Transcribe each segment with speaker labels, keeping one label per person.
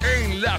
Speaker 1: En la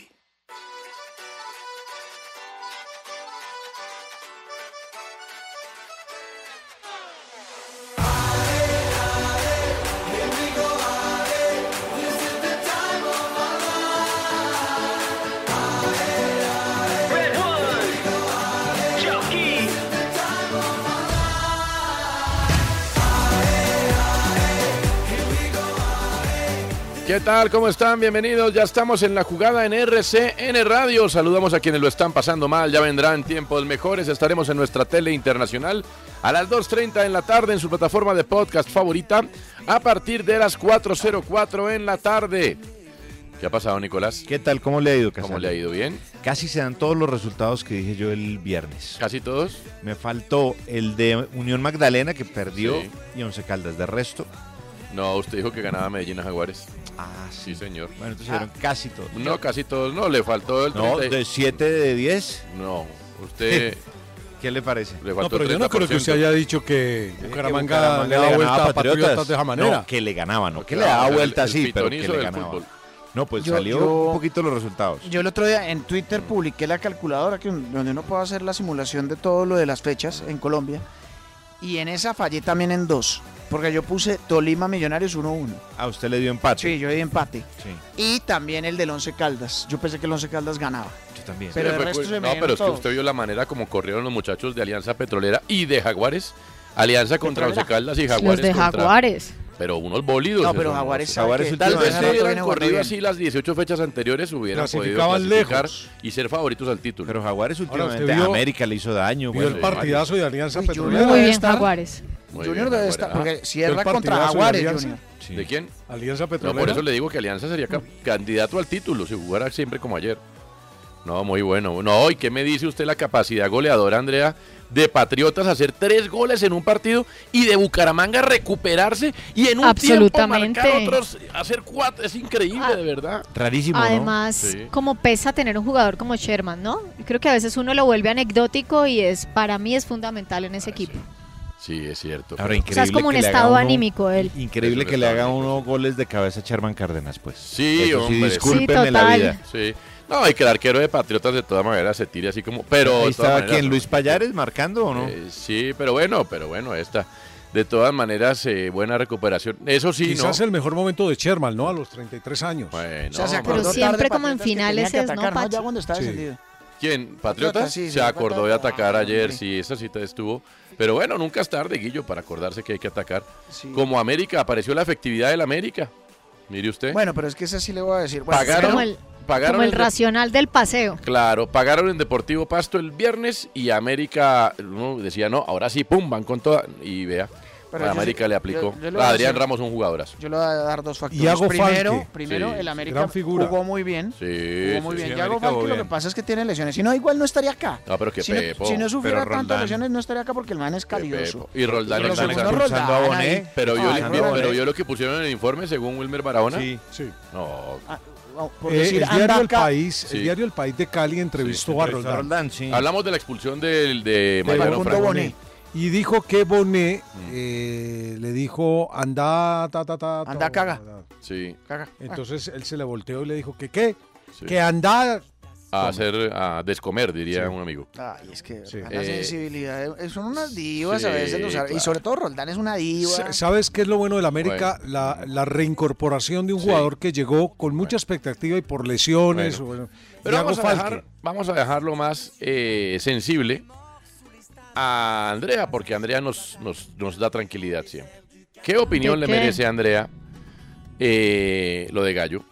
Speaker 2: ¿Qué tal? ¿Cómo están? Bienvenidos. Ya estamos en la jugada en RCN Radio. Saludamos a quienes lo están pasando mal. Ya vendrán tiempos mejores. Estaremos en nuestra tele internacional a las 2.30 en la tarde en su plataforma de podcast favorita a partir de las 4.04 en la tarde. ¿Qué ha pasado, Nicolás?
Speaker 3: ¿Qué tal? ¿Cómo le ha ido,
Speaker 2: ¿Cómo
Speaker 3: Casale?
Speaker 2: le ha ido? ¿Bien?
Speaker 3: Casi se dan todos los resultados que dije yo el viernes.
Speaker 2: ¿Casi todos?
Speaker 3: Me faltó el de Unión Magdalena, que perdió,
Speaker 2: Sí.
Speaker 3: y Once Caldas. De resto,
Speaker 2: No, usted dijo que ganaba Medellín a Jaguares.
Speaker 3: ah,
Speaker 2: Sí, señor.
Speaker 3: Bueno, entonces fueron casi todos.
Speaker 2: Ah. No, casi todos. No, le faltó el
Speaker 3: No,
Speaker 2: 30
Speaker 3: de 7 de 10,
Speaker 2: No, usted
Speaker 3: ¿qué le parece?
Speaker 2: le faltó
Speaker 4: No,
Speaker 2: el
Speaker 4: pero yo no creo que
Speaker 2: 30%.
Speaker 4: usted haya dicho que Bucaramanga, le da vuelta a Patriotas. de esa manera.
Speaker 3: No, que le ganaba, no que
Speaker 2: Claro,
Speaker 3: le daba
Speaker 2: el-
Speaker 3: vuelta,
Speaker 2: el
Speaker 3: sí, pero que
Speaker 2: pitonizo
Speaker 3: le
Speaker 2: del
Speaker 3: ganaba.
Speaker 2: fútbol.
Speaker 3: No, pues
Speaker 5: Yo-
Speaker 3: salió
Speaker 5: yo-
Speaker 3: un poquito los resultados.
Speaker 5: Yo el otro día en Twitter publiqué la calculadora que un- donde uno puede hacer la simulación de todo lo de las fechas en Colombia. Y en esa fallé también en dos. Porque yo puse Tolima Millonarios 1-1.
Speaker 3: A Ah, usted le dio empate.
Speaker 5: Sí, yo di empate.
Speaker 3: Sí,
Speaker 5: Y también el del Once Caldas. Yo pensé que el Once Caldas ganaba.
Speaker 3: yo también.
Speaker 5: Pero
Speaker 2: Sí,
Speaker 5: el
Speaker 2: fue
Speaker 5: resto
Speaker 2: cu-
Speaker 5: se me
Speaker 2: No,
Speaker 5: dieron
Speaker 2: pero es que
Speaker 5: todos.
Speaker 2: usted vio la manera como corrieron los muchachos de Alianza Petrolera y de Jaguares. Alianza contra Once
Speaker 5: Petrolera.
Speaker 2: Caldas y
Speaker 6: Los
Speaker 2: Jaguares.
Speaker 6: de
Speaker 2: contra-
Speaker 6: Jaguares.
Speaker 2: Pero unos bólidos.
Speaker 5: No,
Speaker 2: esos,
Speaker 5: pero Jaguares sabe
Speaker 3: Jaguares
Speaker 5: que-
Speaker 2: Tal
Speaker 3: últimamente
Speaker 5: Jaguares
Speaker 2: vez si
Speaker 5: sabe que
Speaker 2: hubieran
Speaker 5: viene jugando
Speaker 2: corrido
Speaker 5: bien.
Speaker 2: así las 18 fechas anteriores, hubieran podido
Speaker 4: Clasificaban
Speaker 2: clasificar
Speaker 4: lejos.
Speaker 2: y ser favoritos al título.
Speaker 3: Pero Jaguares
Speaker 4: usted
Speaker 3: últimamente,
Speaker 4: vio-
Speaker 3: América le hizo daño.
Speaker 4: Vio
Speaker 3: bueno,
Speaker 4: el
Speaker 3: sí.
Speaker 4: partidazo de Alianza
Speaker 5: Uy, Junior
Speaker 4: Petrolera.
Speaker 5: debe
Speaker 6: Muy bien,
Speaker 5: estar-
Speaker 6: Jaguares.
Speaker 2: Muy
Speaker 5: Junior
Speaker 2: bien,
Speaker 5: debe estar.
Speaker 2: Jaguares.
Speaker 5: Porque
Speaker 3: Ah,
Speaker 5: cierra
Speaker 4: Fue el
Speaker 5: contra
Speaker 4: partidazo de
Speaker 5: Jaguares,
Speaker 4: Alianza.
Speaker 5: Junior.
Speaker 3: Sí.
Speaker 2: ¿De quién?
Speaker 4: Alianza
Speaker 2: No,
Speaker 4: Petrolera.
Speaker 2: por eso le digo que Alianza sería ca- candidato al título si jugara siempre como ayer. No, muy bueno. No, ¿y qué me dice usted la capacidad goleadora, Andrea, de Patriotas hacer tres goles en un partido y de Bucaramanga recuperarse y en un tiempo
Speaker 6: Absolutamente.
Speaker 2: marcar otros, hacer cuatro? Es increíble,
Speaker 6: Ah.
Speaker 2: de verdad.
Speaker 3: Rarísimo, ¿no?
Speaker 6: Además,
Speaker 2: Sí.
Speaker 6: como pesa tener un jugador como Sherman, ¿no? Creo que a veces uno lo vuelve anecdótico y es para mí es fundamental en ese equipo.
Speaker 2: Sí, es cierto.
Speaker 3: Ahora,
Speaker 2: pero-
Speaker 3: increíble
Speaker 6: sea, es como
Speaker 3: que
Speaker 6: un
Speaker 3: le haga
Speaker 6: estado
Speaker 3: uno-
Speaker 6: anímico de él.
Speaker 3: Increíble
Speaker 2: Es un
Speaker 3: que le
Speaker 2: estado
Speaker 3: haga
Speaker 2: anímico,
Speaker 3: uno
Speaker 2: sí.
Speaker 3: goles de cabeza a Sherman Cárdenas, pues.
Speaker 2: Sí,
Speaker 3: Eso sí,
Speaker 2: hombre, sí.
Speaker 3: discúlpenme
Speaker 6: Sí,
Speaker 3: la
Speaker 6: total.
Speaker 3: vida.
Speaker 2: Sí. No, y que el arquero de Patriotas de todas maneras se tire así como. Pero. de
Speaker 3: Ahí
Speaker 2: todas
Speaker 3: estaba
Speaker 2: maneras,
Speaker 3: quién,
Speaker 2: no.
Speaker 3: Luis Payares marcando o no?
Speaker 2: Eh, sí, pero bueno, pero bueno, esta. De todas maneras, eh, buena recuperación. Eso sí,
Speaker 4: Quizás
Speaker 2: ¿no?
Speaker 4: el mejor momento de Sherman, ¿no? A los 33 años.
Speaker 2: Bueno,
Speaker 5: O sea, se
Speaker 6: Pero
Speaker 5: acordó tarde
Speaker 6: siempre como en
Speaker 5: Patriotas que tenía
Speaker 6: finales
Speaker 5: que
Speaker 6: es, ¿no,
Speaker 5: atacar,
Speaker 6: Pacho?
Speaker 5: Ya cuando está
Speaker 4: Sí.
Speaker 5: descendido.
Speaker 2: ¿Quién? ¿Patriotas?
Speaker 5: Patriotas, sí, Ah, sí,
Speaker 2: se acordó de
Speaker 5: Patriotas.
Speaker 2: atacar ayer,
Speaker 5: Sí.
Speaker 2: sí, esa cita estuvo. Pero bueno, nunca es tarde, Guillo, para acordarse que hay que atacar.
Speaker 5: Sí.
Speaker 2: Como América, apareció la efectividad del América. Mire usted.
Speaker 5: Bueno, pero es que ese sí le voy a decir. Bueno,
Speaker 2: pagaron,
Speaker 6: como el-
Speaker 2: pagaron
Speaker 6: Como el
Speaker 2: en-
Speaker 6: racional del paseo.
Speaker 2: Claro, pagaron en Deportivo Pasto el viernes y América no, decía no, ahora sí, pum, van con toda. Y vea,
Speaker 5: Pero
Speaker 2: a
Speaker 5: yo
Speaker 2: América
Speaker 5: sí-
Speaker 2: le aplicó.
Speaker 5: yo- yo le voy
Speaker 2: a
Speaker 5: a
Speaker 2: Adrián
Speaker 5: decir-
Speaker 2: Ramos un jugadorazo.
Speaker 5: Yo le voy a dar dos factores.
Speaker 4: Iago
Speaker 5: primero,
Speaker 4: Falque.
Speaker 5: primero
Speaker 2: Sí,
Speaker 5: el América
Speaker 4: gran figura.
Speaker 5: jugó muy bien.
Speaker 2: Sí,
Speaker 5: Jugó muy
Speaker 2: sí,
Speaker 5: bien.
Speaker 2: sí.
Speaker 5: Yago
Speaker 3: América jugó
Speaker 5: Falque lo que
Speaker 3: bien.
Speaker 5: pasa es que tiene lesiones. Si no, igual no estaría acá.
Speaker 2: No, pero que
Speaker 5: si,
Speaker 2: Pepo.
Speaker 5: No, si no sufriera
Speaker 3: Pero
Speaker 5: tantas
Speaker 3: Roldán.
Speaker 5: lesiones, no estaría acá porque el man es
Speaker 2: Qué
Speaker 5: calidoso.
Speaker 2: pepo. Y Roldán,
Speaker 3: Y los
Speaker 2: Roldán
Speaker 3: segundos
Speaker 2: expulsó.
Speaker 3: expulsando a
Speaker 5: Roldán
Speaker 3: Boné.
Speaker 5: ahí.
Speaker 2: Pero vio,
Speaker 5: Ay,
Speaker 2: no,
Speaker 5: Roldán.
Speaker 2: pero vio lo que pusieron en el informe según Wilmer Barahona.
Speaker 3: Sí.
Speaker 4: Sí.
Speaker 2: No,
Speaker 5: Ah, No, por
Speaker 4: Eh,
Speaker 5: decir,
Speaker 4: el, diario el,
Speaker 5: Andaca-
Speaker 4: país,
Speaker 2: Sí.
Speaker 4: el diario El País de Cali entrevistó a
Speaker 3: Roldán,
Speaker 4: Roldán
Speaker 3: sí.
Speaker 2: Hablamos de la expulsión del de Mariano
Speaker 5: Facundo
Speaker 2: Franco.
Speaker 5: Bonet.
Speaker 4: y dijo que Bonet eh, le dijo, anda, ta, ta, ta, ta,
Speaker 5: Anda, caga.
Speaker 2: Sí,
Speaker 5: Caga.
Speaker 4: Entonces él se le volteó y le dijo que qué,
Speaker 2: sí.
Speaker 4: que anda,
Speaker 2: a hacer, a descomer, diría un amigo.
Speaker 5: Ay, es que
Speaker 2: Sí.
Speaker 5: la
Speaker 2: Eh,
Speaker 5: sensibilidad. eh, Son unas divas a
Speaker 2: sí,
Speaker 5: veces. los ar- Y
Speaker 2: claro.
Speaker 5: sobre todo Roldán es una diva.
Speaker 4: Sa- ¿Sabes qué es lo bueno del América? La, la reincorporación de un jugador que llegó con mucha expectativa y por lesiones. o bueno,
Speaker 2: Pero
Speaker 4: Diago
Speaker 2: vamos a,
Speaker 4: Falque.
Speaker 2: dejar, vamos a dejarlo más eh, sensible a Andrea, porque Andrea nos, nos, nos da tranquilidad siempre. ¿Qué opinión
Speaker 6: ¿De
Speaker 2: le
Speaker 6: qué?
Speaker 2: merece a Andrea eh, lo de Gallo?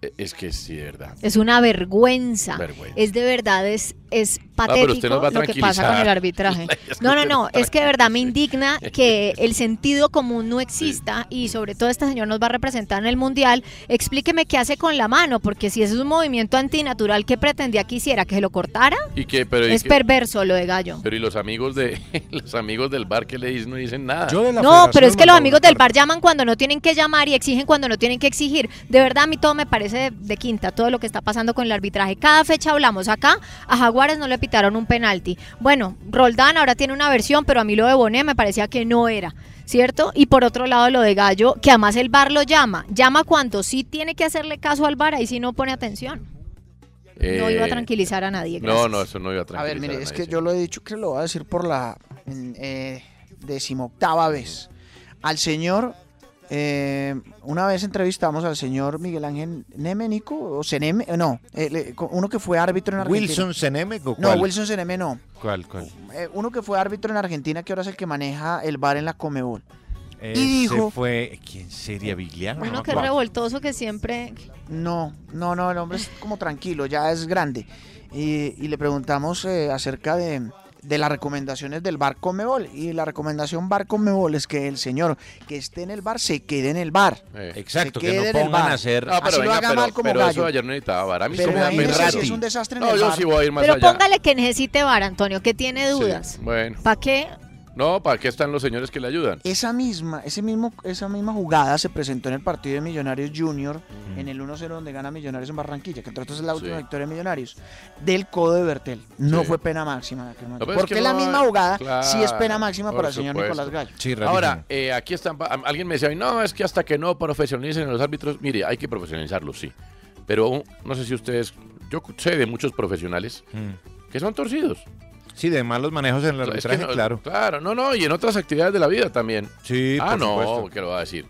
Speaker 2: Eh, Es que sí, de verdad.
Speaker 6: Es una vergüenza.
Speaker 2: Vergüenza. Ah,
Speaker 6: Es de verdad, es, es
Speaker 2: pero
Speaker 6: patético
Speaker 2: usted nos va a
Speaker 6: lo que pasa con
Speaker 2: tranquilizar.
Speaker 6: el arbitraje. No, no, no. Es que de verdad me indigna que el sentido común no exista y sobre todo este señor nos va a representar en el Mundial. Explíqueme qué hace con la mano, porque si ese es un movimiento antinatural, ¿qué pretendía que hiciera? ¿Que se lo cortara?
Speaker 2: ¿Y qué? Pero, ¿y
Speaker 6: Es
Speaker 2: qué?
Speaker 6: perverso lo de Gallo.
Speaker 2: Pero y los amigos de los amigos del bar que le dicen no dicen nada.
Speaker 6: No, pero es que los amigos del bar llaman cuando no tienen que llamar y exigen cuando no tienen que exigir. De verdad, a mí todo me parece de, de quinta, todo lo que está pasando con el arbitraje. Cada fecha hablamos acá, a Jaguares no le pitaron un penalti. Bueno, Roldán ahora tiene una versión, pero a mí lo de Bonet me parecía que no era. ¿Cierto? Y por otro lado lo de Gallo, que además el bar lo llama. Llama cuando sí tiene que hacerle caso al bar, ahí sí no pone atención. No
Speaker 2: Eh,
Speaker 6: iba a tranquilizar a nadie.
Speaker 2: No,
Speaker 6: gracias.
Speaker 2: no, eso no iba a tranquilizar.
Speaker 5: A ver, mire,
Speaker 2: nadie,
Speaker 5: es que
Speaker 2: sí.
Speaker 5: yo lo he dicho que lo voy a decir por la en, eh, decimoctava vez. Al señor, eh, una vez entrevistamos al señor Miguel Ángel Nemenico, o Seneme, eh, no, el, eh, co- uno que fue árbitro en Argentina.
Speaker 7: ¿Wilson Cenemeco?
Speaker 5: No, Wilson Seneme no.
Speaker 7: ¿Cuál, cuál?
Speaker 5: Eh, uno que fue árbitro en Argentina, que ahora es el que maneja el bar en la Comebol.
Speaker 7: Ese
Speaker 5: y dijo,
Speaker 7: fue... ¿Quién sería? ¿Vigliano?
Speaker 6: Uno
Speaker 7: No,
Speaker 6: que es revoltoso que siempre...
Speaker 5: No, no, no, el hombre es como tranquilo, ya es grande. Y, y le preguntamos eh, acerca de, de las recomendaciones del bar Comebol. Y la recomendación bar Comebol es que el señor que esté en el bar se quede en el bar.
Speaker 2: Eh.
Speaker 7: Exacto,
Speaker 5: Se
Speaker 7: que no
Speaker 5: quede en el
Speaker 7: pongan
Speaker 5: bar.
Speaker 7: a hacer...
Speaker 2: No, pero
Speaker 5: Así lo
Speaker 2: venga,
Speaker 5: haga
Speaker 2: pero,
Speaker 5: mal como
Speaker 2: pero eso
Speaker 5: gallo.
Speaker 2: ayer no necesitaba bar. A mí
Speaker 5: Pero
Speaker 2: sí me da
Speaker 5: imagínese
Speaker 2: pena.
Speaker 5: si es un desastre en
Speaker 2: No,
Speaker 5: el
Speaker 2: yo
Speaker 5: bar.
Speaker 2: sí voy a ir más
Speaker 6: Pero
Speaker 2: allá.
Speaker 6: póngale que necesite bar, Antonio, que tiene
Speaker 2: Sí,
Speaker 6: dudas.
Speaker 2: Bueno,
Speaker 6: ¿Para qué?
Speaker 2: no, ¿para qué están los señores que le ayudan?
Speaker 5: Esa misma, ese mismo, esa misma jugada se presentó en el partido de Millonarios Junior, en el 1-0 donde gana Millonarios en Barranquilla, que entre otros es la última
Speaker 2: Sí.
Speaker 5: victoria de Millonarios, del codo de Bertel. No
Speaker 2: Sí.
Speaker 5: fue pena máxima. en aquel momento.
Speaker 2: pero es
Speaker 5: Porque
Speaker 2: que
Speaker 5: la
Speaker 2: no-
Speaker 5: misma jugada sí es
Speaker 2: claro,
Speaker 5: pena máxima
Speaker 2: Ah, por
Speaker 5: para el señor
Speaker 2: supuesto.
Speaker 5: Nicolás Gallo.
Speaker 2: Ahora, eh, aquí están. pa- am- Alguien me decía, no, es que hasta que no profesionalicen a los árbitros. Mire, hay que profesionalizarlos, sí. Pero aún, no sé si ustedes. Yo sé de muchos profesionales que son torcidos.
Speaker 7: Mm. Sí, de malos manejos en el
Speaker 2: Es que
Speaker 7: arbitraje,
Speaker 2: no-
Speaker 7: claro.
Speaker 2: Claro, no, no, y en otras actividades de la vida también.
Speaker 7: Sí,
Speaker 2: Ah,
Speaker 7: por
Speaker 2: no,
Speaker 7: supuesto.
Speaker 2: ¿qué lo va a decir?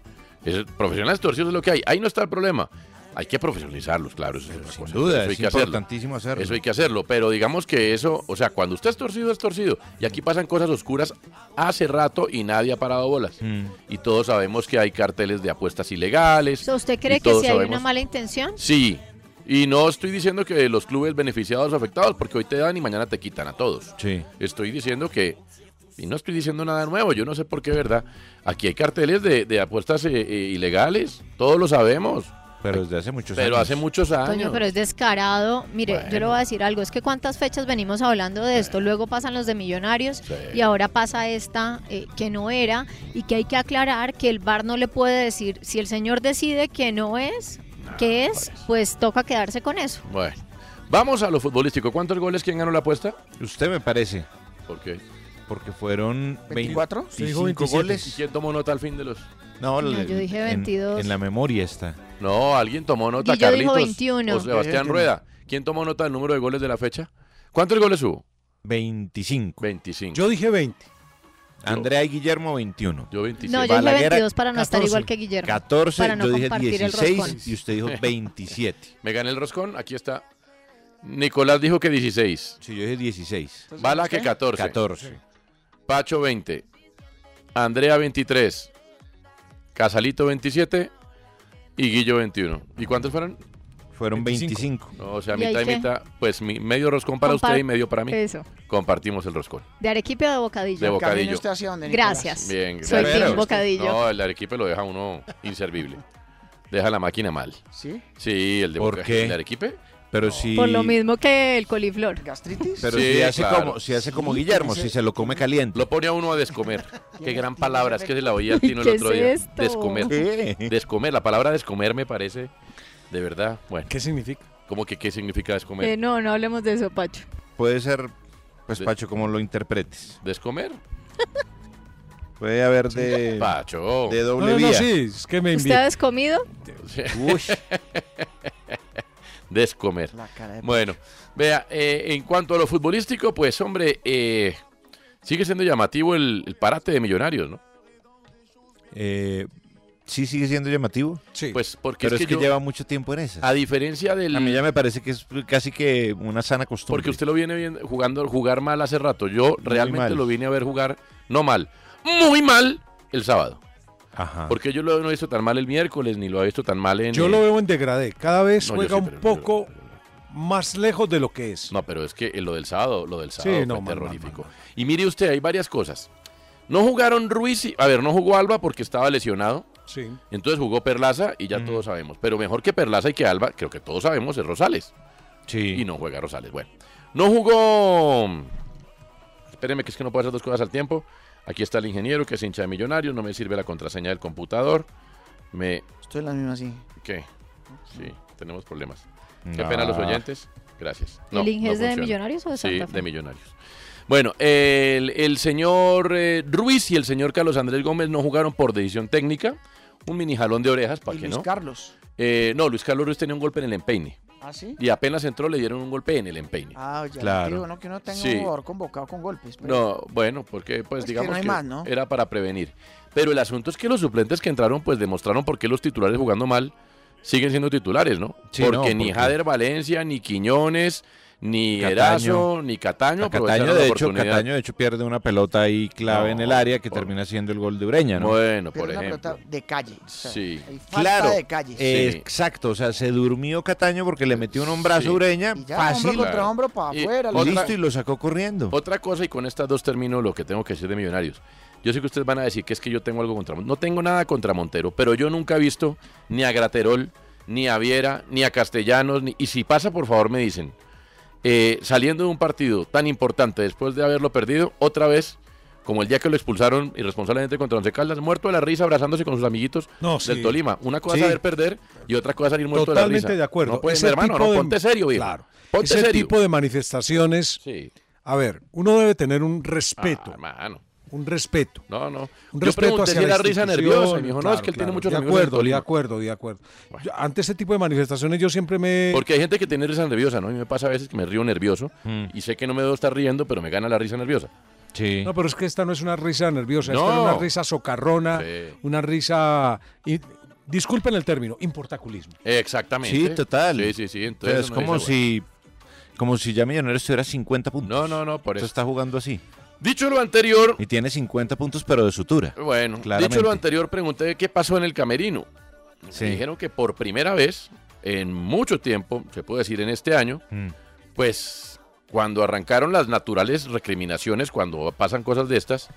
Speaker 2: Es- profesionales torcidos es lo que hay. Ahí no está el problema. Hay que profesionalizarlos, claro. Eso es otra cosa.
Speaker 7: duda,
Speaker 2: eso hay
Speaker 7: es
Speaker 2: que hacerlo.
Speaker 7: importantísimo hacerlo.
Speaker 2: Eso hay que hacerlo. Pero digamos que eso, o sea, cuando usted es torcido, es torcido. Y aquí pasan cosas oscuras hace rato y nadie ha parado bolas.
Speaker 7: Mm.
Speaker 2: Y todos sabemos que hay carteles de apuestas ilegales.
Speaker 6: O sea, ¿Usted
Speaker 2: y
Speaker 6: cree que
Speaker 2: todos
Speaker 6: si hay una
Speaker 2: sabemos-
Speaker 6: mala intención?
Speaker 2: Sí. Y no estoy diciendo que los clubes beneficiados o afectados, porque hoy te dan y mañana te quitan a todos.
Speaker 7: Sí.
Speaker 2: Estoy diciendo que, y no estoy diciendo nada nuevo, yo no sé por qué, ¿verdad? Aquí hay carteles de, de apuestas eh, eh, ilegales, todos lo sabemos,
Speaker 7: Pero desde hace muchos años.
Speaker 2: pero hace muchos años.
Speaker 6: Toño, pero es descarado. Mire, yo le voy a decir algo. Es que cuántas fechas venimos hablando de esto. Luego pasan los de Millonarios y ahora pasa esta eh, que no era y que hay que aclarar que el bar no le puede decir si el señor decide que no es, que es, pues toca quedarse con eso.
Speaker 2: Bueno, vamos a lo futbolístico. ¿Cuántos goles? ¿Quién ganó la apuesta?
Speaker 7: Usted me parece,
Speaker 2: ¿Por qué?
Speaker 7: porque fueron
Speaker 5: 24?
Speaker 7: Se dijo 27.
Speaker 2: ¿Y quién tomó nota al fin de los...?
Speaker 7: No,
Speaker 6: No,
Speaker 7: le-
Speaker 6: yo dije
Speaker 7: en-
Speaker 6: 22.
Speaker 7: En, la memoria está.
Speaker 2: No, alguien tomó nota,
Speaker 6: Guillo dijo
Speaker 2: Carlitos.
Speaker 6: 21.
Speaker 2: O Sebastián Rueda. ¿Quién tomó nota del número de goles de la fecha? ¿Cuántos goles hubo?
Speaker 7: 25.
Speaker 2: 25.
Speaker 4: Yo dije 20.
Speaker 7: Andrea y Guillermo, 21.
Speaker 2: Yo 27.
Speaker 6: No, yo dije
Speaker 7: Balaguer,
Speaker 6: 22 para no estar
Speaker 7: 14.
Speaker 6: igual que Guillermo.
Speaker 7: 14,
Speaker 6: para no
Speaker 7: yo dije
Speaker 6: compartir el roscón.
Speaker 7: 16 y usted dijo 27.
Speaker 2: Me gané el roscón, aquí está. Nicolás dijo que 16.
Speaker 7: Sí, yo dije 16.
Speaker 2: Bala que 14.
Speaker 7: 14.
Speaker 2: Pacho 20. Andrea 23. Casalito 27. Y Guillo 21. ¿Y cuántos fueron?
Speaker 7: Fueron 25.
Speaker 2: No, o sea,
Speaker 6: ¿Y ahí
Speaker 2: mitad y
Speaker 6: qué?
Speaker 2: mitad. Pues mi, medio roscón para
Speaker 6: Compa-
Speaker 2: usted y medio para mí.
Speaker 6: Eso.
Speaker 2: Compartimos el roscón.
Speaker 6: De Arequipe o de Bocadillo.
Speaker 2: De Bocadillo.
Speaker 5: Camino usted hacia donde, Nicolás.
Speaker 6: Gracias.
Speaker 2: Bien,
Speaker 6: Soy
Speaker 2: gracias.
Speaker 6: Team Bocadillo.
Speaker 2: No, el Arequipe lo deja uno inservible. Deja la máquina mal.
Speaker 5: ¿Sí?
Speaker 2: Sí, el de
Speaker 7: ¿Por
Speaker 2: Boca-
Speaker 7: qué?
Speaker 2: ¿El de Arequipe?
Speaker 7: Pero si.
Speaker 6: Por lo mismo que el coliflor.
Speaker 5: ¿Gastritis?
Speaker 7: Pero
Speaker 2: Sí,
Speaker 7: si, hace
Speaker 2: claro.
Speaker 7: como, si hace como Guillermo, si se lo come caliente.
Speaker 2: Lo pone a uno a descomer. Qué gran palabra, es que se la oía al
Speaker 6: ¿Qué
Speaker 2: Tino el otro
Speaker 6: es
Speaker 2: día.
Speaker 6: esto?
Speaker 2: Descomer.
Speaker 7: ¿Qué?
Speaker 2: Descomer, la palabra descomer me parece, de verdad, bueno,
Speaker 4: ¿Qué significa?
Speaker 2: ¿cómo que qué significa descomer?
Speaker 6: Eh, no, no hablemos de eso, Pacho.
Speaker 7: Puede ser, pues
Speaker 2: De-
Speaker 7: Pacho, como lo interpretes.
Speaker 2: ¿Descomer?
Speaker 7: Puede haber de,
Speaker 2: Pacho.
Speaker 7: de
Speaker 4: No,
Speaker 7: doble
Speaker 4: no, no,
Speaker 7: vía.
Speaker 4: sí, es que me
Speaker 6: ¿Usted ha
Speaker 4: invita.
Speaker 6: descomido?
Speaker 2: Sí.
Speaker 7: Uy,
Speaker 2: Descomer. Bueno, vea, eh, en cuanto a lo futbolístico, pues hombre, eh, sigue siendo llamativo el, el parate de Millonarios, ¿no?
Speaker 7: Eh, sí, sigue siendo llamativo.
Speaker 2: Sí. Pues porque
Speaker 7: Pero es que,
Speaker 2: yo-
Speaker 7: lleva mucho tiempo en esas.
Speaker 2: A diferencia del...
Speaker 7: A mí ya me parece que es casi que una sana costumbre.
Speaker 2: Porque usted lo viene bien- jugando jugar mal hace rato. Yo realmente
Speaker 7: mal.
Speaker 2: lo vine a ver jugar, no mal, muy mal el sábado.
Speaker 7: Ajá.
Speaker 2: Porque yo lo no he visto tan mal el miércoles, ni lo he visto tan mal en.
Speaker 4: Yo
Speaker 2: eh,
Speaker 4: lo veo en degradé. Cada vez
Speaker 2: No, yo
Speaker 4: juega
Speaker 2: sí,
Speaker 4: un
Speaker 2: pero-
Speaker 4: poco más lejos de lo que es.
Speaker 2: No, pero es que eh, lo del sábado, lo del sábado
Speaker 4: no,
Speaker 2: fue
Speaker 4: mal,
Speaker 2: terrorífico. Y mire usted, hay varias cosas. No jugaron Ruiz y. A ver, no jugó Alba porque estaba lesionado.
Speaker 4: Sí.
Speaker 2: Entonces jugó Perlaza y ya todos sabemos. Pero mejor que Perlaza y que Alba, creo que todos sabemos, es Rosales.
Speaker 7: Sí.
Speaker 2: Y no juega Rosales. Bueno, no jugó. Espéreme, que es que no puedo hacer dos cosas al tiempo. Aquí está el ingeniero que es hincha de Millonarios. No me sirve la contraseña del computador. Me.
Speaker 5: Estoy en las mismas, sí.
Speaker 2: ¿Qué? Sí, tenemos problemas. Qué
Speaker 7: No.
Speaker 2: pena los oyentes. Gracias.
Speaker 6: ¿El Inge es de
Speaker 2: funciona.
Speaker 6: Millonarios o de
Speaker 2: Sí,
Speaker 6: Santa Fe?
Speaker 2: de Millonarios. Bueno, el, el señor eh, Ruiz y el señor Carlos Andrés Gómez no jugaron por decisión técnica. Un mini jalón de orejas, ¿para qué
Speaker 5: Luis
Speaker 2: no?
Speaker 5: Carlos.
Speaker 2: Eh, no, Luis Carlos Ruiz tenía un golpe en el empeine.
Speaker 5: ¿Ah, sí?
Speaker 2: Y apenas entró le dieron un golpe en el empeine.
Speaker 5: Ah, ya
Speaker 2: Claro.
Speaker 5: digo, ¿no? Que uno tenga
Speaker 2: Sí.
Speaker 5: un jugador convocado con golpes. pues. pero-
Speaker 2: No, bueno, porque pues
Speaker 5: que
Speaker 2: digamos
Speaker 5: no hay
Speaker 2: que
Speaker 5: más, ¿no?
Speaker 2: era para prevenir. Pero el asunto es que los suplentes que entraron pues demostraron por qué los titulares jugando mal siguen siendo titulares, ¿no?
Speaker 7: Sí,
Speaker 2: porque
Speaker 7: no,
Speaker 2: ni
Speaker 7: porque-
Speaker 2: Jader Valencia, ni Quiñones, ni
Speaker 7: Cataño.
Speaker 2: Erazo, ni Cataño
Speaker 7: A Cataño,
Speaker 2: aprovecharon la
Speaker 7: de hecho,
Speaker 2: oportunidad.
Speaker 7: Cataño, de hecho, pierde una pelota ahí clave
Speaker 2: No,
Speaker 7: en el área que
Speaker 2: por-
Speaker 7: termina siendo el gol de Ureña, ¿no?
Speaker 2: Bueno,
Speaker 5: Pero
Speaker 2: por
Speaker 5: una
Speaker 2: ejemplo.
Speaker 5: pelota de calle. o sea,
Speaker 2: Sí.
Speaker 5: hay falta
Speaker 7: Claro,
Speaker 5: de calle.
Speaker 7: eh, exacto, o sea, se durmió Cataño porque le metió un hombrazo
Speaker 2: Sí.
Speaker 7: a Ureña,
Speaker 5: Y ya,
Speaker 7: fácil,
Speaker 5: hombro contra hombro para
Speaker 2: Y
Speaker 5: afuera.
Speaker 2: otra-
Speaker 7: listo, y lo sacó corriendo.
Speaker 2: Otra cosa, y con estas dos termino lo que tengo que decir de Millonarios. Yo sé que ustedes van a decir que es que yo tengo algo contra Montero. No tengo nada contra Montero, pero yo nunca he visto ni a Graterol, ni a Viera, ni a Castellanos. ni- Y si pasa, por favor, me dicen. Eh, saliendo de un partido tan importante después de haberlo perdido, otra vez, como el día que lo expulsaron irresponsablemente contra Once Caldas, muerto de la risa, abrazándose con sus amiguitos
Speaker 4: No,
Speaker 2: del
Speaker 4: sí.
Speaker 2: Tolima. Una cosa
Speaker 4: Sí.
Speaker 2: es saber perder y otra cosa salir muerto de la risa.
Speaker 4: Totalmente de acuerdo.
Speaker 2: No puede
Speaker 4: Ese
Speaker 2: ser, hermano,
Speaker 4: tipo
Speaker 2: no,
Speaker 4: de-
Speaker 2: ponte serio, viejo.
Speaker 4: Claro.
Speaker 2: Ponte
Speaker 4: Ese
Speaker 2: serio.
Speaker 4: tipo de manifestaciones.
Speaker 2: Sí.
Speaker 4: A ver, uno debe tener un respeto.
Speaker 2: Ah, hermano.
Speaker 4: Un respeto.
Speaker 2: No, no.
Speaker 4: Un
Speaker 2: Yo
Speaker 4: respeto
Speaker 2: pregunté
Speaker 4: hacia
Speaker 2: si
Speaker 4: la
Speaker 2: era risa
Speaker 4: institución,
Speaker 2: nerviosa y me dijo, no,
Speaker 4: claro,
Speaker 2: es que él tiene
Speaker 4: claro.
Speaker 2: muchos
Speaker 4: De
Speaker 2: amigos en el
Speaker 4: acuerdo, de
Speaker 2: Tolima.
Speaker 4: acuerdo, de acuerdo. Yo, ante este tipo de manifestaciones yo siempre me...
Speaker 2: Porque hay gente que tiene risa nerviosa, ¿no? Y me pasa a veces que me río nervioso y sé que no me debo estar riendo, pero me gana la risa nerviosa.
Speaker 7: Mm. Sí.
Speaker 4: No, pero es que esta no es una risa nerviosa, esta
Speaker 2: No.
Speaker 4: es una risa socarrona, una risa... y- disculpen el término, importaculismo.
Speaker 2: Exactamente.
Speaker 7: Sí, total.
Speaker 2: Sí, sí, sí.
Speaker 7: O sea,
Speaker 2: Entonces
Speaker 7: es
Speaker 2: uno
Speaker 7: como
Speaker 2: dice,
Speaker 7: si como si ya Millonarios tuviera 50 puntos.
Speaker 2: No, no, no, por
Speaker 7: Entonces
Speaker 2: eso.
Speaker 7: está jugando así.
Speaker 2: Dicho lo anterior,
Speaker 7: Y tiene 50 puntos, pero de sutura.
Speaker 2: bueno,
Speaker 7: Claramente.
Speaker 2: dicho lo anterior, pregunté qué pasó en el camerino.
Speaker 7: Sí.
Speaker 2: Me Dijeron que por primera vez en mucho tiempo, se puede decir en este año,
Speaker 7: Mm.
Speaker 2: pues cuando arrancaron las naturales recriminaciones, cuando pasan cosas de estas,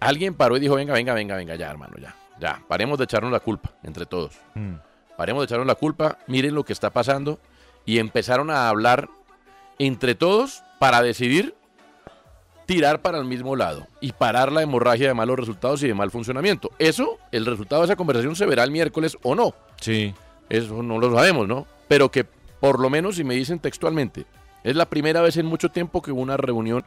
Speaker 2: alguien paró y dijo, venga, venga, venga, venga, ya, hermano, ya, ya, paremos de echarnos la culpa entre todos.
Speaker 7: Mm.
Speaker 2: Paremos de echarnos la culpa, miren lo que está pasando. Y empezaron a hablar entre todos para decidir tirar para el mismo lado y parar la hemorragia de malos resultados y de mal funcionamiento. Eso, el resultado de esa conversación se verá el miércoles o no.
Speaker 7: Sí.
Speaker 2: Eso no lo sabemos, ¿no? Pero que por lo menos si me dicen textualmente, es la primera vez en mucho tiempo que hubo una reunión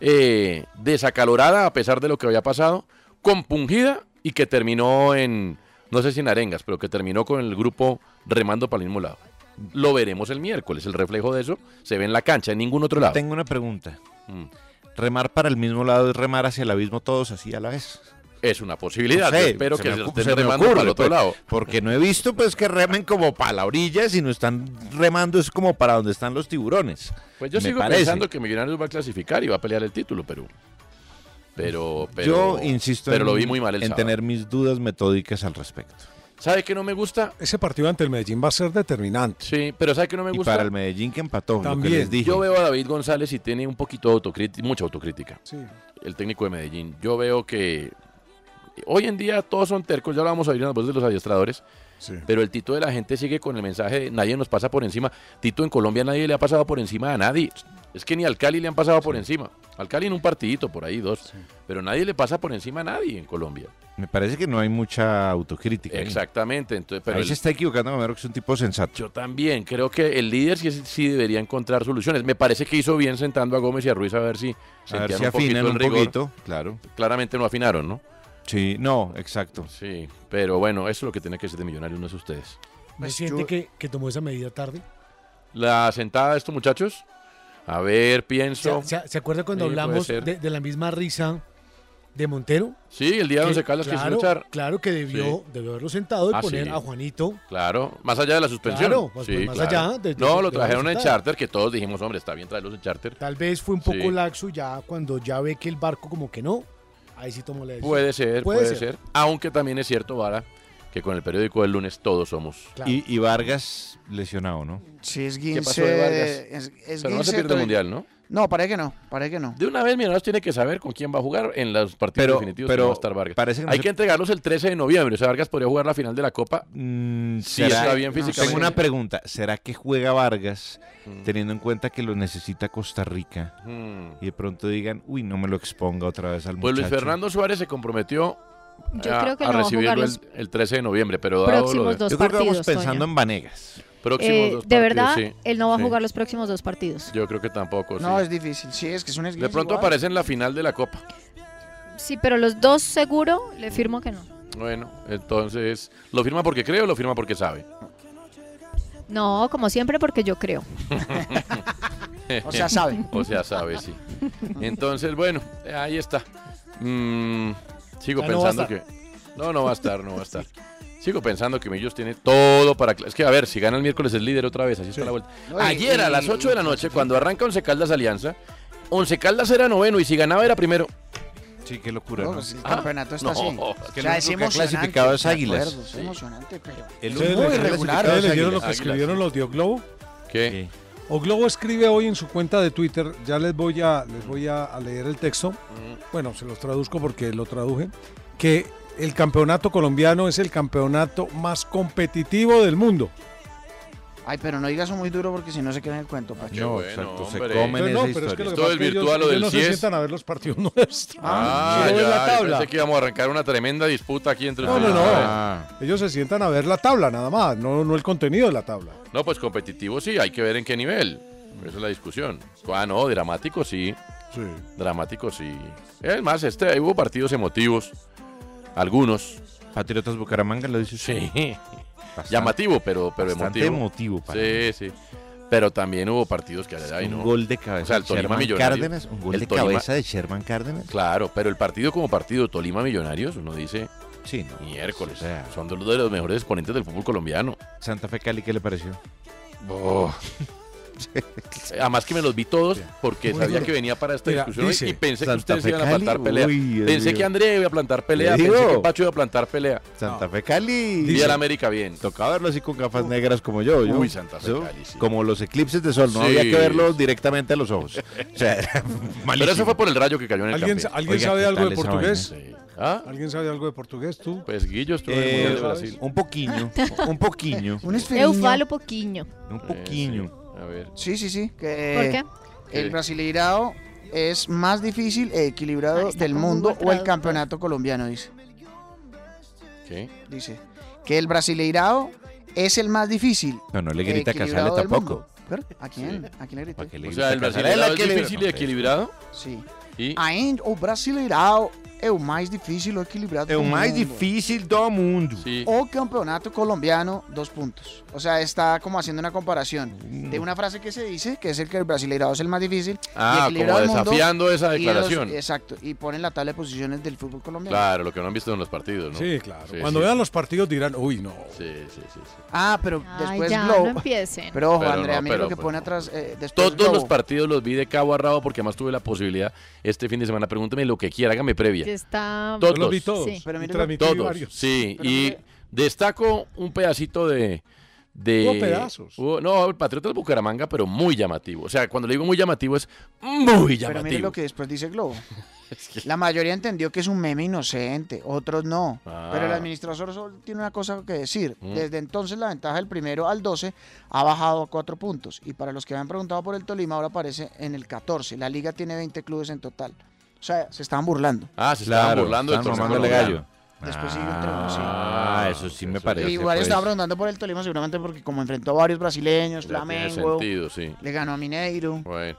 Speaker 2: eh, desacalorada a pesar de lo que había pasado, compungida y que terminó en, no sé si en arengas, pero que terminó con el grupo remando para el mismo lado. Lo veremos el miércoles, el reflejo de eso se ve en la cancha, en ningún otro lado.
Speaker 7: Tengo una pregunta.
Speaker 2: Mm.
Speaker 7: Remar para el mismo lado es remar hacia el abismo todos así a la vez.
Speaker 2: Es una posibilidad,
Speaker 7: No sé,
Speaker 2: yo espero
Speaker 7: se
Speaker 2: que
Speaker 7: me
Speaker 2: se
Speaker 7: ocu-
Speaker 2: estén
Speaker 7: se me
Speaker 2: remando
Speaker 7: ocurre,
Speaker 2: para el otro
Speaker 7: pues,
Speaker 2: lado.
Speaker 7: Porque no he visto pues que remen como para la orilla, sino están remando es como para donde están los tiburones.
Speaker 2: Pues yo
Speaker 7: Me
Speaker 2: sigo
Speaker 7: parece.
Speaker 2: pensando que Millonarios va a clasificar y va a pelear el título, pero... Pero, pero
Speaker 7: Yo insisto
Speaker 2: pero
Speaker 7: en,
Speaker 2: lo vi muy mal el
Speaker 7: en
Speaker 2: sábado.
Speaker 7: tener mis dudas metódicas al respecto.
Speaker 2: ¿Sabe que no me gusta?
Speaker 4: Ese partido ante el Medellín va a ser determinante.
Speaker 2: Sí, pero ¿sabe que no me
Speaker 7: Y
Speaker 2: gusta?
Speaker 7: para el Medellín que empató, lo que
Speaker 4: También.
Speaker 7: les dije.
Speaker 2: Yo veo a David González y tiene un poquito de autocrítica, mucha autocrítica,
Speaker 4: Sí.
Speaker 2: el técnico de Medellín. Yo veo que hoy en día todos son tercos, ya lo vamos a oír en las voces de los adiestradores,
Speaker 4: Sí.
Speaker 2: pero el Tito de la gente sigue con el mensaje de nadie nos pasa por encima. Tito, en Colombia nadie le ha pasado por encima a nadie. Es que ni al Cali le han pasado por encima. Al Cali en un partidito, por ahí dos. Pero nadie le pasa por encima a nadie en Colombia.
Speaker 7: Me parece que no hay mucha autocrítica. ahí.
Speaker 2: Exactamente. Entonces, pero
Speaker 7: ahí
Speaker 2: el-
Speaker 7: se está equivocando Gamero, que es un tipo sensato.
Speaker 2: Yo también creo que el líder sí, sí debería encontrar soluciones. Me parece que hizo bien sentando a Gómez y a Ruiz a ver si
Speaker 7: a ver
Speaker 2: sentían
Speaker 7: si afinan un
Speaker 2: el rigor.
Speaker 7: poquito. Claro.
Speaker 2: Claramente no afinaron, ¿no?
Speaker 7: Sí, no, exacto.
Speaker 2: Sí, pero bueno, eso es lo que tiene que ser de Millonarios, no es ustedes.
Speaker 8: ¿No siente que, que tomó esa medida tarde?
Speaker 2: la sentada de estos muchachos? A ver, pienso.
Speaker 8: ¿Se, se, se acuerda cuando
Speaker 2: Sí, puede
Speaker 8: hablamos
Speaker 2: ser.
Speaker 8: de, de la misma risa de Montero?
Speaker 2: Sí, el día de
Speaker 8: Que-
Speaker 2: Once Caldas quiso
Speaker 8: claro,
Speaker 2: echar.
Speaker 8: Claro que debió,
Speaker 2: Sí.
Speaker 8: debió haberlo sentado y
Speaker 2: Ah,
Speaker 8: poner
Speaker 2: sí.
Speaker 8: a Juanito.
Speaker 2: Claro, más allá de la suspensión.
Speaker 8: Claro, pues,
Speaker 2: Sí,
Speaker 8: más
Speaker 2: claro.
Speaker 8: allá de- de-
Speaker 2: no,
Speaker 8: de-
Speaker 2: lo
Speaker 8: de
Speaker 2: trajeron en
Speaker 8: resultado.
Speaker 2: charter, que todos dijimos, hombre, está bien traerlos en charter.
Speaker 8: Tal vez fue un poco
Speaker 2: Sí.
Speaker 8: laxo y ya cuando ya ve que el barco como que no, ahí sí tomó la decisión.
Speaker 2: Puede ser, puede, ser. Aunque también es cierto, Vara, que con el periódico del lunes todos somos.
Speaker 8: Claro.
Speaker 3: Y, y Vargas lesionado, ¿no?
Speaker 5: Sí, es
Speaker 2: ¿Qué
Speaker 5: guince.
Speaker 2: pasó de Vargas?
Speaker 5: Es, es
Speaker 2: Pero no se
Speaker 5: guince,
Speaker 2: pierde el mundial, ¿no?
Speaker 5: No, parece que no, parece que no.
Speaker 2: De una vez, Millonarios tiene que saber con quién va a jugar en los partidos
Speaker 3: Pero-
Speaker 2: definitivos
Speaker 3: pero
Speaker 2: que va a estar Vargas.
Speaker 3: parece que no
Speaker 2: Hay
Speaker 3: se-
Speaker 2: que entregarlos el 13 de noviembre. O sea, Vargas podría jugar la final de la Copa. si
Speaker 3: Mm, ¿Será-
Speaker 2: está bien
Speaker 3: no sé.
Speaker 2: físicamente.
Speaker 3: Tengo una pregunta. ¿Será que juega Vargas teniendo en cuenta que lo necesita Costa Rica?
Speaker 2: Mm.
Speaker 3: Y de pronto digan, uy, no me lo exponga otra vez al
Speaker 2: Pues
Speaker 3: muchacho.
Speaker 2: Luis Fernando Suárez se comprometió
Speaker 6: Yo
Speaker 2: a,
Speaker 6: creo que
Speaker 2: a
Speaker 6: no va a
Speaker 2: recibirlo
Speaker 6: jugar los
Speaker 2: el, el 13 de noviembre, pero dado lo
Speaker 6: próximos
Speaker 2: de-
Speaker 6: dos Yo creo que vamos partidos, pensando Toño.
Speaker 3: en Vanegas.
Speaker 2: Próximos
Speaker 6: Eh,
Speaker 2: dos
Speaker 6: de
Speaker 2: partidos,
Speaker 6: verdad,
Speaker 2: sí.
Speaker 6: él no va
Speaker 2: Sí.
Speaker 6: a jugar los próximos dos partidos.
Speaker 2: Yo creo que tampoco.
Speaker 5: No,
Speaker 2: pues sí.
Speaker 5: es difícil. Sí, es que es un esguince.
Speaker 2: De pronto
Speaker 5: igual.
Speaker 2: aparece en la final de la Copa.
Speaker 6: Sí, pero los dos seguro le firmo que no.
Speaker 2: Bueno, entonces, ¿lo firma porque cree o lo firma porque sabe?
Speaker 6: No, como siempre, porque yo creo.
Speaker 5: O sea, sabe.
Speaker 2: o sea, sabe, sí. Entonces, bueno, ahí está. Mm, sigo
Speaker 8: Ya no va a
Speaker 2: pensando que...
Speaker 8: estar.
Speaker 2: No, no va a estar, no va a estar. Sigo pensando que Millos tiene todo para... Es que, a ver, si gana el miércoles es líder otra vez, así está la vuelta.
Speaker 8: No, y-
Speaker 2: Ayer a
Speaker 8: y-
Speaker 2: las 8 de la noche, cuando arranca Once Caldas Alianza, Once Caldas era noveno y si ganaba era primero.
Speaker 3: Sí, qué locura.
Speaker 5: No, pues, el campeonato está
Speaker 2: Ah, no,
Speaker 5: así.
Speaker 2: es
Speaker 5: o
Speaker 2: que el único que
Speaker 5: sea,
Speaker 2: ha
Speaker 5: es emocionante.
Speaker 3: clasificado es
Speaker 5: de
Speaker 3: Águilas.
Speaker 5: acuerdo, es
Speaker 3: Sí.
Speaker 5: emocionante, pero
Speaker 3: El
Speaker 5: es
Speaker 3: único
Speaker 5: muy
Speaker 3: que ha
Speaker 5: regular.
Speaker 3: clasificado
Speaker 4: ¿Ustedes leyeron lo
Speaker 3: Águilas,
Speaker 4: que
Speaker 3: Águilas.
Speaker 4: escribieron los de Oglobo?
Speaker 2: ¿Qué?
Speaker 4: O Globo escribe hoy en su cuenta de Twitter, ya les voy a, les voy a, a leer el texto, bueno, se los traduzco porque lo traduje, que el campeonato colombiano es el campeonato más competitivo del mundo.
Speaker 5: Ay, pero no digas eso muy duro porque si no se queda en el cuento, Pacho.
Speaker 3: No, exacto, se
Speaker 2: hombre. Entonces,
Speaker 3: comen esa
Speaker 2: no,
Speaker 3: historia.
Speaker 2: pero es que lo que Todo pasa el es que ellos- virtual, lo ellos del no se CIES. sientan
Speaker 4: a ver los partidos nuestros.
Speaker 2: Ah,
Speaker 4: solo ven
Speaker 2: ya,
Speaker 4: la
Speaker 2: yo
Speaker 4: tabla.
Speaker 2: pensé que íbamos a arrancar una tremenda disputa aquí entre
Speaker 4: No, no,
Speaker 2: ustedes.
Speaker 4: no.
Speaker 2: Ah.
Speaker 4: Ellos se sientan a ver la tabla nada más, no, no el contenido de la tabla.
Speaker 2: No, pues competitivo sí, hay que ver en qué nivel. Esa es la discusión. Ah, no, dramático sí.
Speaker 4: Sí.
Speaker 2: Dramático sí. Es más, este, hubo partidos emotivos. Algunos.
Speaker 3: Patriotas Bucaramanga lo dice.
Speaker 2: Sí. Llamativo, pero, pero
Speaker 3: bastante
Speaker 2: emotivo.
Speaker 3: emotivo para
Speaker 2: sí, sí. Pero también hubo partidos que ay,
Speaker 3: un
Speaker 2: no.
Speaker 3: gol de cabeza
Speaker 2: O sea, el
Speaker 3: de
Speaker 2: Tolima
Speaker 3: Sherman
Speaker 2: Millonarios.
Speaker 3: Cárdenas, un gol
Speaker 2: el
Speaker 3: de
Speaker 2: Tolima-
Speaker 3: cabeza de Sherman Cárdenas.
Speaker 2: Claro, pero el partido como partido Tolima Millonarios, uno dice.
Speaker 3: Sí, pues,
Speaker 2: miércoles. son dos de los mejores exponentes del fútbol colombiano.
Speaker 3: Santa Fe Cali, ¿qué le pareció?
Speaker 2: Oh. Eh, Además que me los vi todos porque
Speaker 3: Muy
Speaker 2: sabía
Speaker 3: duro.
Speaker 2: que venía para esta
Speaker 3: Mira,
Speaker 2: discusión hoy
Speaker 3: dice,
Speaker 2: y pensé que
Speaker 3: Santa
Speaker 2: ustedes
Speaker 3: Fe
Speaker 2: iban a
Speaker 3: Cali,
Speaker 2: plantar pelea.
Speaker 3: uy, Dios
Speaker 2: pensé
Speaker 3: mío.
Speaker 2: que Andrea iba a plantar pelea,
Speaker 3: Le
Speaker 2: pensé
Speaker 3: digo.
Speaker 2: que Pacho iba a plantar pelea.
Speaker 3: Santa Fe Cali.
Speaker 2: Y el América bien.
Speaker 3: Tocaba verlo así con gafas negras como yo. yo.
Speaker 2: Uy, Santa Fe
Speaker 3: Eso,
Speaker 2: Cali, sí.
Speaker 3: Como los eclipses de sol, no
Speaker 2: Sí.
Speaker 3: había que verlo directamente a los ojos. O sea, era
Speaker 2: Pero
Speaker 3: malísimo.
Speaker 2: eso fue por el rayo que cayó en el
Speaker 4: ¿Alguien,
Speaker 2: campeón.
Speaker 4: ¿alguien
Speaker 3: Oiga,
Speaker 4: sabe
Speaker 3: ¿qué
Speaker 4: algo
Speaker 3: tal
Speaker 4: de
Speaker 3: esa
Speaker 4: portugués?
Speaker 2: ¿Ah?
Speaker 4: ¿Alguien sabe algo de portugués tú?
Speaker 2: Pues Guillo estuvo en el
Speaker 3: Eh,
Speaker 2: Mundial de Brasil.
Speaker 3: un poquillo, un poquillo.
Speaker 6: Eu falo poquinho.
Speaker 3: Un
Speaker 2: Eh,
Speaker 3: poquillo.
Speaker 2: A ver.
Speaker 5: Sí, sí, sí.
Speaker 6: ¿Por
Speaker 5: Que
Speaker 6: qué?
Speaker 5: El brasileirado es más difícil e
Speaker 6: Ah,
Speaker 5: equilibrado del mundo o
Speaker 6: pues.
Speaker 5: el campeonato colombiano, dice.
Speaker 2: ¿Qué?
Speaker 5: Dice que el brasileirado es el más difícil.
Speaker 3: No, no le
Speaker 5: e
Speaker 3: grita a Casale
Speaker 5: equilibrado del
Speaker 3: tampoco.
Speaker 5: mundo. ¿Pero? ¿A quién? ¿A quién le grité?
Speaker 3: que le
Speaker 2: O sea, el
Speaker 3: Casale,
Speaker 2: brasileño
Speaker 3: la
Speaker 2: es
Speaker 3: que le-
Speaker 2: difícil y equilibrado.
Speaker 5: Sí.
Speaker 2: Y
Speaker 5: Ainda o brasileirado é o mais difícil ou equilibrado
Speaker 3: É o
Speaker 5: do
Speaker 3: mais
Speaker 5: mundo.
Speaker 3: difícil do mundo.
Speaker 5: O campeonato colombiano, dos puntos. O sea, está como haciendo una comparación de una frase que se dice, que es el que el brasileirado es el más difícil.
Speaker 2: Ah,
Speaker 5: y equilibrado
Speaker 2: como
Speaker 5: del mundo,
Speaker 2: desafiando esa
Speaker 5: y de los-
Speaker 2: declaración.
Speaker 5: exacto, y ponen la tabla de posiciones del fútbol colombiano.
Speaker 2: Claro, lo que no han visto en los partidos, ¿no?
Speaker 4: Sí, claro.
Speaker 2: Sí,
Speaker 4: Cuando
Speaker 2: sí,
Speaker 4: vean
Speaker 2: sí.
Speaker 4: los partidos dirán, uy, no.
Speaker 2: Sí, sí, sí. sí.
Speaker 5: Ah, pero
Speaker 6: Ay,
Speaker 5: después
Speaker 6: ya,
Speaker 5: Globo.
Speaker 6: no empiecen.
Speaker 5: Pero ojo,
Speaker 2: Pero
Speaker 5: Andrea,
Speaker 2: no,
Speaker 5: mira
Speaker 2: pero-
Speaker 5: lo que
Speaker 2: pero-
Speaker 5: pone atrás. eh, después
Speaker 2: Todos
Speaker 5: Globo.
Speaker 2: los partidos los vi de cabo a rabo porque además tuve la posibilidad este fin de semana. Pregúnteme lo que quiera, hágame previa.
Speaker 6: Que está...
Speaker 2: Todos. Yo los vi
Speaker 4: todos.
Speaker 6: Sí.
Speaker 5: Pero mire,
Speaker 4: transmití
Speaker 2: Todos,
Speaker 4: varios.
Speaker 2: sí. y destaco un pedacito de... de
Speaker 4: Hubo pedazos.
Speaker 2: hubo- no, el Patriota de Bucaramanga, pero muy llamativo. O sea, cuando le digo muy llamativo es muy
Speaker 5: Pero mire
Speaker 2: llamativo.
Speaker 5: lo que después dice Globo. La mayoría entendió que es un meme inocente, otros no.
Speaker 2: Ah.
Speaker 5: Pero el administrador solo tiene una cosa que decir.
Speaker 2: Mm.
Speaker 5: Desde entonces la ventaja del primero al 12 ha bajado a 4 puntos. Y para los que me han preguntado por el Tolima, ahora aparece en el 14. La liga tiene 20 clubes en total. O sea, se estaban burlando.
Speaker 2: Ah, se estaban
Speaker 3: Claro,
Speaker 2: burlando del
Speaker 3: estaban
Speaker 2: torneo
Speaker 3: mamándole gallo.
Speaker 2: colombiano.
Speaker 5: Después sigue un trono, sí.
Speaker 3: Ah, eso sí me parece.
Speaker 5: Y varios
Speaker 3: pues.
Speaker 5: estaban preguntando por el Tolima seguramente porque como enfrentó a varios brasileños,
Speaker 2: Ya tiene
Speaker 5: Flamengo,
Speaker 2: sentido, sí.
Speaker 5: le ganó a Mineiro.
Speaker 2: Bueno.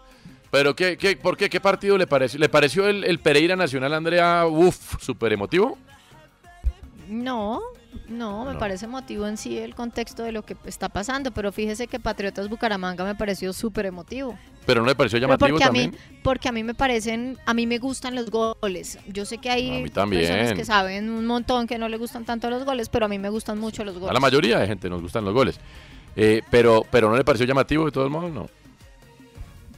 Speaker 2: Pero qué, qué, ¿por qué? ¿Qué partido le pareció? ¿Le pareció el, el Pereira Nacional, Andrea? Uf, súper emotivo.
Speaker 6: No, No, me
Speaker 2: No.
Speaker 6: parece emotivo en sí el contexto de lo que está pasando, pero fíjese que Patriotas Bucaramanga me pareció súper emotivo.
Speaker 2: Pero no le pareció
Speaker 6: Pero
Speaker 2: llamativo
Speaker 6: porque
Speaker 2: también.
Speaker 6: A mí, porque a mí me parecen, a mí me gustan los goles. Yo sé que
Speaker 2: A
Speaker 6: hay
Speaker 2: mí también.
Speaker 6: personas que saben un montón que no le gustan tanto los goles, pero a mí me gustan mucho los goles.
Speaker 2: A la mayoría de gente nos gustan los goles. Eh, pero, pero no le pareció llamativo de todos modos, no.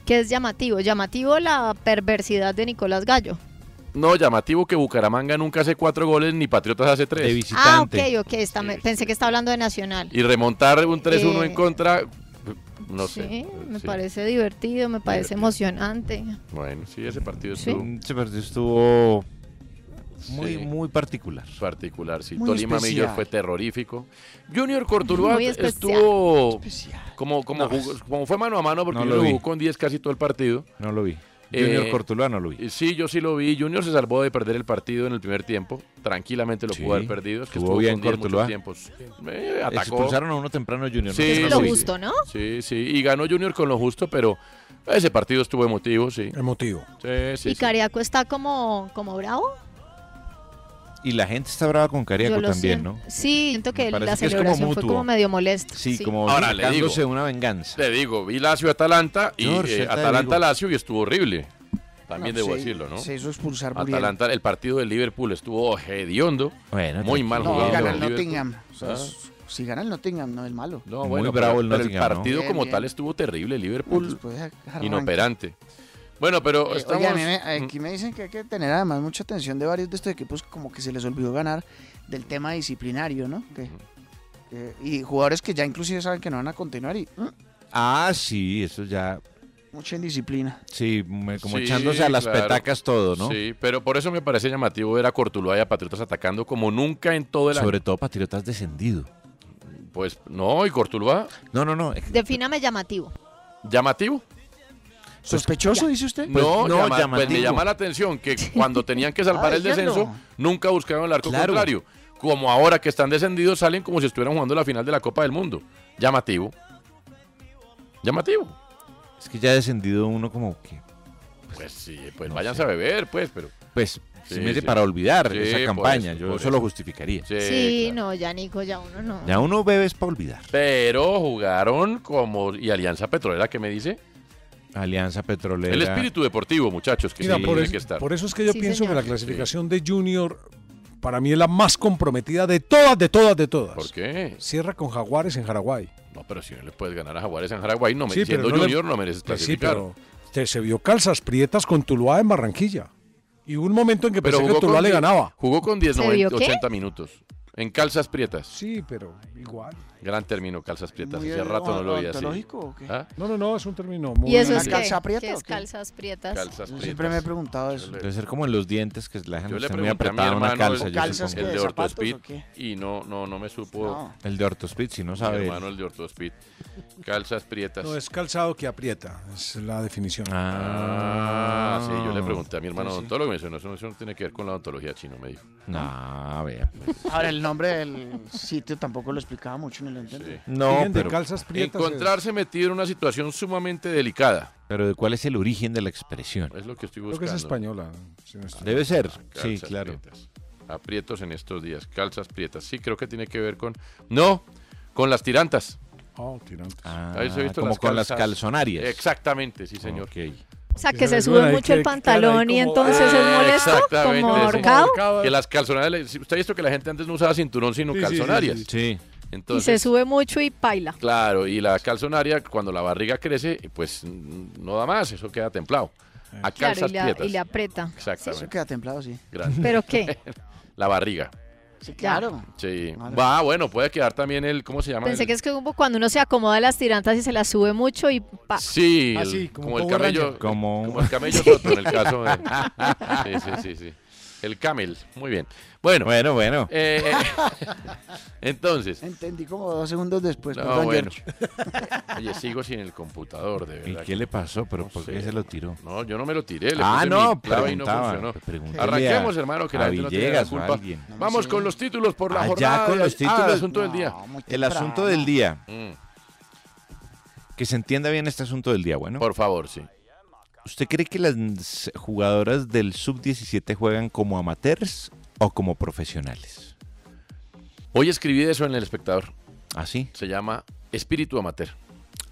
Speaker 6: Que es llamativo. Llamativo la perversidad de Nicolás Gallo.
Speaker 2: No, llamativo que Bucaramanga nunca hace cuatro goles ni Patriotas hace tres.
Speaker 6: Ah, ok, ok. está- me- pensé que estaba hablando de Nacional.
Speaker 2: Y remontar un 3-1
Speaker 6: Eh,
Speaker 2: en contra, no
Speaker 6: sí,
Speaker 2: sé.
Speaker 6: me
Speaker 2: sí.
Speaker 6: parece divertido, me parece emocionante.
Speaker 2: Bueno, sí, ese partido
Speaker 6: Sí.
Speaker 2: estuvo...
Speaker 3: Ese partido estuvo muy,
Speaker 2: Sí.
Speaker 3: muy particular.
Speaker 2: Particular, sí.
Speaker 3: Muy
Speaker 2: Tolima
Speaker 3: especial.
Speaker 2: Millos fue terrorífico. Junior Cortuluá
Speaker 3: Muy especial.
Speaker 2: estuvo como, como, jugó- como fue mano a mano porque
Speaker 3: No lo
Speaker 2: Junior
Speaker 3: vi.
Speaker 2: jugó con 10 casi todo el partido.
Speaker 3: No lo vi. Junior Cortuluá no lo vi.
Speaker 2: Eh, Sí, yo sí lo vi. Junior se salvó de perder el partido en el primer tiempo. Tranquilamente lo
Speaker 3: Sí,
Speaker 2: pudo haber perdido. Es que
Speaker 3: jugó
Speaker 2: estuvo
Speaker 3: bien
Speaker 2: con 10 muchos
Speaker 3: Cortuluá.
Speaker 2: tiempos. Eh, atacó.
Speaker 3: Expulsaron a uno temprano Junior.
Speaker 2: Sí,
Speaker 3: Es
Speaker 6: lo justo, ¿no?
Speaker 2: Sí, sí. Y ganó Junior con lo justo, pero ese partido estuvo emotivo, sí.
Speaker 4: Emotivo.
Speaker 2: Sí, sí.
Speaker 6: y
Speaker 2: sí.
Speaker 6: Cariaco está como, como bravo.
Speaker 3: Y la gente está brava con Cariaco
Speaker 6: Yo lo
Speaker 3: también,
Speaker 6: siento.
Speaker 3: ¿no?
Speaker 6: Sí, siento que
Speaker 3: parece que
Speaker 6: la
Speaker 3: es como
Speaker 6: celebración fue
Speaker 3: mutuo.
Speaker 6: como medio molesta.
Speaker 3: Sí, como
Speaker 2: Ahora le
Speaker 3: sacándose
Speaker 2: digo.
Speaker 3: una venganza.
Speaker 2: Le digo, vi Lazio-Atalanta y
Speaker 3: George,
Speaker 2: eh,
Speaker 3: ya te digo.
Speaker 2: Atalanta-Lazio y estuvo horrible. También
Speaker 5: No,
Speaker 2: debo
Speaker 5: se-
Speaker 2: decirlo, ¿no?
Speaker 5: se hizo expulsar Muriel.
Speaker 2: Atalanta, el partido de Liverpool estuvo hediondo. muy mal
Speaker 5: No,
Speaker 2: jugado.
Speaker 5: gana el
Speaker 2: Liverpool.
Speaker 5: Nottingham. O sea,
Speaker 2: Ah.
Speaker 5: es- Si gana el Nottingham, no el malo.
Speaker 2: No, Ah, bueno, pero, pero el partido como tal estuvo terrible. Liverpool
Speaker 5: Después arranca.
Speaker 2: inoperante. Bueno, pero
Speaker 5: Eh,
Speaker 2: estamos...
Speaker 5: oye, a mí me- aquí me dicen que hay que tener además mucha atención de varios de estos equipos como que se les olvidó ganar del tema disciplinario, ¿no? Que- que- y jugadores que ya inclusive saben que no van a continuar y mm,
Speaker 3: Ah, sí, eso ya.
Speaker 5: mucha indisciplina.
Speaker 3: Sí, me- como
Speaker 2: Sí,
Speaker 3: echándose a las
Speaker 2: claro.
Speaker 3: petacas todo, ¿no?
Speaker 2: Sí, pero por eso me parece llamativo ver a Cortuloa y a Patriotas atacando como nunca en todo el
Speaker 3: Sobre todo Patriotas descendido.
Speaker 2: año. Pues no, y Cortuloa,
Speaker 3: No, no, eh, no.
Speaker 6: Defíname llamativo.
Speaker 2: llamativo.
Speaker 5: ¿Sospechoso, dice usted?
Speaker 2: no, llama- pues me llama la atención que cuando tenían que salvar
Speaker 5: Ah,
Speaker 2: el descenso,
Speaker 5: diciendo.
Speaker 2: nunca buscaron el arco
Speaker 3: Claro.
Speaker 2: contrario. Como ahora que están descendidos, salen como si estuvieran jugando la final de la Copa del Mundo. Llamativo. Llamativo.
Speaker 3: Es que ya descendido uno como que.
Speaker 2: Pues sí, pues váyanse a beber, pues, pero.
Speaker 3: Pues,
Speaker 2: Sí,
Speaker 3: se me hace
Speaker 2: sí.
Speaker 3: para olvidar
Speaker 2: Sí,
Speaker 3: esa
Speaker 2: por
Speaker 3: campaña.
Speaker 2: eso,
Speaker 3: Yo
Speaker 2: por
Speaker 3: eso lo
Speaker 2: eso.
Speaker 3: justificaría.
Speaker 2: Sí,
Speaker 6: sí, no, ya Nico, ya uno no.
Speaker 3: Ya uno bebe es para olvidar.
Speaker 2: Pero jugaron como. ¿Y Alianza Petrolera qué me dice?
Speaker 3: Alianza Petrolera.
Speaker 2: El espíritu deportivo, muchachos, que
Speaker 4: Mira,
Speaker 2: sí
Speaker 4: por,
Speaker 2: tiene
Speaker 4: es-
Speaker 2: que estar.
Speaker 4: por eso es que yo
Speaker 6: Sí,
Speaker 4: pienso
Speaker 6: señor.
Speaker 4: que la clasificación de Junior para mí es la más comprometida de todas, de todas, de todas.
Speaker 2: ¿Por qué?
Speaker 4: Cierra con Jaguares en Jaraguay.
Speaker 2: No, pero si no le puedes ganar a Jaguares en Jaraguay, no, me-
Speaker 4: Sí, pero
Speaker 2: siendo
Speaker 4: no le-
Speaker 2: Junior no mereces
Speaker 4: Pues sí,
Speaker 2: clasificar.
Speaker 4: pero te- se vio calzas prietas con Tuluá en Barranquilla. Y hubo un momento en que pensé que Tuluá le
Speaker 2: die-
Speaker 4: ganaba.
Speaker 2: Jugó con 10,
Speaker 4: ¿Se vio
Speaker 2: 90,
Speaker 4: qué?
Speaker 2: 80 minutos. En calzas prietas.
Speaker 4: Sí, pero igual.
Speaker 2: Gran término, calzas prietas.
Speaker 5: Muy
Speaker 2: Hace rato no lo veía así.
Speaker 5: ¿Ontológico o qué?
Speaker 2: ¿Ah?
Speaker 4: No, no, no, es un término muy...
Speaker 6: ¿Y eso es
Speaker 5: ¿Una
Speaker 6: qué?
Speaker 5: calza prieta
Speaker 6: ¿Qué
Speaker 5: o
Speaker 6: es
Speaker 5: qué?
Speaker 6: calzas prietas?
Speaker 2: Calzas
Speaker 5: Yo
Speaker 2: prietas.
Speaker 5: siempre me he preguntado eso.
Speaker 3: Debe ser como en los dientes, que la gente
Speaker 2: Yo le
Speaker 3: está muy
Speaker 2: pregunté a mi
Speaker 3: apretada una
Speaker 2: hermano
Speaker 3: calza.
Speaker 2: el,
Speaker 3: yo
Speaker 5: ¿Calzas
Speaker 3: supongo.
Speaker 5: qué?
Speaker 2: el de
Speaker 5: ¿De zapatos
Speaker 2: Orthospid
Speaker 5: o qué?
Speaker 2: y no, no, no me supo.
Speaker 5: No.
Speaker 3: El de Ortospit, si no
Speaker 2: Mi
Speaker 3: sabe.
Speaker 2: hermano, el de Orthospid. Calzas prietas.
Speaker 4: No, es calzado que aprieta, es la definición.
Speaker 2: Ah, sí, yo le pregunté a mi hermano
Speaker 4: Sí, sí.
Speaker 2: odontólogo y me dijo, no, eso no- eso no tiene que ver con la odontología chino, me dijo.
Speaker 3: No, vea.
Speaker 5: Ahora, el nombre del sitio tampoco lo explicaba mucho, no lo entendí.
Speaker 3: No,
Speaker 4: Siguen de
Speaker 3: pero,
Speaker 4: calzas prietas.
Speaker 2: Encontrarse metido en una situación sumamente delicada.
Speaker 3: pero ¿de cuál es el origen de la expresión?
Speaker 2: Es lo que estoy
Speaker 4: Creo
Speaker 2: buscando. Ah,
Speaker 4: que es española. si no estoy-
Speaker 3: Debe ser. Sí,
Speaker 2: Calzas
Speaker 3: claro.
Speaker 2: prietas. Aprietos en estos días, calzas prietas. Sí, creo que tiene que ver con... No, con las tirantas.
Speaker 4: Oh, tirante.
Speaker 3: Ah,
Speaker 2: Ahí se ha visto
Speaker 3: como con las
Speaker 2: calzas.
Speaker 3: calzonarias.
Speaker 2: Exactamente, sí, señor.
Speaker 6: O sea,
Speaker 4: Que
Speaker 6: que
Speaker 4: se
Speaker 6: se
Speaker 4: les
Speaker 6: sube
Speaker 4: duele,
Speaker 6: mucho
Speaker 4: que
Speaker 6: el pantalón
Speaker 4: quedan
Speaker 6: y
Speaker 4: ahí como-
Speaker 6: entonces es
Speaker 2: Ah,
Speaker 6: molesto, como
Speaker 2: sí.
Speaker 6: ahorcado.
Speaker 2: Que las calzonarias... si Usted ha visto que la gente antes no usaba cinturón, sino
Speaker 4: Sí, sí, sí,
Speaker 2: calzonarias.
Speaker 4: sí,
Speaker 3: Sí.
Speaker 6: Y
Speaker 2: Entonces,
Speaker 6: se sube mucho y paila.
Speaker 2: Claro, y la calzonaria, cuando la barriga crece, pues mm, no da más, eso queda templado. A
Speaker 6: Claro,
Speaker 2: calzas
Speaker 6: y le,
Speaker 2: prietas.
Speaker 6: y le aprieta.
Speaker 5: Eso
Speaker 2: Exactamente.
Speaker 5: queda templado, sí.
Speaker 2: Grande.
Speaker 6: ¿Pero qué?
Speaker 2: La barriga.
Speaker 5: Sí,
Speaker 6: claro.
Speaker 5: claro.
Speaker 2: Sí.
Speaker 5: Vale.
Speaker 2: Va, bueno, puede quedar también el. ¿Cómo se llama?
Speaker 6: Pensé
Speaker 2: El-
Speaker 6: que es que como cuando uno se acomoda las tirantas y se las sube mucho y pa.
Speaker 2: Sí,
Speaker 8: Ah,
Speaker 2: el-
Speaker 8: sí,
Speaker 2: como,
Speaker 8: como
Speaker 2: el
Speaker 8: Power
Speaker 2: camello.
Speaker 8: Ranger.
Speaker 3: Como-
Speaker 2: como el camello Soto, en el caso de. Sí, sí, sí, sí. El camel. Muy bien. Bueno.
Speaker 3: Bueno, bueno.
Speaker 2: eh, eh, entonces.
Speaker 5: Entendí como dos segundos después.
Speaker 2: No,
Speaker 5: perdón,
Speaker 2: bueno.
Speaker 5: George.
Speaker 2: Oye, sigo sin el computador, de
Speaker 3: ¿Y
Speaker 2: verdad.
Speaker 3: qué le pasó? ¿Pero por
Speaker 2: sé.
Speaker 3: qué se lo tiró?
Speaker 2: No, yo no me lo tiré. Le
Speaker 3: Ah,
Speaker 2: puse
Speaker 3: no,
Speaker 2: mi clave y no
Speaker 3: preguntaba,
Speaker 2: funcionó.
Speaker 3: pregúntele
Speaker 2: Arranquemos,
Speaker 3: a-
Speaker 2: hermano, que
Speaker 3: a
Speaker 2: la gente no tiene la
Speaker 3: Villegas o a
Speaker 2: culpa.
Speaker 3: alguien.
Speaker 2: Vamos con los títulos por la
Speaker 3: Ah, ya
Speaker 2: jornada.
Speaker 3: con
Speaker 2: de-
Speaker 3: los
Speaker 2: ah,
Speaker 3: títulos.
Speaker 2: el asunto del día.
Speaker 5: No, muy
Speaker 3: El
Speaker 5: temprano.
Speaker 3: asunto del día.
Speaker 2: Mm,
Speaker 3: Que se entienda bien este asunto del día, bueno.
Speaker 2: por favor, sí.
Speaker 3: ¿Usted cree que las jugadoras del sub-17 juegan como amateurs o como profesionales?
Speaker 2: Hoy escribí de eso en El Espectador.
Speaker 3: ¿Ah, sí?
Speaker 2: Se llama Espíritu Amateur.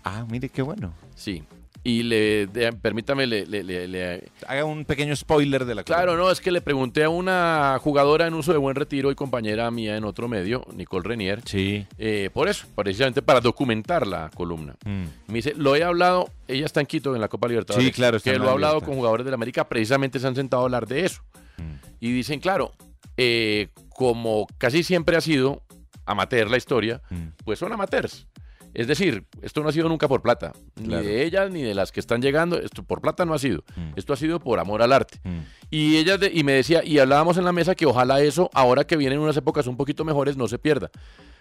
Speaker 3: Ah, mire qué bueno.
Speaker 2: Sí. Y le, de- permítame, le, le- le- le-
Speaker 3: Haga un pequeño spoiler de la
Speaker 2: Claro, no, es que le pregunté a una jugadora en uso de buen retiro y compañera mía en otro medio, Nicole Renier.
Speaker 3: Sí.
Speaker 2: eh, por eso, precisamente para documentar la columna.
Speaker 3: Mm.
Speaker 2: Me dice, lo he hablado, ella está en Quito en la Copa Libertadores.
Speaker 3: Sí, claro, está Mm.
Speaker 2: Que
Speaker 3: en
Speaker 2: lo
Speaker 3: la
Speaker 2: he hablado
Speaker 3: lista.
Speaker 2: con jugadores de la América, precisamente se han sentado a hablar de eso. Y dicen, claro, eh, como casi siempre ha sido amateur la historia, pues son amateurs. Es decir, esto no ha sido nunca por plata,
Speaker 3: Claro.
Speaker 2: ni de ellas ni de las que están llegando, esto por plata no ha sido, esto ha sido por amor al arte. Y ella de- y me decía, y hablábamos en la mesa que ojalá eso, ahora que vienen unas épocas un poquito mejores, no se pierda.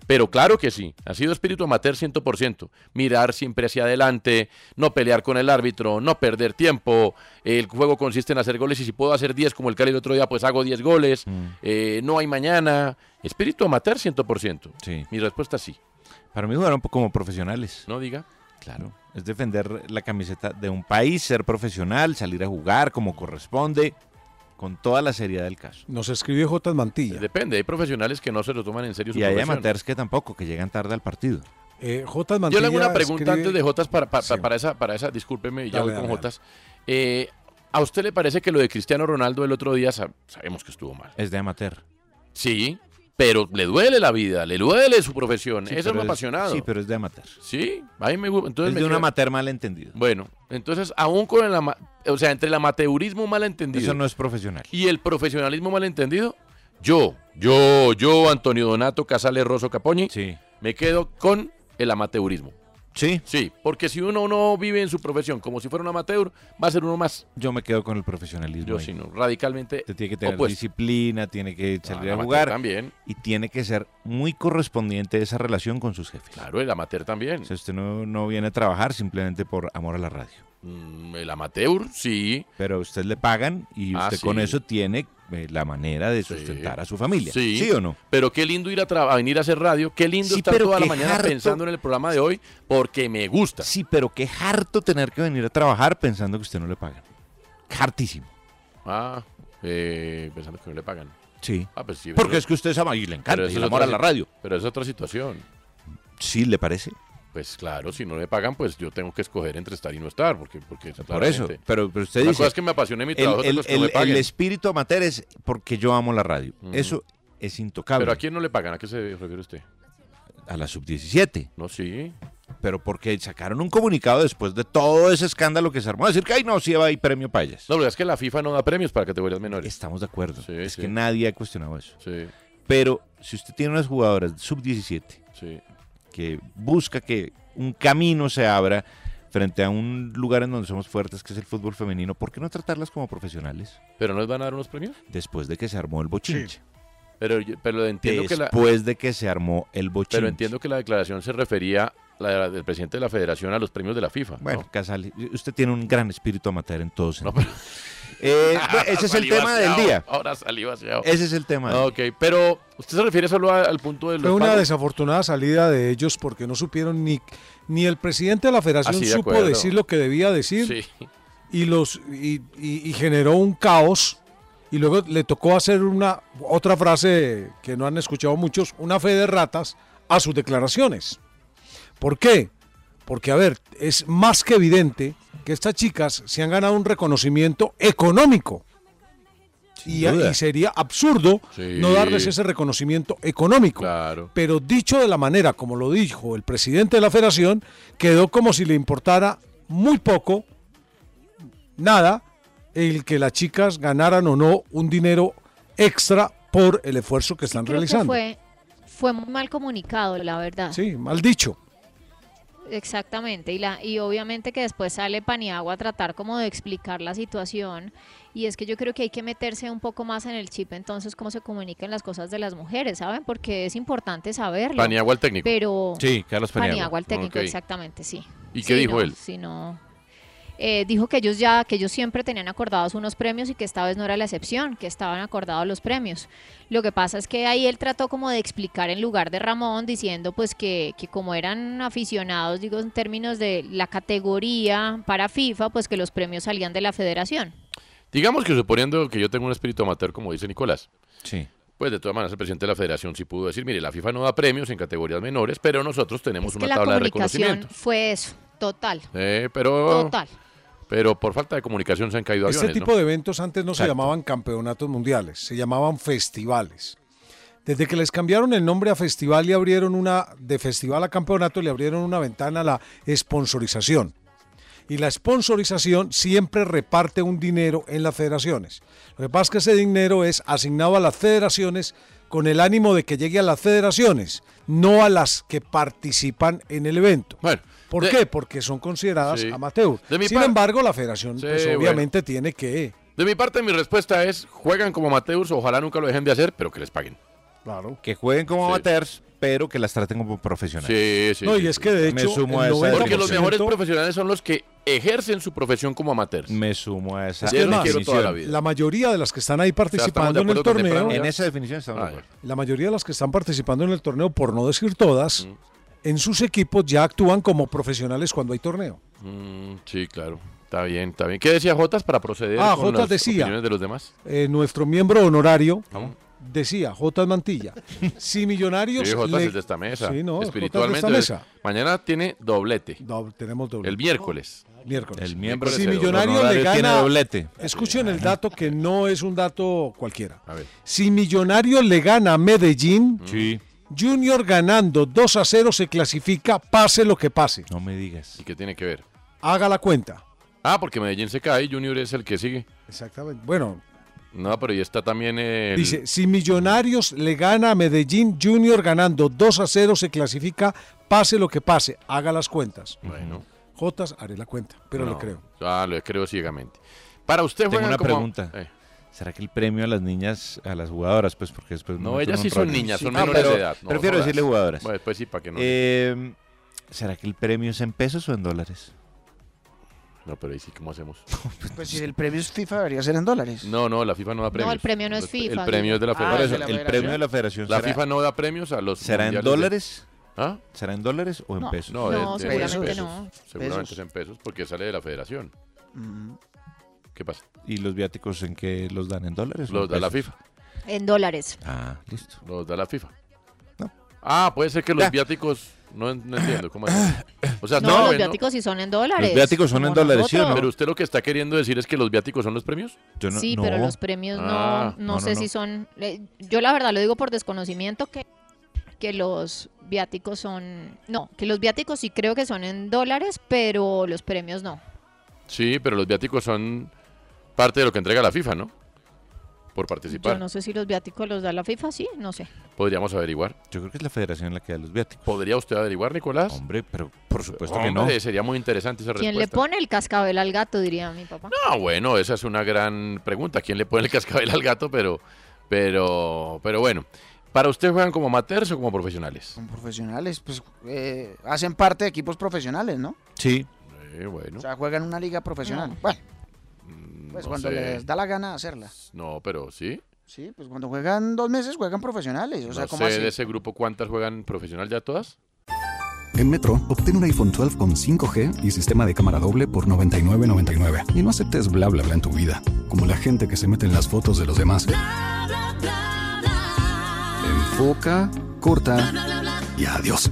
Speaker 2: Pero claro que sí, ha sido espíritu amateur 100%. Mirar siempre hacia adelante, no pelear con el árbitro, no perder tiempo. El juego consiste en hacer goles y si puedo hacer 10 como el Cali el otro día, pues hago 10 goles. Eh, no hay mañana. Espíritu amateur 100%.
Speaker 3: Sí.
Speaker 2: Mi respuesta sí.
Speaker 3: Para mí jugaron como profesionales.
Speaker 2: No diga.
Speaker 3: Claro. Es defender la camiseta de un país, ser profesional, salir a jugar como corresponde, con toda la seriedad del caso.
Speaker 4: Nos escribió J. Mantilla.
Speaker 2: Depende, hay profesionales que no se lo toman en serio su
Speaker 3: Y hay
Speaker 2: profesión.
Speaker 3: amateurs que tampoco, que llegan tarde al partido.
Speaker 4: Eh, J.
Speaker 2: Yo
Speaker 4: Mantilla
Speaker 2: le hago una pregunta
Speaker 4: escribe-
Speaker 2: antes de Jotas para, para, para esa, para esa, discúlpeme, ya
Speaker 4: Dale,
Speaker 2: voy
Speaker 4: dale,
Speaker 2: con
Speaker 4: dale.
Speaker 2: Jotas. Eh, ¿A usted le parece que lo de Cristiano Ronaldo el otro día sab- sabemos que estuvo mal?
Speaker 3: Es de amateur.
Speaker 2: Sí, pero le duele la vida, le duele su profesión.
Speaker 3: Sí,
Speaker 2: Eso es
Speaker 3: pero
Speaker 2: un apasionado.
Speaker 3: Sí, pero es de amateur.
Speaker 2: Sí, a mí me gusta. Entonces
Speaker 3: es
Speaker 2: me
Speaker 3: de un
Speaker 2: queda-
Speaker 3: amateur malentendido.
Speaker 2: Bueno, entonces aún con el ama- o sea, entre el amateurismo malentendido
Speaker 3: Eso no es profesional.
Speaker 2: y el profesionalismo malentendido, yo, yo, yo, Antonio Donato, Casale Rosso Capoñi, me quedo con el amateurismo.
Speaker 3: Sí.
Speaker 2: Sí, porque si uno no vive en su profesión como si fuera un amateur, va a ser uno más.
Speaker 3: Yo me quedo con el profesionalismo.
Speaker 2: Yo
Speaker 3: ahí.
Speaker 2: sí, no, radicalmente.
Speaker 3: Usted tiene que tener
Speaker 2: opuesto.
Speaker 3: disciplina, tiene que salir
Speaker 2: el
Speaker 3: a
Speaker 2: amateur
Speaker 3: jugar.
Speaker 2: también.
Speaker 3: Y tiene que ser muy correspondiente esa relación con sus jefes.
Speaker 2: Claro, el amateur también.
Speaker 3: O sea, usted no, no viene a trabajar simplemente por amor a la radio.
Speaker 2: Mm, El amateur, sí.
Speaker 3: Pero a usted le pagan y
Speaker 2: Ah,
Speaker 3: usted con
Speaker 2: sí.
Speaker 3: eso tiene eh, la manera de sustentar a su familia.
Speaker 2: Sí.
Speaker 3: o no?
Speaker 2: Pero qué lindo ir a, tra- a venir a hacer radio, qué lindo
Speaker 3: Sí,
Speaker 2: estar
Speaker 3: pero
Speaker 2: toda la
Speaker 3: qué
Speaker 2: mañana
Speaker 3: harto.
Speaker 2: pensando en el programa de hoy, porque me gusta.
Speaker 3: Sí, pero qué harto tener que venir a trabajar pensando que usted no le pagan. Hartísimo.
Speaker 2: Ah, eh, pensando que no le pagan.
Speaker 3: Sí.
Speaker 2: Ah, pues sí,
Speaker 3: Porque
Speaker 2: pero-
Speaker 3: es que usted es ama y le encanta
Speaker 2: pero
Speaker 3: y
Speaker 2: eso
Speaker 3: le
Speaker 2: es
Speaker 3: amor a
Speaker 2: otra
Speaker 3: la
Speaker 2: si-
Speaker 3: radio.
Speaker 2: Pero es otra situación.
Speaker 3: Sí, ¿le parece?
Speaker 2: Pues claro, si no me pagan, pues yo tengo que escoger entre estar y no estar, porque, porque
Speaker 3: Por eso.
Speaker 2: claramente-
Speaker 3: Pero, pero usted
Speaker 2: Una
Speaker 3: dice...
Speaker 2: cosa es que me apasione mi
Speaker 3: el-
Speaker 2: trabajo, otra
Speaker 3: el,
Speaker 2: cosa es que
Speaker 3: el-
Speaker 2: no me
Speaker 3: el
Speaker 2: paguen.
Speaker 3: espíritu amateur es porque yo amo la radio.
Speaker 2: Ujú.
Speaker 3: Eso es intocable.
Speaker 2: Pero a quién no le pagan, ¿a qué se refiere usted?
Speaker 3: a la sub-17.
Speaker 2: No, sí.
Speaker 3: Pero porque sacaron un comunicado después de todo ese escándalo que se armó, decir que, ay, no, sí va a haber premio Payas.
Speaker 2: No, pero es que la FIFA no da premios para categorías menores.
Speaker 3: Estamos de acuerdo.
Speaker 2: Sí,
Speaker 3: es
Speaker 2: sí.
Speaker 3: que nadie ha cuestionado eso.
Speaker 2: Sí.
Speaker 3: Pero si usted tiene unas jugadoras sub-17
Speaker 2: Sí.
Speaker 3: que busca que un camino se abra frente a un lugar en donde somos fuertes, que es el fútbol femenino, ¿por qué no tratarlas como profesionales
Speaker 2: ¿Pero no les van a dar unos premios?
Speaker 3: después de que se armó el bochinche?
Speaker 2: Pero, yo- pero entiendo que la...
Speaker 3: Después de que se armó el bochinche.
Speaker 2: Pero entiendo que la declaración se refería, la de la del presidente de la federación, a los premios de la FIFA.
Speaker 3: Bueno,
Speaker 2: ¿no?
Speaker 3: Casale, usted tiene un gran espíritu amateur en todos sentidos. Eh, bueno, ese es el
Speaker 2: Salí
Speaker 3: tema del
Speaker 2: vaciado,
Speaker 3: día.
Speaker 2: Ahora salí vaciado.
Speaker 3: Ese es el tema.
Speaker 2: Ok, pero usted se refiere solo a- al punto de los
Speaker 4: Fue una
Speaker 2: pagos?
Speaker 4: desafortunada salida de ellos porque no supieron ni, ni el presidente de la federación
Speaker 2: Ah, sí, de
Speaker 4: supo
Speaker 2: acuerdo.
Speaker 4: decir lo que debía decir
Speaker 2: Sí.
Speaker 4: y, los, y, y- y generó un caos y luego le tocó hacer una otra frase que no han escuchado muchos, una fe de ratas a sus declaraciones. ¿Por qué? Porque, a ver, es más que evidente que estas chicas se han ganado un reconocimiento económico. Y,
Speaker 3: duda.
Speaker 4: y sería absurdo
Speaker 3: Sí.
Speaker 2: Eh,
Speaker 4: no darles ese reconocimiento económico. Pero dicho de la manera como lo dijo el presidente de la federación, quedó como si le importara muy poco, nada, el que las chicas ganaran o no un dinero extra por el esfuerzo que están
Speaker 6: Creo que
Speaker 4: realizando.
Speaker 6: fue, fue muy mal comunicado, la verdad.
Speaker 4: Sí, mal dicho.
Speaker 6: Exactamente, y, la, y obviamente que después sale Paniagua a tratar como de explicar la situación, y es que yo creo que hay que meterse un poco más en el chip, entonces cómo se comunican las cosas de las mujeres, ¿saben? Porque es importante saberlo.
Speaker 2: Paniagua, el técnico.
Speaker 6: Pero
Speaker 3: Sí, Carlos Paniagua.
Speaker 6: el técnico,
Speaker 2: Ok.
Speaker 6: exactamente, sí.
Speaker 2: ¿Y
Speaker 6: Sí,
Speaker 2: qué dijo
Speaker 6: no,
Speaker 2: él?
Speaker 6: sí, no. Eh, dijo que ellos ya, que ellos siempre tenían acordados unos premios y que esta vez no era la excepción, que estaban acordados los premios. Lo que pasa es que ahí él trató como de explicar en lugar de Ramón, diciendo pues que, que como eran aficionados, digo, en términos de la categoría para FIFA, pues que los premios salían de la federación.
Speaker 2: Digamos que suponiendo que yo tengo un espíritu amateur, como dice Nicolás.
Speaker 3: Sí.
Speaker 2: Pues de todas maneras, el presidente de la federación sí pudo decir, mire, la FIFA no da premios en categorías menores, pero nosotros tenemos
Speaker 6: Es que la
Speaker 2: una tabla de
Speaker 6: comunicación
Speaker 2: reconocimiento.
Speaker 6: fue eso, total,
Speaker 2: Eh, pero,
Speaker 6: total.
Speaker 2: pero por falta de comunicación se han caído
Speaker 4: Este
Speaker 2: aviones,
Speaker 4: tipo
Speaker 2: ¿no?
Speaker 4: de eventos antes no se
Speaker 2: Exacto.
Speaker 4: llamaban campeonatos mundiales, se llamaban festivales. Desde que les cambiaron el nombre a festival y abrieron una, de festival a campeonato, le abrieron una ventana a la sponsorización. Y la sponsorización siempre reparte un dinero en las federaciones. Lo que pasa es que ese dinero es asignado a las federaciones con el ánimo de que llegue a las federaciones, no a las que participan en el evento. ¿Por
Speaker 2: de-
Speaker 4: qué? Porque son consideradas
Speaker 2: Sí.
Speaker 4: amateur.
Speaker 2: De mi
Speaker 4: Sin
Speaker 2: par-
Speaker 4: embargo, la federación
Speaker 2: Sí,
Speaker 4: pues,
Speaker 2: bueno.
Speaker 4: obviamente tiene que.
Speaker 2: De mi parte, mi respuesta es, juegan como Mateus, ojalá nunca lo dejen de hacer, pero que les paguen.
Speaker 4: Claro.
Speaker 3: Que juegan como amateurs, pero que las traten como profesionales.
Speaker 2: Sí, sí.
Speaker 4: No, y es que de
Speaker 3: Me
Speaker 4: hecho,
Speaker 3: sumo a
Speaker 4: el
Speaker 3: esa
Speaker 4: 90%
Speaker 2: Porque los mejores profesionales son los que ejercen su profesión como amateurs.
Speaker 3: Me sumo a esa
Speaker 4: Es que es más,
Speaker 2: quiero toda la vida.
Speaker 4: la mayoría de las que están ahí participando en el torneo,
Speaker 3: En esa definición estamos
Speaker 2: Ah,
Speaker 3: de acuerdo.
Speaker 4: la mayoría de las que están participando en el torneo, por no decir todas,
Speaker 2: Mm.
Speaker 4: en sus equipos ya actúan como profesionales cuando hay torneo.
Speaker 2: Mm, sí, claro. Está bien, está bien. ¿Qué decía Jotas para proceder
Speaker 4: Ah,
Speaker 2: con
Speaker 4: Jotas
Speaker 2: las
Speaker 4: decía-
Speaker 2: opiniones de los demás?
Speaker 4: Eh, nuestro miembro honorario decía, J. Mantilla, si Millonarios...
Speaker 2: Sí, Jotas
Speaker 4: le-
Speaker 2: es de esta mesa.
Speaker 4: Sí, no, J. es de esta
Speaker 2: espiritualmente.
Speaker 4: mesa.
Speaker 2: Mañana tiene doblete.
Speaker 4: tenemos doblete.
Speaker 2: El miércoles.
Speaker 4: Miércoles.
Speaker 2: El miércoles.
Speaker 4: si
Speaker 2: el
Speaker 4: Millonarios le
Speaker 2: honorario
Speaker 4: gana,
Speaker 2: tiene doblete.
Speaker 4: escuchen el dato que no es un dato cualquiera.
Speaker 2: A ver. Mm.
Speaker 4: Si Millonarios le gana a Medellín,
Speaker 3: Sí.
Speaker 4: Junior ganando 2 a 0 se clasifica, pase lo que pase.
Speaker 3: No me digas.
Speaker 2: ¿Y qué tiene que ver?
Speaker 4: Haga la cuenta.
Speaker 2: Ah, porque Medellín se cae, Junior es el que sigue.
Speaker 4: Exactamente. Bueno,
Speaker 2: No, pero y está también el...
Speaker 4: dice, si Millonarios le gana a Medellín, Junior ganando 2 a 0 se clasifica, pase lo que pase, haga las cuentas.
Speaker 2: Bueno.
Speaker 4: Jotas, haré la cuenta, pero
Speaker 2: no.
Speaker 4: le creo.
Speaker 2: Ah, lo creo ciegamente. Para usted,
Speaker 3: Tengo
Speaker 2: juegan
Speaker 3: una
Speaker 2: como-
Speaker 3: pregunta.
Speaker 2: Eh,
Speaker 3: ¿Será que el premio a las niñas, a las jugadoras, pues porque después
Speaker 2: No,
Speaker 3: nosotros
Speaker 2: ellas sí
Speaker 3: nos
Speaker 2: son
Speaker 3: rolamos?
Speaker 2: niñas, son
Speaker 3: Ah,
Speaker 2: menores
Speaker 3: pero
Speaker 2: de edad. No,
Speaker 3: prefiero
Speaker 2: no
Speaker 3: decirle
Speaker 2: las-
Speaker 3: jugadoras.
Speaker 2: Bueno, pues sí, para que no.
Speaker 3: Eh, ¿Será que el premio es en pesos o en dólares?
Speaker 2: No, pero ahí sí, ¿cómo hacemos?
Speaker 5: Pues si el premio es FIFA, debería ser en dólares.
Speaker 2: No, no, la FIFA no da premios.
Speaker 5: el premio no es
Speaker 2: El-
Speaker 5: FIFA,
Speaker 2: El premio
Speaker 5: digo.
Speaker 2: es de
Speaker 5: Ah,
Speaker 2: la
Speaker 5: es de
Speaker 2: federación.
Speaker 5: la El premio de
Speaker 3: la federación.
Speaker 2: La
Speaker 3: ¿Será-
Speaker 2: FIFA no da premios a los.
Speaker 3: ¿Será en
Speaker 2: mundiales de-
Speaker 3: dólares?
Speaker 2: ¿Ah?
Speaker 3: ¿Será en dólares o en
Speaker 2: No,
Speaker 3: pesos?
Speaker 2: No,
Speaker 6: No,
Speaker 2: es- es en
Speaker 6: seguramente
Speaker 2: pesos.
Speaker 6: no.
Speaker 2: Seguramente
Speaker 6: Pesos.
Speaker 2: es en pesos porque sale de la federación. ¿Qué pasa?
Speaker 3: ¿Y los viáticos en qué los dan? ¿En dólares? o
Speaker 2: Los
Speaker 3: en
Speaker 2: da la
Speaker 3: pesos?
Speaker 2: FIFA.
Speaker 6: En dólares.
Speaker 3: Ah, listo.
Speaker 2: Los da la FIFA. Ah, puede ser que los viáticos. No, no entiendo cómo es. O sea,
Speaker 6: no,
Speaker 2: ¿saben,
Speaker 6: los viáticos sí son en dólares. como nosotros.
Speaker 2: Pero usted lo que está queriendo decir es que los viáticos son los premios.
Speaker 3: Yo
Speaker 6: sí, pero los premios no,
Speaker 2: Ah,
Speaker 6: no,
Speaker 2: no,
Speaker 6: sé
Speaker 2: no,
Speaker 6: si
Speaker 2: no.
Speaker 6: son... eh, Yo la verdad lo digo por desconocimiento que, que los viáticos son... No, que los viáticos sí creo que son en dólares, pero los premios no.
Speaker 2: Sí, pero los viáticos son parte de lo que entrega la FIFA, ¿no? Por participar.
Speaker 6: Yo no sé si los viáticos los da la FIFA, sí, no sé.
Speaker 2: Podríamos averiguar.
Speaker 3: Yo creo que es la federación la que da los viáticos.
Speaker 2: ¿Podría usted averiguar, Nicolás? Eh,
Speaker 3: Hombre, pero por supuesto que
Speaker 2: Hombre,
Speaker 3: no.
Speaker 2: Sería muy interesante esa
Speaker 6: ¿Quién le
Speaker 2: respuesta.
Speaker 6: pone el cascabel al gato? Diría mi papá.
Speaker 2: Ah, bueno, esa es una gran pregunta. ¿Quién le pone el cascabel al gato? Pero, pero, pero bueno. ¿Para usted juegan como amateurs o como profesionales?
Speaker 5: Profesionales, pues eh, hacen parte de equipos profesionales, ¿no?
Speaker 3: Sí.
Speaker 2: Eh, bueno. Mm,
Speaker 5: O sea, juegan en una liga profesional. Bueno, pues
Speaker 2: no
Speaker 5: cuando
Speaker 2: sé.
Speaker 5: les da la gana hacerla.
Speaker 2: No, pero sí.
Speaker 5: Sí, pues cuando juegan dos meses, juegan profesionales. O sea,
Speaker 2: no
Speaker 5: ¿cómo
Speaker 2: sé
Speaker 5: así?
Speaker 2: de ese grupo cuántas juegan profesional ya todas.
Speaker 9: En Metro, obtén un iPhone 12 con 5G y sistema de cámara doble por $99.99. Y no aceptes bla bla bla en tu vida, como la gente que se mete en las fotos de los demás. Enfoca, corta y adiós.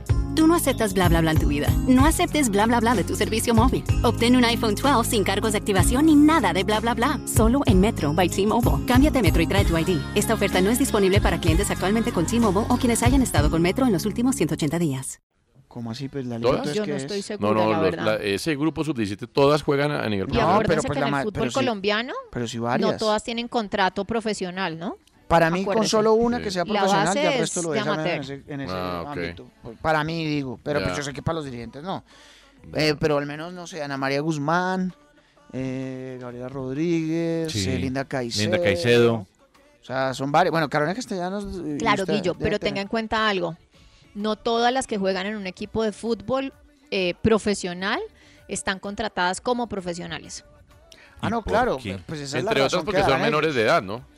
Speaker 10: Tú no aceptas bla bla bla en tu vida. No aceptes bla bla bla de tu servicio móvil. Obtén un iPhone 12 sin cargos de activación ni nada de bla bla bla. Solo en Metro by T-Mobile. Cámbiate a Metro y trae tu ID. Esta oferta no es disponible para clientes actualmente con T-Mobile o quienes hayan estado con Metro en los últimos 180 días.
Speaker 5: ¿Cómo así? Pues la liga
Speaker 2: ¿Todas?
Speaker 5: entonces, ¿qué es?
Speaker 2: No, no, los- la- ese grupo sub-17 todas juegan a a nivel
Speaker 6: Y
Speaker 2: profesional.
Speaker 6: acuérdense
Speaker 5: pues
Speaker 6: que en el fútbol colombiano
Speaker 5: Pero si
Speaker 6: no todas tienen contrato profesional, ¿no?
Speaker 5: Para mí, con
Speaker 6: Acuérdense.
Speaker 5: solo una que sea
Speaker 6: La
Speaker 5: profesional,
Speaker 6: base
Speaker 5: ya el
Speaker 6: es
Speaker 5: resto lo
Speaker 6: de
Speaker 5: dejan en
Speaker 6: amateur.
Speaker 5: ese, en ese
Speaker 2: Ah, ok.
Speaker 5: ámbito. Pues, Para mí, digo. Pero
Speaker 2: Ya.
Speaker 5: pues yo sé que para los dirigentes no. Eh, pero al menos, no sé, Ana María Guzmán, eh, Gabriela Rodríguez,
Speaker 3: Sí.
Speaker 5: eh, Linda Caicedo.
Speaker 3: Linda Caicedo.
Speaker 5: O sea, son varios. Bueno, Carolina Castellanos. eh,
Speaker 11: Claro,
Speaker 5: usted
Speaker 11: Guillo,
Speaker 5: debe
Speaker 11: pero
Speaker 5: tener-
Speaker 11: tenga en cuenta algo. No todas las que juegan en un equipo de fútbol eh, profesional están contratadas como profesionales.
Speaker 5: Ah, no, claro.
Speaker 2: ¿Por qué?
Speaker 5: Pues esa es la
Speaker 2: Entre otras
Speaker 5: razón que
Speaker 2: porque
Speaker 5: darán
Speaker 2: son
Speaker 5: ellos.
Speaker 2: menores de edad, ¿no?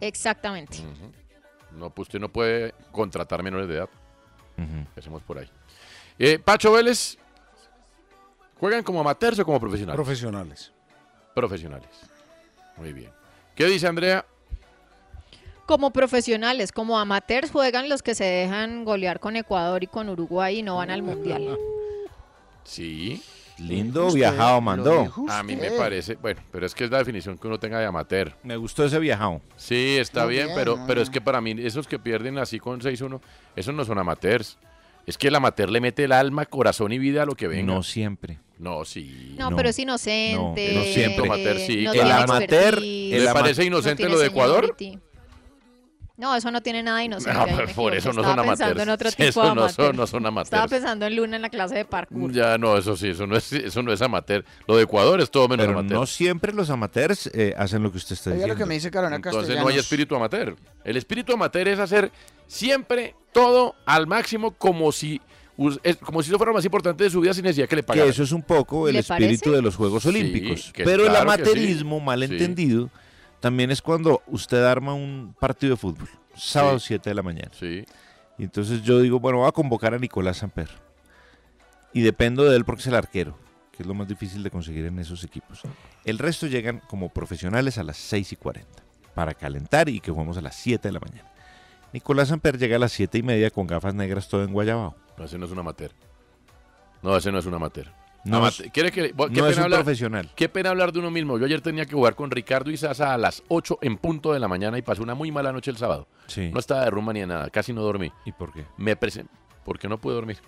Speaker 11: Exactamente.
Speaker 2: No, pues usted no puede contratar menores de edad. Empecemos por ahí. Eh, Pacho Vélez, ¿juegan como amateurs o como profesionales?
Speaker 4: Profesionales.
Speaker 2: Profesionales. Muy bien. ¿Qué dice Andrea?
Speaker 11: Como profesionales, como amateurs juegan los que se dejan golear con Ecuador y con Uruguay y no van al mundial.
Speaker 2: Sí.
Speaker 3: Lindo Usted viajado lo mandó. dijo
Speaker 2: A mí me
Speaker 3: usted.
Speaker 2: parece, bueno, pero es que es la definición que uno tenga de amateur.
Speaker 3: Me gustó ese viajado.
Speaker 2: Sí, está
Speaker 3: Muy
Speaker 2: bien,
Speaker 3: bien,
Speaker 2: pero,
Speaker 3: muy
Speaker 2: pero es que para mí esos que pierden así con 6-1, esos no son amateurs. Es que el amateur le mete el alma, corazón y vida a lo que venga.
Speaker 3: No siempre.
Speaker 2: No, sí.
Speaker 11: No, pero es inocente.
Speaker 2: No, inocente. Amateur, sí,
Speaker 11: no
Speaker 2: el
Speaker 11: tiene
Speaker 2: amateur,
Speaker 11: expertise,
Speaker 2: ¿le
Speaker 11: no
Speaker 2: parece
Speaker 11: tiene
Speaker 2: inocente lo de Ecuor?
Speaker 11: seniority. No, eso no tiene nada de inocente.
Speaker 2: No,
Speaker 11: ahí me
Speaker 2: pero pues, por
Speaker 11: equivoqué,
Speaker 2: eso no
Speaker 11: estaba
Speaker 2: son amateurs.
Speaker 11: pensando en otro tipo de
Speaker 2: Eso no
Speaker 11: amateur.
Speaker 2: son, no son
Speaker 11: Estaba
Speaker 2: amateurs.
Speaker 11: pensando en Luna en la clase de parkour.
Speaker 2: Mm, Ya, no, eso sí, eso no es, eso no es amateur. Lo de Ecuador es todo menos
Speaker 3: Pero
Speaker 2: amateur.
Speaker 3: no siempre los amateurs eh, hacen lo que usted está
Speaker 5: Oiga
Speaker 3: diciendo.
Speaker 5: lo que me dice Carolina Castellanos.
Speaker 2: Entonces no hay espíritu amateur. El espíritu amateur es hacer siempre todo al máximo como si us- es- como si eso fuera lo más importante de su vida sin necesidad que le
Speaker 3: que
Speaker 2: pagaran.
Speaker 3: eso es un poco el
Speaker 2: ¿Le
Speaker 3: espíritu
Speaker 2: parece?
Speaker 3: de los Juegos
Speaker 2: Sí,
Speaker 3: Olímpicos.
Speaker 2: que
Speaker 3: pero el
Speaker 2: claro que sí.
Speaker 3: amateurismo, mal
Speaker 2: Sí.
Speaker 3: entendido, también es cuando usted arma un partido de fútbol, sábado 7 de la mañana. Y entonces yo digo, bueno, voy a convocar a Nicolás Samper. Y dependo de él porque es el arquero, que es lo más difícil de conseguir en esos equipos. El resto llegan como profesionales a las 6 y 40 para calentar y que jugamos a las 7 de la mañana. Nicolás Samper llega a las 7 y media con gafas negras todo en Guayabao.
Speaker 2: No, ese no es un amateur. No, ese no es un amateur.
Speaker 3: No
Speaker 2: Amate-
Speaker 3: es-
Speaker 2: ¿Quiere que, bo- qué
Speaker 3: no es
Speaker 2: pena
Speaker 3: un
Speaker 2: hablar-
Speaker 3: profesional.
Speaker 2: Qué pena hablar de uno mismo. Yo ayer tenía que jugar con Ricardo y Sasa a las 8 en punto de la mañana y pasé una muy mala noche el sábado.
Speaker 3: Sí.
Speaker 2: No estaba de rumba ni de nada, casi no dormí.
Speaker 3: ¿Y por qué?
Speaker 2: Me presen- porque no pude dormir.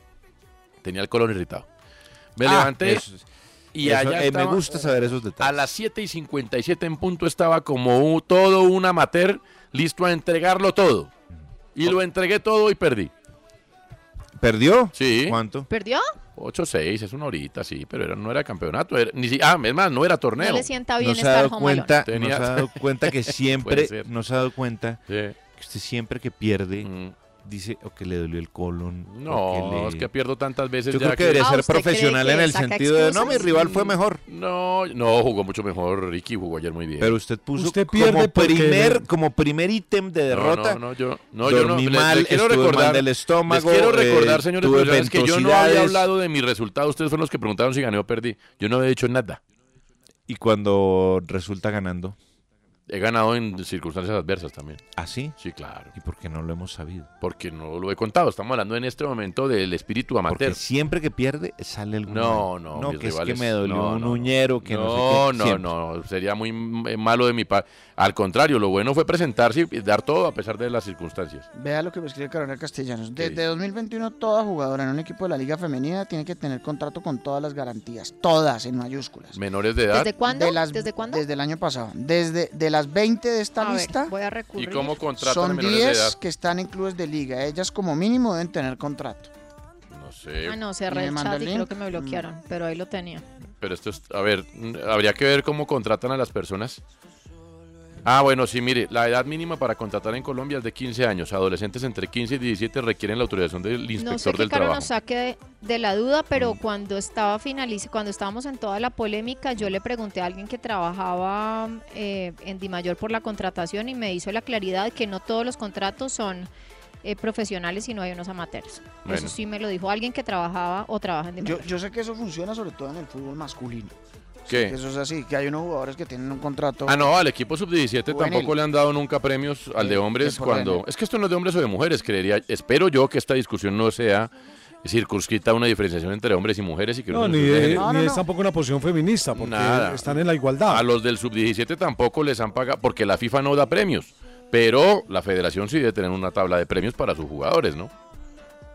Speaker 2: Tenía el colon irritado. Me
Speaker 3: Ah,
Speaker 2: levanté
Speaker 3: eso-
Speaker 2: y
Speaker 3: eso,
Speaker 2: allá
Speaker 3: eh,
Speaker 2: estaba-
Speaker 3: me gusta saber esos detalles.
Speaker 2: a las 7 y 57 en punto estaba como u- todo un amateur listo a entregarlo todo. Y lo entregué todo y perdí.
Speaker 3: Oh. ¿Perdió?
Speaker 2: Sí.
Speaker 3: ¿Cuánto?
Speaker 11: ¿Perdió?
Speaker 2: 8-6, es una horita, sí, pero era- no era campeonato. era- ni si- ah, es más, no era torneo.
Speaker 11: No le sienta bien
Speaker 3: no se ha
Speaker 11: estar
Speaker 3: dado
Speaker 11: home
Speaker 3: cuenta,
Speaker 11: alone.
Speaker 3: no se ha dado cuenta que
Speaker 2: Puede
Speaker 3: siempre,
Speaker 2: ser.
Speaker 3: no se ha dado cuenta
Speaker 2: que
Speaker 3: usted siempre que pierde dice o que le dolió el colon. o
Speaker 2: Mm. No,
Speaker 3: que le-
Speaker 2: es que pierdo tantas veces.
Speaker 3: Yo
Speaker 2: ya
Speaker 3: creo que debería
Speaker 2: Ah,
Speaker 3: ser
Speaker 2: ¿usted cree
Speaker 3: profesional
Speaker 2: que
Speaker 3: en el
Speaker 2: saca
Speaker 3: sentido de no, mi
Speaker 2: excusas?
Speaker 3: rival fue mejor.
Speaker 2: Mm. No, no, jugó mucho mejor. Ricky jugó ayer muy bien.
Speaker 3: Pero usted puso
Speaker 2: Usted pierde
Speaker 3: como
Speaker 2: porque
Speaker 3: primer como primer ítem de
Speaker 2: No,
Speaker 3: derrota.
Speaker 2: No, no, yo no, yo no.
Speaker 3: dormí
Speaker 2: le- le
Speaker 3: mal,
Speaker 2: quiero
Speaker 3: estuve
Speaker 2: recordar,
Speaker 3: mal del estómago.
Speaker 2: Les quiero
Speaker 3: eh,
Speaker 2: recordar, señores,
Speaker 3: tuve
Speaker 2: profesionales, que yo no había
Speaker 3: ventosidades.
Speaker 2: hablado de mi resultado. Ustedes fueron los que preguntaron si gané o perdí. Yo no había dicho nada.
Speaker 3: Y cuando resulta ganando,
Speaker 2: He ganado en circunstancias adversas también.
Speaker 3: ¿Ah, sí?
Speaker 2: Sí, claro.
Speaker 3: ¿y por qué no lo hemos sabido?
Speaker 2: Porque no lo he contado. Estamos hablando en este momento del espíritu
Speaker 3: Porque
Speaker 2: amateur.
Speaker 3: siempre que pierde sale el
Speaker 2: No,
Speaker 3: mal.
Speaker 2: no,
Speaker 3: no
Speaker 2: mis
Speaker 3: que es
Speaker 2: rivales,
Speaker 3: que me dolió
Speaker 2: no,
Speaker 3: un
Speaker 2: no, no.
Speaker 3: uñero que
Speaker 2: no,
Speaker 3: no, sé qué.
Speaker 2: no,
Speaker 3: siempre.
Speaker 2: no, sería muy eh, malo de mi parte. Al contrario, lo bueno fue presentarse y dar todo a pesar de las circunstancias.
Speaker 5: Vea lo que me escribe Carolina Castellanos. Desde 2021, toda jugadora en un equipo de la Liga Femenina tiene que tener contrato con todas las garantías. Todas, en mayúsculas.
Speaker 2: Menores de edad.
Speaker 5: cuándo? ¿Desde el año pasado. Desde de las 20 de esta
Speaker 11: A ver,
Speaker 5: lista.
Speaker 11: voy a
Speaker 2: ¿Y
Speaker 11: recurrir.
Speaker 2: cómo contratan a
Speaker 5: Son
Speaker 2: menores de edad?
Speaker 5: 10 que están en clubes de liga. Ellas como mínimo deben tener contrato.
Speaker 2: No sé.
Speaker 11: Ah, no,
Speaker 5: ¿Y me
Speaker 11: cerré el Mm.
Speaker 5: manda
Speaker 11: chat
Speaker 5: el
Speaker 11: y
Speaker 5: link?
Speaker 11: creo que me bloquearon, pero ahí lo tenía.
Speaker 2: Pero esto es, a ver, mm, habría que ver cómo contratan a las personas. Ah, bueno, sí, mire, la edad mínima para contratar en Colombia es de 15 años. Adolescentes entre 15 y 17 requieren la autorización del inspector
Speaker 11: No sé qué
Speaker 2: del
Speaker 11: Caro
Speaker 2: trabajo.
Speaker 11: nos saque de, de la duda, pero cuando estaba finaliz cuando estábamos en toda la polémica, yo le pregunté a alguien que trabajaba eh, en Dimayor por la contratación y me hizo la claridad que no todos los contratos son eh, profesionales, sino hay unos amateurs.
Speaker 5: Bueno.
Speaker 11: Eso sí me lo dijo alguien que trabajaba o trabaja en
Speaker 5: Yo,
Speaker 11: Dimayor.
Speaker 5: yo sé que eso funciona sobre todo en el fútbol masculino.
Speaker 2: ¿Qué?
Speaker 5: Eso es así, que hay unos jugadores que tienen un contrato.
Speaker 2: Ah, no, al equipo sub-17
Speaker 5: Juvenil.
Speaker 2: tampoco le han dado nunca premios al de hombres
Speaker 5: que por
Speaker 2: cuando...
Speaker 5: género.
Speaker 2: Es que esto no es de hombres o de mujeres, creería. Espero yo que esta discusión no sea circunscrita a una diferenciación entre hombres y mujeres y que
Speaker 4: No,
Speaker 2: se
Speaker 4: ni,
Speaker 2: juzgue
Speaker 4: de-
Speaker 2: género.
Speaker 4: ni es tampoco una posición feminista, porque
Speaker 2: Nada.
Speaker 4: están en la igualdad.
Speaker 2: A los del sub-17 tampoco les han pagado, porque la FIFA no da premios. Pero la federación sí debe tener una tabla de premios para sus jugadores, ¿no?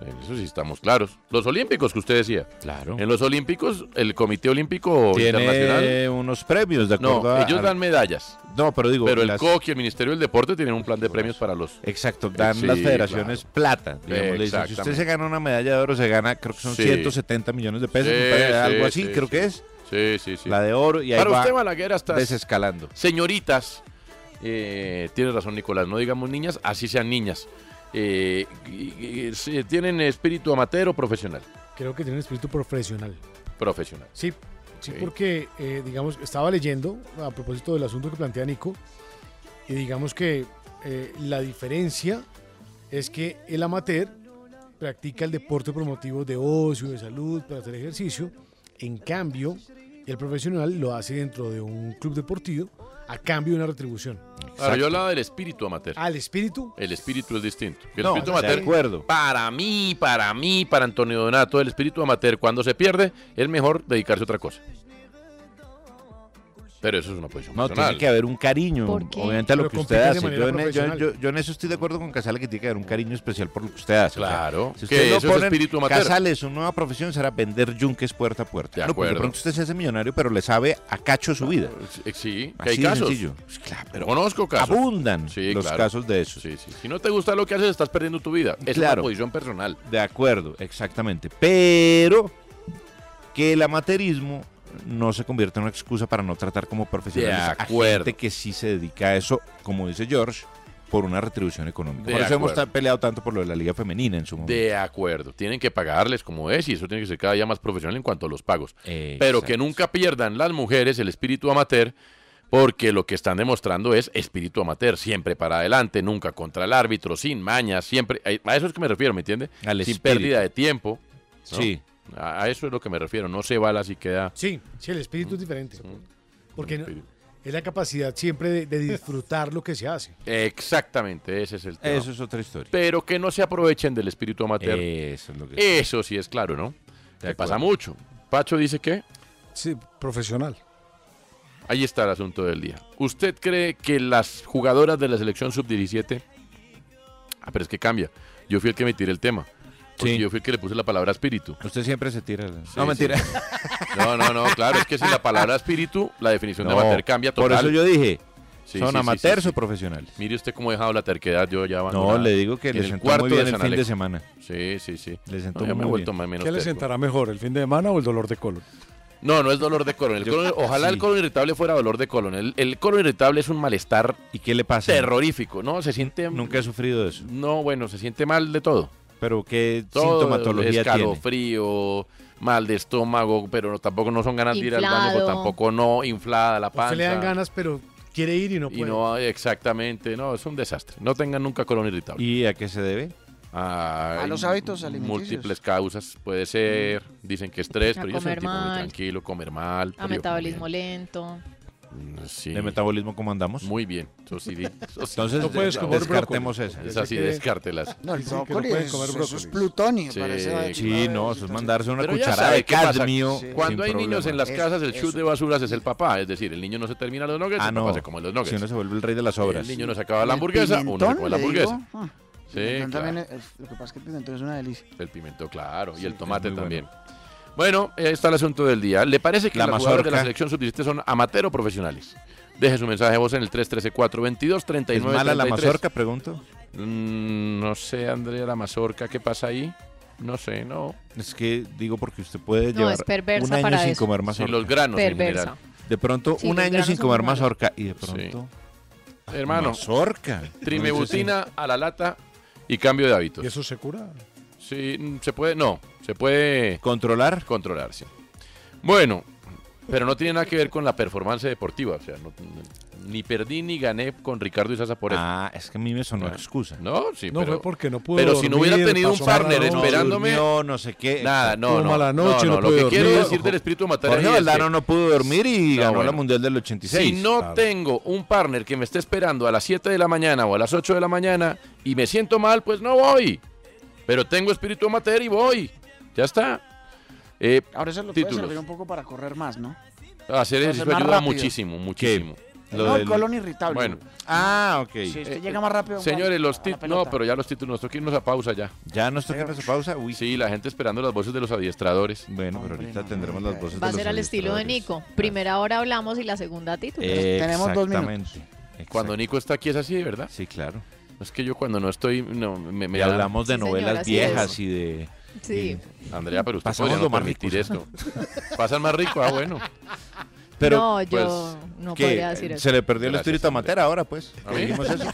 Speaker 2: En eso sí estamos claros. Los olímpicos que usted decía.
Speaker 3: Claro.
Speaker 2: En los olímpicos, el Comité Olímpico Internacional...
Speaker 3: Tiene unos premios, de acuerdo.
Speaker 2: No,
Speaker 3: a-
Speaker 2: ellos
Speaker 3: al-
Speaker 2: dan medallas.
Speaker 3: No, pero digo,
Speaker 2: Pero el
Speaker 3: las-
Speaker 2: COC y el Ministerio del Deporte tienen un plan de premios para los...
Speaker 3: Exacto, dan
Speaker 2: Sí,
Speaker 3: las federaciones
Speaker 2: claro.
Speaker 3: plata. digamos, le dicen, si usted
Speaker 2: Exactamente.
Speaker 3: se gana una medalla de oro, se gana, creo que son
Speaker 2: Sí.
Speaker 3: 170 millones de pesos,
Speaker 2: Sí,
Speaker 3: un premio de
Speaker 2: sí,
Speaker 3: algo así,
Speaker 2: sí,
Speaker 3: creo
Speaker 2: sí.
Speaker 3: que es.
Speaker 2: Sí, sí, sí.
Speaker 3: La de oro y ahí
Speaker 2: Para
Speaker 3: va
Speaker 2: usted, Balaguer, hasta-
Speaker 3: desescalando.
Speaker 2: Señoritas Eh, tienes razón, Nicolás, no digamos niñas, así sean niñas. Eh, y- y- sí, ¿Tienen espíritu amateur o profesional?
Speaker 8: Creo que tienen espíritu profesional.
Speaker 2: Profesional.
Speaker 8: Sí, sí,
Speaker 2: Ok.
Speaker 8: porque, eh, digamos, estaba leyendo a propósito del asunto que plantea Nico, y digamos que eh, la diferencia es que el amateur practica el deporte por motivos de ocio, de salud, para hacer ejercicio. En cambio, el profesional lo hace dentro de un club deportivo a cambio de una retribución.
Speaker 2: Claro, yo hablaba del espíritu amateur.
Speaker 8: Al espíritu,
Speaker 2: El espíritu es distinto. El
Speaker 8: No,
Speaker 2: espíritu
Speaker 8: de
Speaker 2: amateur,
Speaker 8: acuerdo.
Speaker 2: Para mí, para mí, para Antonio Donato, el espíritu amateur, cuando se pierde, es mejor dedicarse a otra cosa. Pero eso es una posición
Speaker 3: No,
Speaker 2: personal.
Speaker 3: tiene que haber un cariño,
Speaker 2: ¿Por qué?
Speaker 3: obviamente, a lo
Speaker 2: Pero
Speaker 3: que usted
Speaker 2: compiten de manera
Speaker 3: hace. Yo en, yo-
Speaker 2: profesional.
Speaker 3: yo- yo en eso estoy de acuerdo con Casale que tiene que haber un cariño especial por lo que usted hace. Claro,
Speaker 2: que eso es espíritu amateur.
Speaker 3: Casale, su nueva profesión será vender yunques puerta a puerta. Claro, porque
Speaker 2: acuerdo.
Speaker 3: de pronto usted se hace millonario, pero le sabe a cacho su vida.
Speaker 2: Eh, Sí, que
Speaker 3: Así
Speaker 2: hay
Speaker 3: de
Speaker 2: casos.
Speaker 3: sencillo. Pues
Speaker 2: pero Conozco casos.
Speaker 3: Abundan
Speaker 2: Sí,
Speaker 3: los
Speaker 2: claro.
Speaker 3: casos de esos.
Speaker 2: Sí, sí. Si no te gusta lo que haces, estás perdiendo tu vida. Es
Speaker 3: Claro.
Speaker 2: una posición personal.
Speaker 3: De acuerdo, exactamente. Pero que el amateurismo no se convierta en una excusa para no tratar como profesionales
Speaker 2: De
Speaker 3: a
Speaker 2: acuerdo.
Speaker 3: gente que sí se dedica a eso, como dice George, por una retribución económica.
Speaker 2: De
Speaker 3: por eso hemos
Speaker 2: acuerdo.
Speaker 3: tan- peleado tanto por lo de la liga femenina en su momento.
Speaker 2: De acuerdo, tienen que pagarles como es y eso tiene que ser cada día más profesional en cuanto a los pagos. Pero que nunca pierdan las mujeres el espíritu amateur porque lo que están demostrando es espíritu amateur, siempre para adelante, nunca contra el árbitro, sin mañas, siempre... eh, A eso es que me refiero, ¿me entiende?
Speaker 3: Al
Speaker 2: sin
Speaker 3: espíritu.
Speaker 2: pérdida de tiempo. ¿no?
Speaker 3: Sí.
Speaker 2: A a eso es lo que me refiero, no se bala si queda...
Speaker 8: sí, sí, el espíritu es diferente. Porque no-
Speaker 2: Mm. espíritu.
Speaker 8: es la capacidad siempre de- de disfrutar lo que se hace.
Speaker 2: Exactamente, ese es el tema.
Speaker 3: Eso es otra historia.
Speaker 2: Pero que no se aprovechen del espíritu amateur.
Speaker 3: Eso,
Speaker 2: Eso sí es claro, ¿no? Que pasa mucho. Pacho dice que...
Speaker 4: Sí, profesional.
Speaker 2: Ahí está el asunto del día. ¿Usted cree que las jugadoras de la selección sub-17... Ah, pero es que cambia. Yo fui el que me tiré el tema. Porque yo fui el que le puse la palabra espíritu.
Speaker 3: Usted siempre se tira. la-
Speaker 2: Sí,
Speaker 3: no, mentira.
Speaker 2: sí. No, no, no, claro, es que si la palabra espíritu, la definición de
Speaker 3: No,
Speaker 2: amateur cambia total.
Speaker 3: Por eso yo dije,
Speaker 2: Sí,
Speaker 3: son
Speaker 2: sí, sí,
Speaker 3: amateurs
Speaker 2: sí, sí.
Speaker 3: o profesionales.
Speaker 2: Mire usted cómo he dejado la terquedad, yo ya
Speaker 3: No,
Speaker 2: abandonada.
Speaker 3: le digo que
Speaker 2: En
Speaker 3: le
Speaker 2: el
Speaker 3: sentó
Speaker 2: cuarto
Speaker 3: muy bien
Speaker 2: de
Speaker 3: el
Speaker 2: San
Speaker 3: fin de
Speaker 2: Alejo.
Speaker 3: semana.
Speaker 2: Sí, sí, sí.
Speaker 3: Le sentó
Speaker 2: No, ya me
Speaker 3: muy
Speaker 2: he
Speaker 3: bien.
Speaker 2: vuelto más menos
Speaker 4: ¿Qué le
Speaker 2: terco.
Speaker 4: sentará mejor, el fin de semana o el dolor de colon?
Speaker 2: No, no es dolor de colon. El
Speaker 4: Yo-
Speaker 2: colon- ojalá
Speaker 4: sí.
Speaker 2: el colon irritable fuera dolor de colon. El, el colon irritable es un malestar
Speaker 3: ¿Y qué le pasa?
Speaker 2: terrorífico. No, se siente.
Speaker 3: Nunca he sufrido de eso.
Speaker 2: No, bueno, se siente mal de todo.
Speaker 3: Pero qué
Speaker 2: Todo,
Speaker 3: sintomatología tiene.
Speaker 2: Escalofrío, mal de estómago, pero no- tampoco no son ganas de ir al baño, pues
Speaker 8: Inflado.
Speaker 2: tampoco no, inflada la
Speaker 8: A usted
Speaker 2: panza.
Speaker 8: le dan ganas, pero quiere ir y no
Speaker 2: y
Speaker 8: puede.
Speaker 2: no, exactamente, no, es un desastre. No tengan nunca colon irritable.
Speaker 3: ¿Y a qué se debe?
Speaker 2: A,
Speaker 5: A los hábitos alimenticios. Mm.
Speaker 2: Múltiples causas, puede ser, dicen que estrés,
Speaker 11: A
Speaker 2: pero yo soy un
Speaker 11: comer
Speaker 2: tipo muy
Speaker 11: mal.
Speaker 2: tranquilo, comer mal.
Speaker 11: A
Speaker 2: pero yo-
Speaker 11: metabolismo lento.
Speaker 2: Sí.
Speaker 3: ¿De metabolismo cómo andamos?
Speaker 2: Muy bien. Eso sí, eso sí.
Speaker 3: Entonces,
Speaker 2: No puedes comer
Speaker 3: descartemos
Speaker 2: brócoli.
Speaker 3: esa.
Speaker 2: Esa sí,
Speaker 3: Porque-
Speaker 2: descártelas.
Speaker 5: No, el
Speaker 2: Dicen que no
Speaker 5: brócoli
Speaker 2: pueden
Speaker 5: es,
Speaker 2: comer
Speaker 5: eso es
Speaker 2: brócoli.
Speaker 5: plutonio.
Speaker 2: Sí,
Speaker 5: parece una eh,
Speaker 3: Sí, no, eso es mandarse una
Speaker 2: Pero ya
Speaker 3: cucharada
Speaker 2: sabe
Speaker 3: de
Speaker 2: qué pasa.
Speaker 3: cadmio. sin
Speaker 2: Cuando hay niños
Speaker 3: problema.
Speaker 2: en las
Speaker 3: Eso,
Speaker 2: casas, el
Speaker 3: eso.
Speaker 2: shoot de basuras es el papá. Es decir, el niño no se termina los nuggets,
Speaker 3: Ah,
Speaker 2: el papá
Speaker 3: no.
Speaker 2: se come los nuggets.
Speaker 3: Si uno se vuelve el rey de las obras.
Speaker 2: El niño no se acaba la hamburguesa, uno se
Speaker 5: pimentón,
Speaker 2: come la
Speaker 5: le
Speaker 2: hamburguesa.
Speaker 5: digo, ah,
Speaker 2: Sí,
Speaker 5: pimentón
Speaker 2: claro.
Speaker 5: también es- lo que pasa es que el pimentón es una delicia.
Speaker 2: El pimiento, claro. Y
Speaker 5: Sí,
Speaker 2: el tomate
Speaker 5: es muy
Speaker 2: también. Bueno, ahí está el asunto del día. ¿Le parece que
Speaker 3: La
Speaker 2: las jugadoras de la
Speaker 3: mazorca.
Speaker 2: selección sub-17 son amateur o profesionales? Deje su mensaje de voz en el 313-422-3933.
Speaker 3: ¿Es mala la mazorca, pregunto?
Speaker 2: Mm, no sé, Andrea, la mazorca, ¿qué pasa ahí? No sé, no.
Speaker 3: Es que digo porque usted puede
Speaker 11: No,
Speaker 3: llevar
Speaker 11: es perversa
Speaker 3: un año
Speaker 11: para
Speaker 3: sin
Speaker 11: eso.
Speaker 3: comer mazorca.
Speaker 2: Sí, los granos en Perversa. general.
Speaker 3: De pronto,
Speaker 2: Sí,
Speaker 3: un
Speaker 2: los
Speaker 3: año
Speaker 2: granos
Speaker 3: sin
Speaker 2: son
Speaker 3: comer
Speaker 2: malos.
Speaker 3: mazorca y de
Speaker 2: Sí.
Speaker 3: pronto...
Speaker 2: Hermano.
Speaker 3: Mazorca.
Speaker 2: Trimebutina a la lata y cambio de hábitos.
Speaker 4: ¿Y eso se cura?
Speaker 2: Sí, mm, se puede, no, se puede...
Speaker 3: ¿Controlar?
Speaker 2: Controlar, sí. Bueno, pero no tiene nada que ver con la performance deportiva, o sea, no- ni perdí ni gané con Ricardo Isaza por eso.
Speaker 3: Ah, es que a mí me sonó excusa.
Speaker 2: No, sí,
Speaker 4: No,
Speaker 2: pero,
Speaker 4: fue porque no pudo
Speaker 2: Pero si no hubiera
Speaker 4: dormir,
Speaker 2: tenido un
Speaker 4: pasó mala
Speaker 2: partner
Speaker 4: noche.
Speaker 2: esperándome...
Speaker 3: durmió, no sé qué.
Speaker 2: Nada, no,
Speaker 3: Tuvo
Speaker 2: no.
Speaker 3: mala noche,
Speaker 2: no,
Speaker 3: no pudo
Speaker 2: Lo que quiero
Speaker 3: dormir.
Speaker 2: decir del espíritu amateur
Speaker 3: Jorge
Speaker 2: ahí es
Speaker 3: Valdano
Speaker 2: que-
Speaker 3: no pudo dormir y
Speaker 2: No,
Speaker 3: ganó
Speaker 2: bueno.
Speaker 3: la Mundial del 86.
Speaker 2: Si no tengo un partner que me esté esperando a las 7 de la mañana o a las 8 de la mañana y me siento mal, pues no voy. Pero tengo espíritu amateur y voy. Ya está. Eh,
Speaker 5: Ahora eso lo puede
Speaker 2: títulos.
Speaker 5: servir un poco para correr más, ¿no?
Speaker 2: Hacer
Speaker 5: Para
Speaker 2: ejercicio
Speaker 5: más
Speaker 2: ayuda
Speaker 5: rápido.
Speaker 2: muchísimo, muchísimo.
Speaker 5: Lo No, el del- colon irritable.
Speaker 2: Bueno. Eh,
Speaker 3: Ah, ok.
Speaker 5: Si usted llega más rápido.
Speaker 2: Señores, los
Speaker 5: tips.
Speaker 2: títulos. No, pero ya los títulos. Nos toca irnos a pausa ya.
Speaker 3: ¿Ya nos toca irnos a pausa? Uy.
Speaker 2: Sí, la gente esperando las voces de los adiestradores.
Speaker 3: Bueno, pero ahorita tendremos las voces
Speaker 11: Va a ser al estilo de Nico. Primera hora hablamos y la segunda título.
Speaker 3: Eh,
Speaker 2: Cuando Nico está aquí es así, ¿verdad?
Speaker 3: Sí, claro.
Speaker 2: Es que yo cuando no estoy. No, me, me
Speaker 3: Y
Speaker 2: da-
Speaker 3: hablamos de
Speaker 11: Sí, señor,
Speaker 3: novelas
Speaker 11: así
Speaker 3: viejas
Speaker 11: es.
Speaker 3: y de...
Speaker 11: Sí.
Speaker 2: Andrea, pero usted
Speaker 3: Pasamos
Speaker 2: podría no
Speaker 3: lo más
Speaker 2: permitir
Speaker 3: rico.
Speaker 2: esto. Pasan más rico, ah, bueno.
Speaker 3: Pero, pues,
Speaker 11: no, yo no
Speaker 3: ¿qué? Eh,
Speaker 11: podría decir eso.
Speaker 3: Se le perdió el
Speaker 2: Gracias,
Speaker 3: espíritu
Speaker 2: hombre.
Speaker 3: matera ahora, pues.
Speaker 2: ¿A mí?
Speaker 3: Dijimos eso.
Speaker 2: No,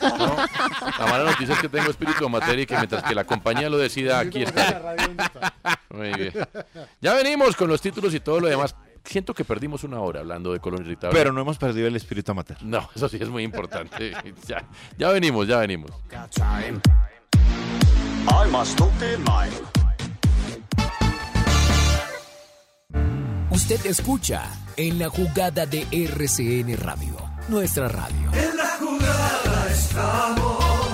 Speaker 2: La mala noticia es que tengo espíritu de materia y que mientras que la compañía lo decida, aquí está. Muy bien. Ya venimos con los títulos y todo lo demás. Siento que perdimos una hora hablando de colon irritable.
Speaker 3: Pero no hemos perdido el espíritu amateur.
Speaker 2: No, eso sí es muy importante. Ya, ya venimos, ya venimos.
Speaker 12: I must look at mine.
Speaker 13: Usted escucha en la jugada de RCN Radio, nuestra radio.
Speaker 12: En la jugada estamos.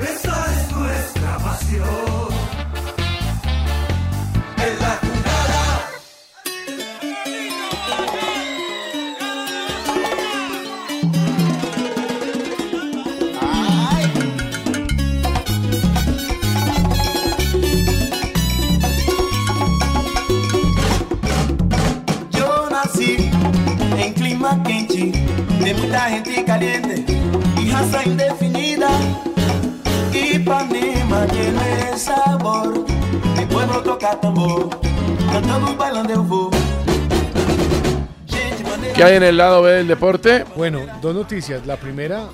Speaker 12: Esa es nuestra pasión. En la jugada.
Speaker 14: Yo nací en clima quente, de muita gente caliente y raza indefinida. Ipanema tiene sabor, mi pueblo toca tambor, cantando y bailando eu vou.
Speaker 2: ¿Qué hay en el lado B del deporte?
Speaker 8: Bueno, dos noticias. La primera,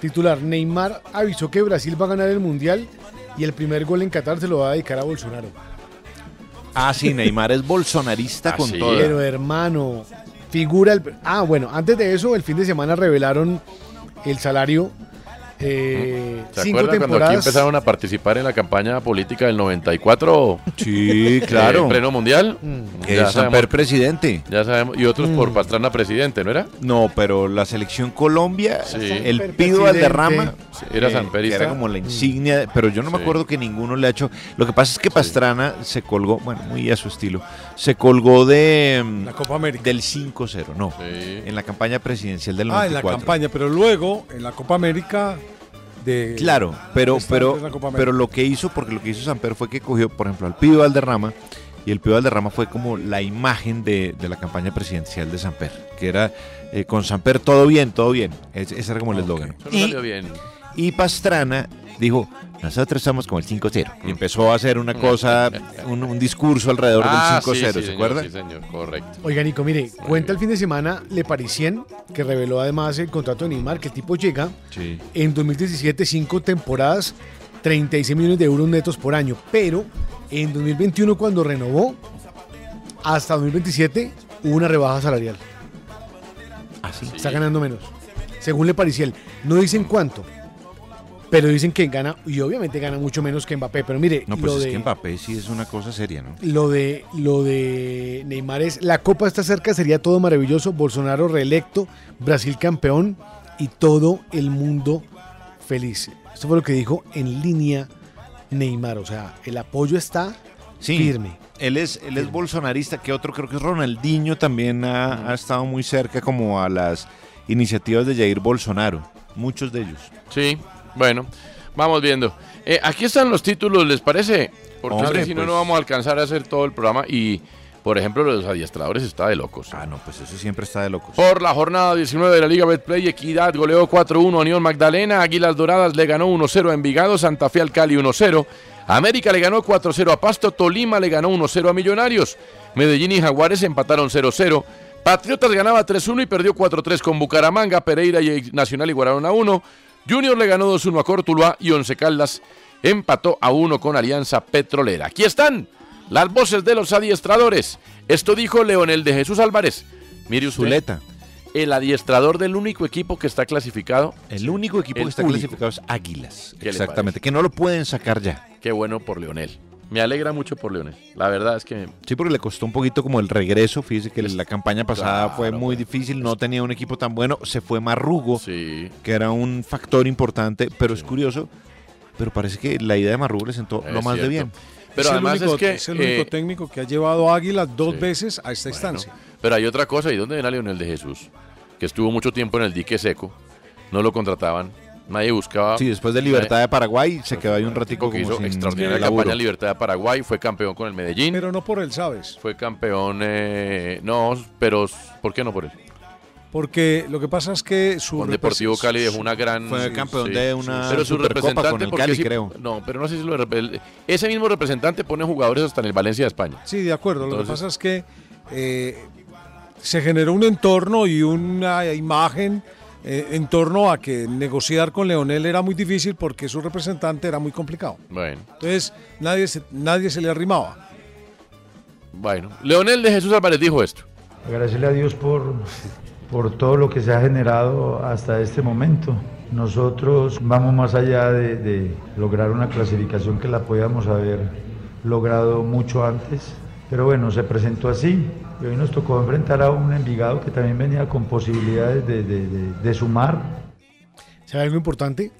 Speaker 8: titular, Neymar avisó que Brasil va a ganar el Mundial y el primer gol en Qatar se lo va a dedicar a Bolsonaro.
Speaker 3: Ah, sí, Neymar es bolsonarista con todo.
Speaker 8: Pero hermano, figura el... Ah, bueno, antes de eso, el fin de semana revelaron el salario. eh,
Speaker 2: ¿Se
Speaker 8: cinco
Speaker 2: acuerdan cuando aquí
Speaker 8: temporadas.
Speaker 2: empezaron a participar en la campaña política del 94?
Speaker 3: Sí,
Speaker 2: Eh,
Speaker 3: claro.
Speaker 2: pleno mundial.
Speaker 3: Mm.
Speaker 2: Ya sabemos-
Speaker 3: Es Samper presidente. Mm.
Speaker 2: Ya sabemos. Y otros por Pastrana presidente, ¿no era?
Speaker 3: No, pero la selección Colombia,
Speaker 2: Sí.
Speaker 3: el pido al derrama,
Speaker 2: Sí, era samperista.
Speaker 3: Era como la insignia, de- pero yo no me acuerdo que ninguno le ha hecho. Lo que pasa es que Pastrana se colgó, bueno, muy a su estilo, se colgó de mm,
Speaker 4: La Copa América.
Speaker 3: del 5-0, no, en la campaña presidencial del
Speaker 4: Ah, en la
Speaker 3: 94.
Speaker 4: campaña, pero luego en la Copa América de
Speaker 3: Claro, pero,
Speaker 4: Está en la Copa
Speaker 3: pero,
Speaker 4: América.
Speaker 3: pero lo que hizo, porque lo que hizo Samper fue que cogió, por ejemplo, al Pío Valderrama, y el Pío Valderrama fue como la imagen de, de la campaña presidencial de Samper, que era eh, con Samper todo bien, todo bien. Es- ese era como el eslogan.
Speaker 2: Eso no salió bien.
Speaker 3: Y Pastrana dijo, nosotros estamos con el 5-0. Y empezó a hacer una cosa, un, un discurso alrededor
Speaker 2: Ah, sí,
Speaker 3: del 5-0,
Speaker 2: sí,
Speaker 3: ¿se
Speaker 2: señor,
Speaker 3: acuerdan?
Speaker 2: Sí, señor, correcto.
Speaker 8: Oiga, Nico, mire, cuenta el fin de semana Le Parisien, que reveló además el contrato de Neymar, que el tipo llega
Speaker 3: Sí.
Speaker 8: en 2017, cinco temporadas, 36 millones de euros netos por año. Pero en 2021, cuando renovó, hasta 2027, hubo una rebaja salarial.
Speaker 3: ¿Ah,
Speaker 8: Está ganando menos. Según Le Parisiel. No dicen cuánto, pero dicen que gana, y obviamente gana mucho menos que Mbappé. Pero mire,
Speaker 3: No, pues
Speaker 8: lo
Speaker 3: es
Speaker 8: de-
Speaker 3: que Mbappé sí es una cosa seria, ¿no?
Speaker 8: lo de, lo de Neymar es, la copa está cerca, sería todo maravilloso, Bolsonaro reelecto, Brasil campeón y todo el mundo feliz. Esto fue lo que dijo en línea Neymar, o sea, el apoyo está
Speaker 3: Sí.
Speaker 8: firme.
Speaker 3: Él es, él es bolsonarista, que otro creo que es Ronaldinho también ha, ha estado muy cerca como a las iniciativas de Jair Bolsonaro, muchos de ellos.
Speaker 2: Sí, bueno, vamos viendo. Eh, aquí están los títulos, ¿les parece? Porque es que
Speaker 3: Hombre,
Speaker 2: si no,
Speaker 3: pues.
Speaker 2: no vamos a alcanzar a hacer todo el programa. Y, por ejemplo, los adiestradores está de locos.
Speaker 3: Ah, no, pues eso siempre está de locos.
Speaker 2: Por la jornada 19 de la Liga Betplay, Equidad goleó 4-1 a Unión Magdalena, Águilas Doradas le ganó 1-0 a Envigado, Santa Fe al Cali 1-0, América le ganó 4-0 a Pasto, Tolima le ganó 1-0 a Millonarios, Medellín y Jaguares empataron 0-0, Patriotas ganaba 3-1 y perdió 4-3 con Bucaramanga, Pereira y Nacional igualaron a 1, Junior le ganó 2-1 a Cortuluá y Once Caldas empató a 1 con Alianza Petrolera. Aquí están las voces de los adiestradores. Esto dijo Leonel de Jesús Álvarez. Mire usted,
Speaker 3: Zuleta.
Speaker 2: el adiestrador del único equipo que está clasificado.
Speaker 3: El único equipo
Speaker 2: El
Speaker 3: que está
Speaker 2: único.
Speaker 3: clasificado es Águilas.
Speaker 2: ¿Qué le
Speaker 3: Exactamente, que no lo pueden sacar ya.
Speaker 2: Qué bueno por Leonel. Me alegra mucho por Leonel. La verdad es que
Speaker 3: Sí, porque le costó un poquito como el regreso. Fíjese que la campaña pasada fue
Speaker 2: pues,
Speaker 3: muy difícil, no tenía un equipo tan bueno. Se fue Marrugo, que era un factor importante, pero es curioso. Pero parece que la idea de Marrugo le sentó
Speaker 2: Es
Speaker 3: lo más de
Speaker 2: cierto.
Speaker 3: bien.
Speaker 2: Pero
Speaker 4: es el
Speaker 2: además
Speaker 4: único-
Speaker 2: es que,
Speaker 4: el único
Speaker 2: eh,
Speaker 4: técnico que ha llevado a Águila dos veces a esta instancia.
Speaker 2: Pero hay otra cosa, ¿y dónde ven a Leonel de Jesús? Que estuvo mucho tiempo en el dique seco, no lo contrataban, nadie buscaba.
Speaker 3: Sí, después de Libertad de
Speaker 2: Nadie-
Speaker 3: Paraguay se quedó ahí un ratico
Speaker 2: que
Speaker 3: como
Speaker 2: hizo
Speaker 3: sin
Speaker 2: extraordinaria
Speaker 3: laburo.
Speaker 2: campaña en Libertad de Paraguay, fue campeón con el Medellín.
Speaker 4: Pero no por él, ¿sabes?
Speaker 2: Fue campeón, eh, no, pero ¿por qué no por él?
Speaker 4: Porque lo que pasa es que su
Speaker 2: Con
Speaker 4: repre-
Speaker 2: Deportivo Cali dejó una gran.
Speaker 3: pues, Fue campeón
Speaker 2: sí,
Speaker 3: de
Speaker 2: sí,
Speaker 3: una
Speaker 2: sí. Pero su
Speaker 3: Supercopa
Speaker 2: representante,
Speaker 3: con el
Speaker 2: porque
Speaker 3: Cali,
Speaker 2: sí-
Speaker 3: creo.
Speaker 2: No, pero no sé si lo. el- Ese mismo representante pone jugadores hasta en el Valencia de España.
Speaker 4: Sí, de acuerdo. lo que
Speaker 2: Entonces-
Speaker 4: pasa es que eh, se generó un entorno y una imagen eh, en torno a que negociar con Leonel era muy difícil porque su representante era muy complicado.
Speaker 2: Bueno,
Speaker 4: Entonces nadie se, nadie se le arrimaba.
Speaker 2: bueno. Leonel de Jesús Álvarez dijo esto.
Speaker 15: Agradecerle a Dios por, por todo lo que se ha generado hasta este momento. Nosotros vamos más allá de, de lograr una clasificación que la podíamos haber logrado mucho antes, pero bueno, se presentó así y hoy nos tocó enfrentar a un Envigado que también venía con posibilidades de- de- de- de sumar,
Speaker 8: ¿Sabe algo importante?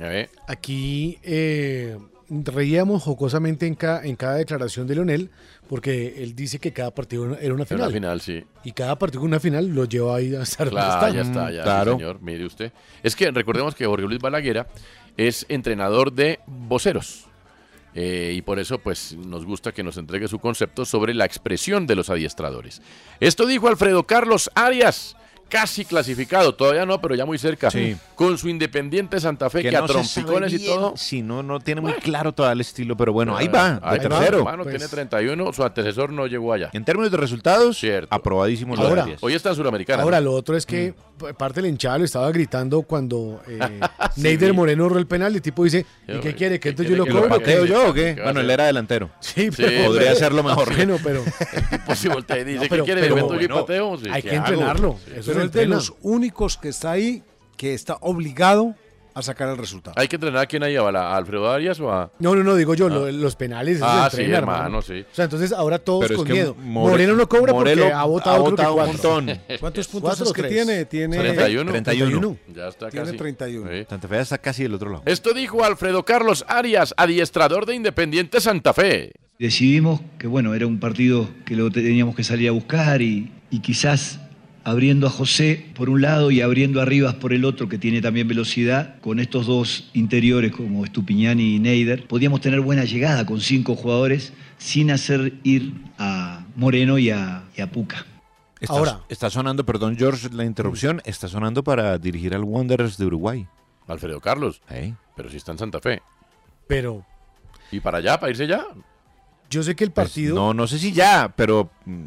Speaker 8: Aquí eh, reíamos jocosamente en, ca- en cada declaración de Leonel, porque él dice que cada partido era una
Speaker 2: En la
Speaker 8: final.
Speaker 2: final, sí.
Speaker 8: Y cada partido una final lo lleva ahí a estar donde
Speaker 2: Claro, ya está, ya, sí,
Speaker 8: Claro.
Speaker 2: señor. Mire usted. Es que recordemos que Jorge Luis Balaguera es entrenador de voceros. Eh, y por eso, pues, nos gusta que nos entregue su concepto sobre la expresión de los adiestradores. Esto dijo Alfredo Carlos Arias, casi clasificado, todavía no, pero ya muy cerca,
Speaker 3: Sí.
Speaker 2: con su Independiente Santa Fe, que, a trompicones y todo.
Speaker 3: Si no, no tiene muy claro todavía el estilo, pero bueno, ahí
Speaker 2: Ah,
Speaker 3: va, de
Speaker 2: ahí va,
Speaker 3: tercero. Pues,
Speaker 2: hermano, tiene 31, su antecesor no llegó allá.
Speaker 3: En términos de resultados, aprobadísimo lo de
Speaker 8: Ahora.
Speaker 3: Arias.
Speaker 2: Hoy está en Suramericana.
Speaker 8: Ahora,
Speaker 2: ¿no? Mm.
Speaker 8: lo otro es que p- parte del hinchada le estaba gritando cuando eh,
Speaker 2: Sí,
Speaker 8: Neider
Speaker 2: sí.
Speaker 8: Moreno erró el penal y el tipo dice, ¿y qué quiere? ¿Que entonces yo lo
Speaker 3: ¿Lo
Speaker 8: cobro?
Speaker 3: pateo
Speaker 8: ¿Qué?
Speaker 3: yo o qué?
Speaker 8: ¿Qué va a
Speaker 3: Bueno, él
Speaker 8: hacer?
Speaker 3: era delantero.
Speaker 8: Sí, pero-
Speaker 3: Podría hacerlo mejor.
Speaker 8: Bueno, pero...
Speaker 2: Pues si voltea y dice,
Speaker 4: No, pero-
Speaker 2: ¿qué quiere?
Speaker 4: pero
Speaker 2: ¿Evento yo y
Speaker 4: bueno,
Speaker 2: pateo? pues, Sí,
Speaker 4: hay
Speaker 2: ¿qué
Speaker 4: que
Speaker 2: hago?
Speaker 4: entrenarlo.
Speaker 2: Sí.
Speaker 4: Pero es de los únicos que está ahí que está obligado a sacar el resultado.
Speaker 2: ¿Hay que entrenar a quién ahí? ¿A, la- a Alfredo Arias o a...?
Speaker 8: No, no, no, digo yo,
Speaker 2: Ah.
Speaker 8: lo- los penales eso
Speaker 2: Ah,
Speaker 8: se
Speaker 2: sí,
Speaker 8: entrena,
Speaker 2: hermano, sí.
Speaker 8: O sea, entonces ahora todos
Speaker 2: Pero es
Speaker 8: con
Speaker 2: que
Speaker 8: miedo.
Speaker 2: More-
Speaker 8: Moreno no cobra porque
Speaker 2: Morelo
Speaker 8: ha votado,
Speaker 2: ha
Speaker 8: creo que
Speaker 2: votado un
Speaker 8: cuatro.
Speaker 2: montón.
Speaker 4: ¿Cuántos puntos
Speaker 8: Cuatro
Speaker 4: es
Speaker 8: o
Speaker 4: que
Speaker 8: tres?
Speaker 4: tiene? Tiene
Speaker 2: 31.
Speaker 3: 31.
Speaker 2: Ya está
Speaker 4: Tiene
Speaker 2: casi.
Speaker 4: 31.
Speaker 3: Santa Fe está casi del otro lado.
Speaker 2: Esto dijo Alfredo Carlos Arias, adiestrador de Independiente Santa Fe.
Speaker 16: Decidimos que bueno, era un partido que lo teníamos que salir a buscar y, y quizás abriendo a José por un lado y abriendo a Rivas por el otro, que tiene también velocidad, con estos dos interiores como Estupiñani y Neider, podíamos tener buena llegada con cinco jugadores sin hacer ir a Moreno y a, y a Puca.
Speaker 3: Está, está sonando, perdón George, la interrupción, está sonando para dirigir al Wanderers de Uruguay.
Speaker 2: Alfredo Carlos. Pero si está en Santa Fe.
Speaker 8: Pero
Speaker 2: ¿Y para allá? ¿Para irse ya?
Speaker 8: yo sé que el
Speaker 3: Pues,
Speaker 8: partido...
Speaker 3: no, no sé si ya, pero, mm,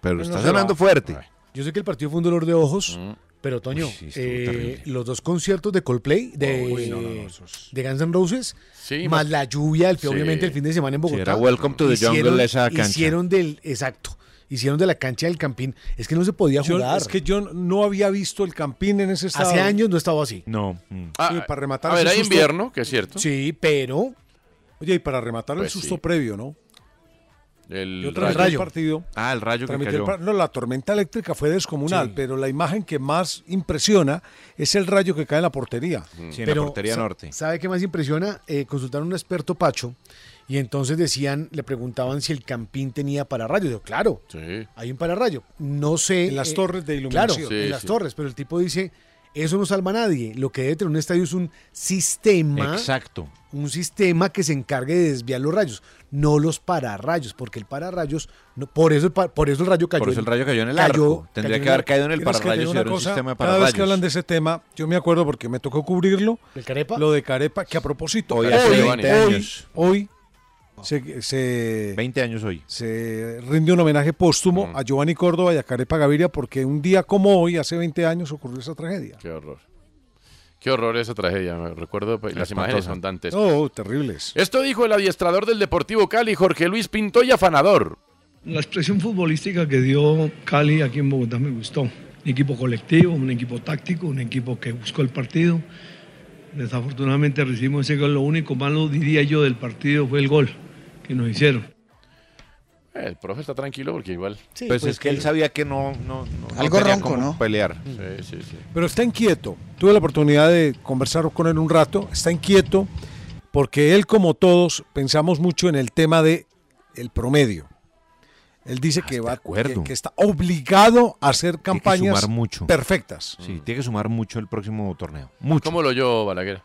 Speaker 3: pero
Speaker 8: no
Speaker 3: está
Speaker 8: se
Speaker 3: sonando
Speaker 8: va.
Speaker 3: fuerte. Mm.
Speaker 8: Yo sé que el partido fue un dolor de ojos, pero Toño, eh, los dos conciertos de Coldplay, de, de Guns N' Roses,
Speaker 2: Sí,
Speaker 8: más
Speaker 2: más-
Speaker 8: la lluvia, el,
Speaker 2: Sí.
Speaker 8: obviamente el fin de semana en
Speaker 3: Sí,
Speaker 8: Bogotá.
Speaker 3: era Welcome to the Jungle esa cancha.
Speaker 8: Hicieron del, exacto, hicieron de la cancha del Campín. Es que no se podía
Speaker 4: Yo-
Speaker 8: jugar.
Speaker 4: es que yo no había visto el Campín en ese estado.
Speaker 8: Hace años no estaba así.
Speaker 3: No.
Speaker 2: Ah,
Speaker 4: Y para rematar
Speaker 2: a ver,
Speaker 4: ese
Speaker 2: hay
Speaker 4: susto-
Speaker 2: invierno, que es cierto.
Speaker 8: Sí, pero.
Speaker 4: Oye, y para rematar
Speaker 2: Pues
Speaker 4: el susto
Speaker 2: sí.
Speaker 4: previo, ¿no?
Speaker 2: El
Speaker 4: Yo transmití
Speaker 2: rayo.
Speaker 4: el partido.
Speaker 3: Ah, el rayo que
Speaker 4: Transmití
Speaker 3: cayó.
Speaker 4: par- no, la tormenta eléctrica fue descomunal, pero la imagen que más impresiona es el rayo que cae en la portería.
Speaker 2: Mm.
Speaker 8: Pero, sa- ¿Sabe qué más impresiona? Eh, consultaron a un experto Pacho y entonces decían, le preguntaban si el Campín tenía pararrayos. Digo, claro, hay un pararrayo. No sé. eh,
Speaker 4: En las torres de iluminación.
Speaker 8: Claro,
Speaker 4: Sí,
Speaker 8: en las
Speaker 4: sí.
Speaker 8: torres, pero el tipo dice, eso no salva a nadie. Lo que debe tener un estadio es un sistema.
Speaker 3: Exacto.
Speaker 8: Un sistema que se encargue de desviar los rayos, no los pararrayos, porque el pararrayos, no, por, eso, el pa- por eso el rayo cayó.
Speaker 3: Por eso el rayo cayó en el arco. Tendría que
Speaker 8: ar-
Speaker 3: haber caído en el
Speaker 8: Pero es que
Speaker 3: pararrayos
Speaker 8: te digo
Speaker 3: y
Speaker 8: una
Speaker 3: era un
Speaker 8: cosa,
Speaker 3: sistema de
Speaker 4: Cada vez que
Speaker 3: pararrayos.
Speaker 4: hablan de ese tema, yo me acuerdo porque me tocó cubrirlo.
Speaker 8: ¿El Carepa?
Speaker 4: Lo de Carepa, que a propósito,
Speaker 3: Hoy hace 20
Speaker 4: hoy-
Speaker 3: años.
Speaker 4: hoy se, se-
Speaker 3: 20 años hoy.
Speaker 4: Se
Speaker 8: Eh,
Speaker 4: rinde un homenaje póstumo
Speaker 3: Mm.
Speaker 4: a Giovanni Córdoba y a Carepa Gaviria porque un día como hoy, hace 20 años, ocurrió esa tragedia.
Speaker 2: Qué horror. Qué horror esa tragedia. me Recuerdo, pues, las
Speaker 4: Espantosa.
Speaker 2: imágenes son dantes.
Speaker 4: Oh, terribles.
Speaker 2: Esto dijo el adiestrador del Deportivo Cali, Jorge Luis Pintoy Afanador.
Speaker 17: La expresión futbolística que dio Cali aquí en Bogotá me gustó. Un equipo colectivo, un equipo táctico, un equipo que buscó el partido. Desafortunadamente recibimos ese gol. Lo único malo, diría yo, del partido fue el gol que nos hicieron.
Speaker 2: Eh, El profe está tranquilo porque igual.
Speaker 3: Sí, Pues pues es que él sí. sabía que no, no, no
Speaker 4: Algo tenía ronco, cómo ¿no?
Speaker 3: pelear.
Speaker 2: Sí, sí, sí.
Speaker 4: Pero está inquieto. Tuve la oportunidad de conversar con él un rato. Está inquieto porque él, como todos, pensamos mucho en el tema de el promedio. Él dice
Speaker 2: Ah,
Speaker 4: que, va, que,
Speaker 3: acuerdo.
Speaker 4: que está obligado a hacer
Speaker 3: Tiene que
Speaker 4: campañas
Speaker 3: sumar mucho.
Speaker 4: perfectas.
Speaker 3: Sí, tiene que sumar mucho el próximo torneo. Mucho.
Speaker 2: ¿Cómo lo yo, Oh, Balaguer?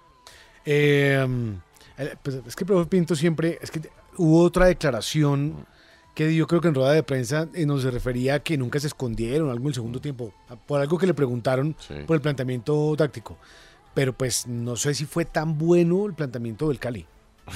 Speaker 8: Eh, eh, pues, es que el profe Pinto siempre, es que hubo otra declaración que yo creo que en rueda de prensa eh, nos refería a que nunca se escondieron, algo en el
Speaker 2: Mm.
Speaker 8: segundo tiempo, a- por algo que le preguntaron por el planteamiento táctico. Pero pues no sé si fue tan bueno el planteamiento del Cali.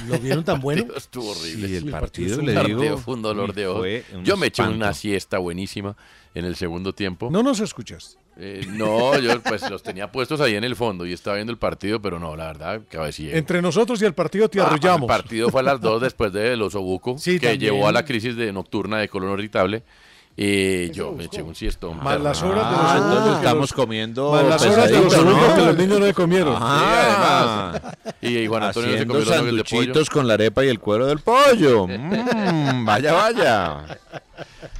Speaker 8: ¿Lo vieron tan bueno?
Speaker 2: partido estuvo horrible.
Speaker 3: Sí, el
Speaker 2: Uy,
Speaker 3: partido,
Speaker 2: es un
Speaker 3: le
Speaker 2: partido,
Speaker 3: digo,
Speaker 2: fue un dolor de ojo.
Speaker 3: fue un
Speaker 2: Yo me eché
Speaker 3: espanto.
Speaker 2: una siesta buenísima en el segundo tiempo.
Speaker 4: No nos escuchas.
Speaker 2: Eh, no, yo pues los tenía puestos ahí en el fondo y estaba viendo el partido, pero no, la verdad, cabecilla.
Speaker 4: Entre nosotros y el partido te arrullamos.
Speaker 2: Ah, El partido fue a las 2 después de los Obuco,
Speaker 4: Sí,
Speaker 2: que
Speaker 4: también.
Speaker 2: llevó a la crisis de nocturna de colon irritable. Eh, yo me eché un siestón.
Speaker 4: Más las horas
Speaker 2: Ah,
Speaker 4: de los Obuco
Speaker 2: entonces
Speaker 4: que los-
Speaker 2: estamos comiendo.
Speaker 4: más las horas de los
Speaker 2: pesadito,
Speaker 4: Obuco que los
Speaker 3: niños no comieron.
Speaker 2: Ah, y, y Juan Antonio no se
Speaker 3: Haciendo
Speaker 2: comió los nuggets de pollo.
Speaker 3: sanduchitos con la arepa y el cuero del pollo.
Speaker 4: Eh,
Speaker 3: Mm, vaya, vaya.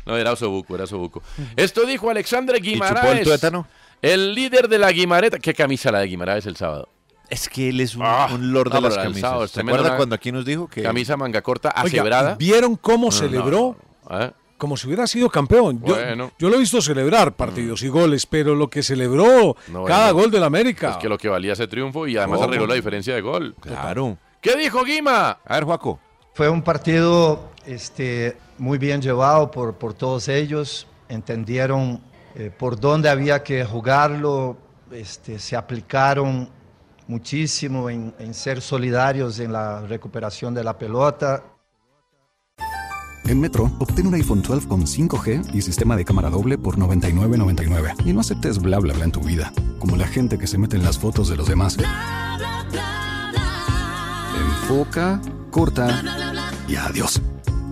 Speaker 2: No, era Osobuco, era Osobuco. Esto dijo Alexandre
Speaker 3: chupó el
Speaker 2: Guimaraes.
Speaker 3: tuétano?
Speaker 2: El líder de la Guimareta. ¿Qué camisa la de Guimaraes el sábado? Ah,
Speaker 3: Es que él es un, un lord de
Speaker 2: No,
Speaker 3: las
Speaker 2: pero el sábado es
Speaker 3: camisas. ¿Se
Speaker 2: tremendo,
Speaker 3: acuerda
Speaker 2: ¿no?
Speaker 3: cuando aquí nos dijo que
Speaker 2: Camisa manga corta,
Speaker 4: Oiga,
Speaker 2: asebrada.
Speaker 4: ¿Vieron cómo
Speaker 2: No,
Speaker 4: celebró?
Speaker 2: no, no. ¿Eh?
Speaker 4: Como si hubiera sido campeón. Yo,
Speaker 2: Bueno. Mm.
Speaker 4: yo lo he visto celebrar partidos y goles, pero lo que celebró
Speaker 2: No,
Speaker 4: cada
Speaker 2: bueno. Pues
Speaker 4: gol del América.
Speaker 2: Es que lo que valía ese triunfo y además
Speaker 4: ¿Cómo?
Speaker 2: arregló la diferencia de gol.
Speaker 3: Claro.
Speaker 2: ¿Qué dijo Guima?
Speaker 3: A ver, Juaco.
Speaker 18: Fue un partido este, muy bien llevado por, por todos ellos. Entendieron eh, por dónde había que jugarlo. Este, se aplicaron muchísimo en, en ser solidarios en la recuperación de la pelota.
Speaker 9: En Metro, obtén un iPhone 12 con 5G y sistema de cámara doble por $99.99. Y no aceptes bla bla bla en tu vida, como la gente que se mete en las fotos de los demás. Enfoca, corta y adiós.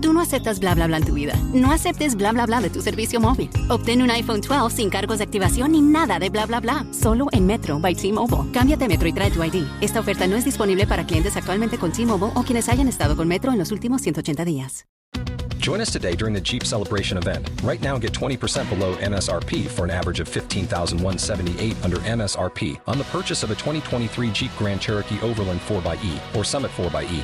Speaker 10: Tú no aceptas bla bla bla en tu vida. No aceptes bla bla bla de tu servicio móvil. Obtén un iPhone 12 sin cargos de activación ni nada de bla bla bla. Solo en Metro by T-Mobile. Cámbiate a Metro y trae tu ID. Esta oferta no es disponible para clientes actualmente con T-Mobile o quienes hayan estado con Metro en los últimos 180 días.
Speaker 19: Join us today during the Jeep Celebration event. Right now, get 20% below MSRP for an average of 15178 under MSRP on the purchase of a 2023 Jeep Grand Cherokee Overland 4xE or Summit 4xE.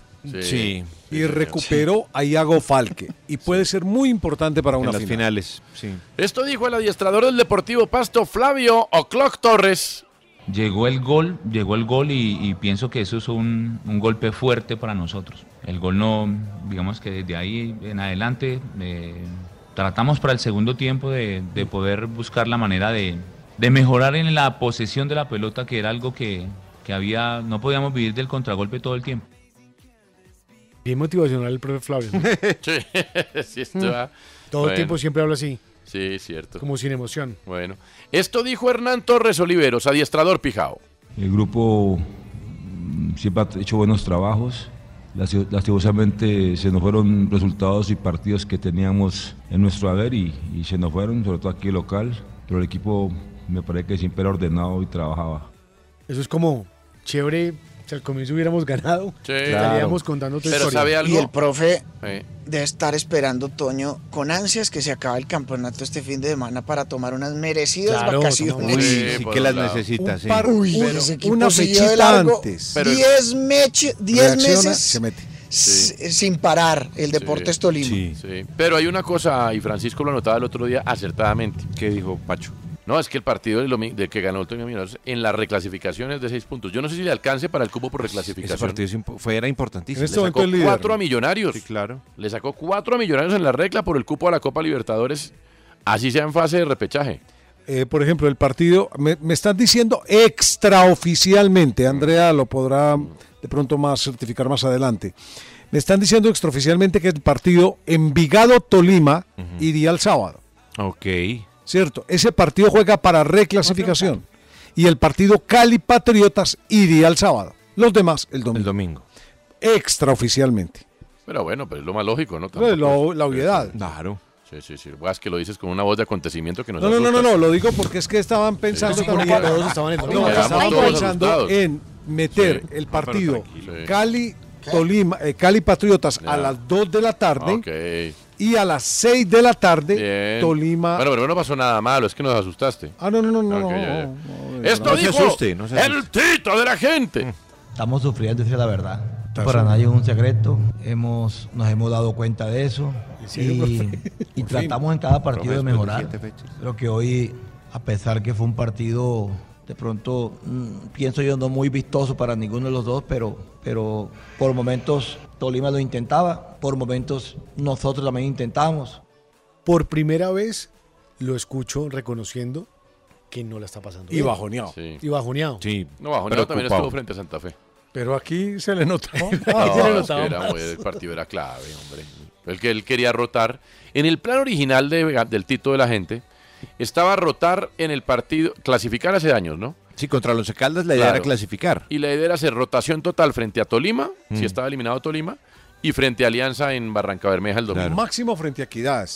Speaker 2: Sí.
Speaker 4: y recuperó a Iago Falque. Y puede ser muy importante para
Speaker 3: en
Speaker 4: una
Speaker 3: las
Speaker 4: final.
Speaker 3: finales. Sí.
Speaker 2: Esto dijo el adiestrador del Deportivo Pasto, Flavio O'Clock Torres.
Speaker 20: Llegó el gol, llegó el gol y, y pienso que eso es un, un golpe fuerte para nosotros. El gol no, digamos que desde ahí en adelante eh, tratamos para el segundo tiempo de, de poder buscar la manera de, de mejorar en la posesión de la pelota, que era algo que, que había, no podíamos vivir del contragolpe todo el tiempo.
Speaker 8: Bien motivacional el profe Flavio. ¿no? Mm.
Speaker 2: Sí, sí, esto va.
Speaker 8: Todo
Speaker 2: Bueno.
Speaker 8: el tiempo siempre habla así,
Speaker 2: Sí, cierto.
Speaker 8: como sin emoción.
Speaker 2: Bueno. Esto dijo Hernán Torres Oliveros, adiestrador Pijao.
Speaker 21: El grupo mm, siempre ha hecho buenos trabajos. Lasti- Lastimosamente se nos fueron resultados y partidos que teníamos en nuestro haber y, y se nos fueron, sobre todo aquí local. Pero el equipo me parece que siempre era ordenado y trabajaba.
Speaker 8: Eso es como chévere. Si al comienzo hubiéramos ganado,
Speaker 2: Sí.
Speaker 8: estaríamos contando otra historia.
Speaker 5: Y el profe debe estar esperando, Toño, con ansias que se acabe el campeonato este fin de semana para tomar unas merecidas
Speaker 3: Claro,
Speaker 5: vacaciones.
Speaker 3: tomamos- Uy, Sí, sí por que un las lado. necesita, Un sí. par-
Speaker 5: Uy,
Speaker 3: pero
Speaker 5: ese equipo
Speaker 3: una
Speaker 5: siguió de
Speaker 3: fechita
Speaker 5: largo
Speaker 3: antes. Pero-
Speaker 5: 10 meche- 10
Speaker 4: Reacciona,
Speaker 5: meses
Speaker 4: se mete.
Speaker 5: s- eh, sin parar el Deportes Tolima.
Speaker 2: Sí. Pero hay una cosa, y Francisco lo anotaba el otro día acertadamente. ¿Qué dijo Pacho? No, es que el partido del, domi- del que ganó el Tolima Millonarios en las reclasificaciones de seis puntos. Yo no sé si le alcance para el cupo por reclasificación.
Speaker 3: Ese partido es impo- fue, era importantísimo.
Speaker 4: este
Speaker 2: Le sacó cuatro a millonarios.
Speaker 3: claro.
Speaker 2: Le sacó cuatro a millonarios en la regla por el cupo a la Copa Libertadores, así sea en fase de repechaje.
Speaker 4: Eh, por ejemplo, el partido, me, me están diciendo extraoficialmente, Andrea lo podrá de pronto más certificar más adelante. Me están diciendo extraoficialmente que el partido Envigado-Tolima iría el sábado,
Speaker 3: Ok.
Speaker 4: ¿cierto? Ese partido juega para reclasificación. Y el partido Cali-Patriotas iría el sábado. Los demás el domingo. El
Speaker 3: domingo.
Speaker 4: Extraoficialmente.
Speaker 2: Pero bueno, pues es lo más lógico, ¿no?
Speaker 4: Pues,
Speaker 2: Tampoco
Speaker 4: lo-
Speaker 2: es-
Speaker 4: la obviedad.
Speaker 3: Claro.
Speaker 2: Sí, sí, sí. Guas, que lo dices con una voz de acontecimiento que nos
Speaker 4: No, no, no,
Speaker 2: asusta.
Speaker 4: no, no, lo digo porque es que estaban pensando
Speaker 2: Sí, sí,
Speaker 4: también.
Speaker 2: porque todos estaban en
Speaker 4: No,
Speaker 2: Tolima.
Speaker 4: estaban
Speaker 2: Quedamos todos
Speaker 4: pensando
Speaker 2: asustados.
Speaker 4: en meter
Speaker 2: Sí. Ah,
Speaker 4: el
Speaker 2: pero
Speaker 4: partido
Speaker 2: tranquilo.
Speaker 4: Cali Tolima, eh, Cali Patriotas
Speaker 2: Ya.
Speaker 4: a las 2 de la tarde
Speaker 2: Ok.
Speaker 4: y a las 6 de la tarde
Speaker 2: Bien.
Speaker 4: Tolima.
Speaker 2: Bueno, pero no pasó nada malo, es que nos asustaste.
Speaker 4: Ah, no, no, no, no.
Speaker 2: Ok, ya, ya.
Speaker 4: no, no,
Speaker 2: Esto
Speaker 4: no.
Speaker 2: dijo el tito de la gente.
Speaker 22: Mm.
Speaker 23: Estamos sufriendo, esa es la verdad.
Speaker 24: Para nadie es un secreto. Hemos, nos hemos dado cuenta de eso.
Speaker 22: Sí,
Speaker 24: y
Speaker 22: profe.
Speaker 24: y
Speaker 22: Por
Speaker 24: tratamos
Speaker 22: fin.
Speaker 24: en cada partido
Speaker 22: Profe,
Speaker 24: de
Speaker 22: después de
Speaker 24: mejorar.
Speaker 22: siete fechas.
Speaker 24: Creo que hoy, a pesar que fue un partido de pronto, mm, pienso yo, no muy vistoso para ninguno de los dos, pero, pero por momentos Tolima lo intentaba, por momentos nosotros también intentamos.
Speaker 8: Por primera vez lo escucho reconociendo que no la está pasando.
Speaker 4: Y
Speaker 8: bien.
Speaker 4: bajoneado. Sí.
Speaker 8: Y bajoneado.
Speaker 7: Sí.
Speaker 2: No, Bajonero también estuvo frente a Santa Fe.
Speaker 4: Pero aquí se le notó.
Speaker 2: No, es que era muy- el partido era clave, hombre. El que él quería rotar. En el plan original de- del Tito de la gente, estaba rotar en el partido, clasificar hace años, ¿no?
Speaker 7: Sí, contra los Caldas la idea
Speaker 2: Claro.
Speaker 7: era clasificar.
Speaker 2: Y la idea era hacer rotación total frente a Tolima,
Speaker 7: Mm.
Speaker 2: si estaba eliminado Tolima, y frente a Alianza en Barranca Bermeja el domingo.
Speaker 4: Máximo frente a Equidad.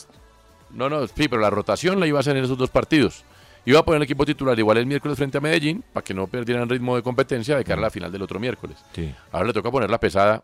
Speaker 2: No, no, sí, pero la rotación la iba a hacer en esos dos partidos. Iba a poner el equipo titular igual el miércoles frente a Medellín para que no perdieran ritmo de competencia de cara a
Speaker 7: Mm.
Speaker 2: la final del otro miércoles. Ahora le toca poner la pesada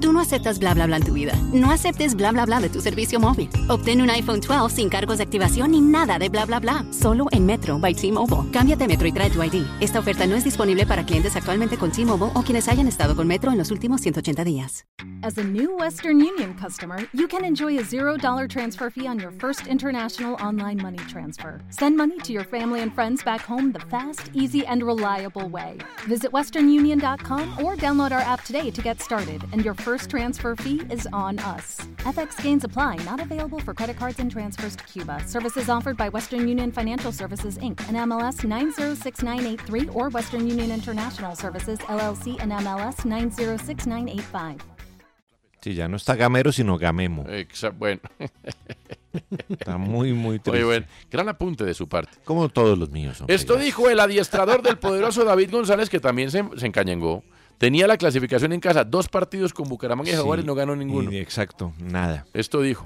Speaker 10: Tú no aceptas bla bla bla en tu vida. No aceptes bla bla bla de tu servicio móvil. Obtén un iPhone 12 sin cargos de activación ni nada de bla bla bla. Solo en Metro by T-Mobile. Cámbiate a Metro y trae tu ID. Esta oferta no es disponible para clientes actualmente con T-Mobile o quienes hayan estado con Metro en los últimos 180 días.
Speaker 25: As a new Western Union customer, you can enjoy a $0 transfer fee on your first international online money transfer. Send money to your family and friends back home the fast, easy, and reliable way. Visit westernunion.com or download our app today to get started, and your first transfer fee is on us. FX gains apply, not available for credit cards and transfers to Cuba. Services offered by Western Union Financial Services Inc. and MLS 906983 or Western Union International Services LLC and MLS 906985.
Speaker 7: Sí, ya no está gamero, sino gamemo.
Speaker 2: Exa- Bueno.
Speaker 7: Está muy, muy triste.
Speaker 2: Eh, Oye, bueno, gran apunte de su parte. Eh,
Speaker 7: Como todos los míos. hombre,
Speaker 2: Esto
Speaker 7: ya.
Speaker 2: dijo el adiestrador del poderoso David González, que también se, se encañengó. Tenía la clasificación en casa, dos partidos con Bucaramanga y
Speaker 7: Sí,
Speaker 2: Jaguares, no ganó ninguno.
Speaker 7: y- exacto, nada.
Speaker 2: Esto dijo.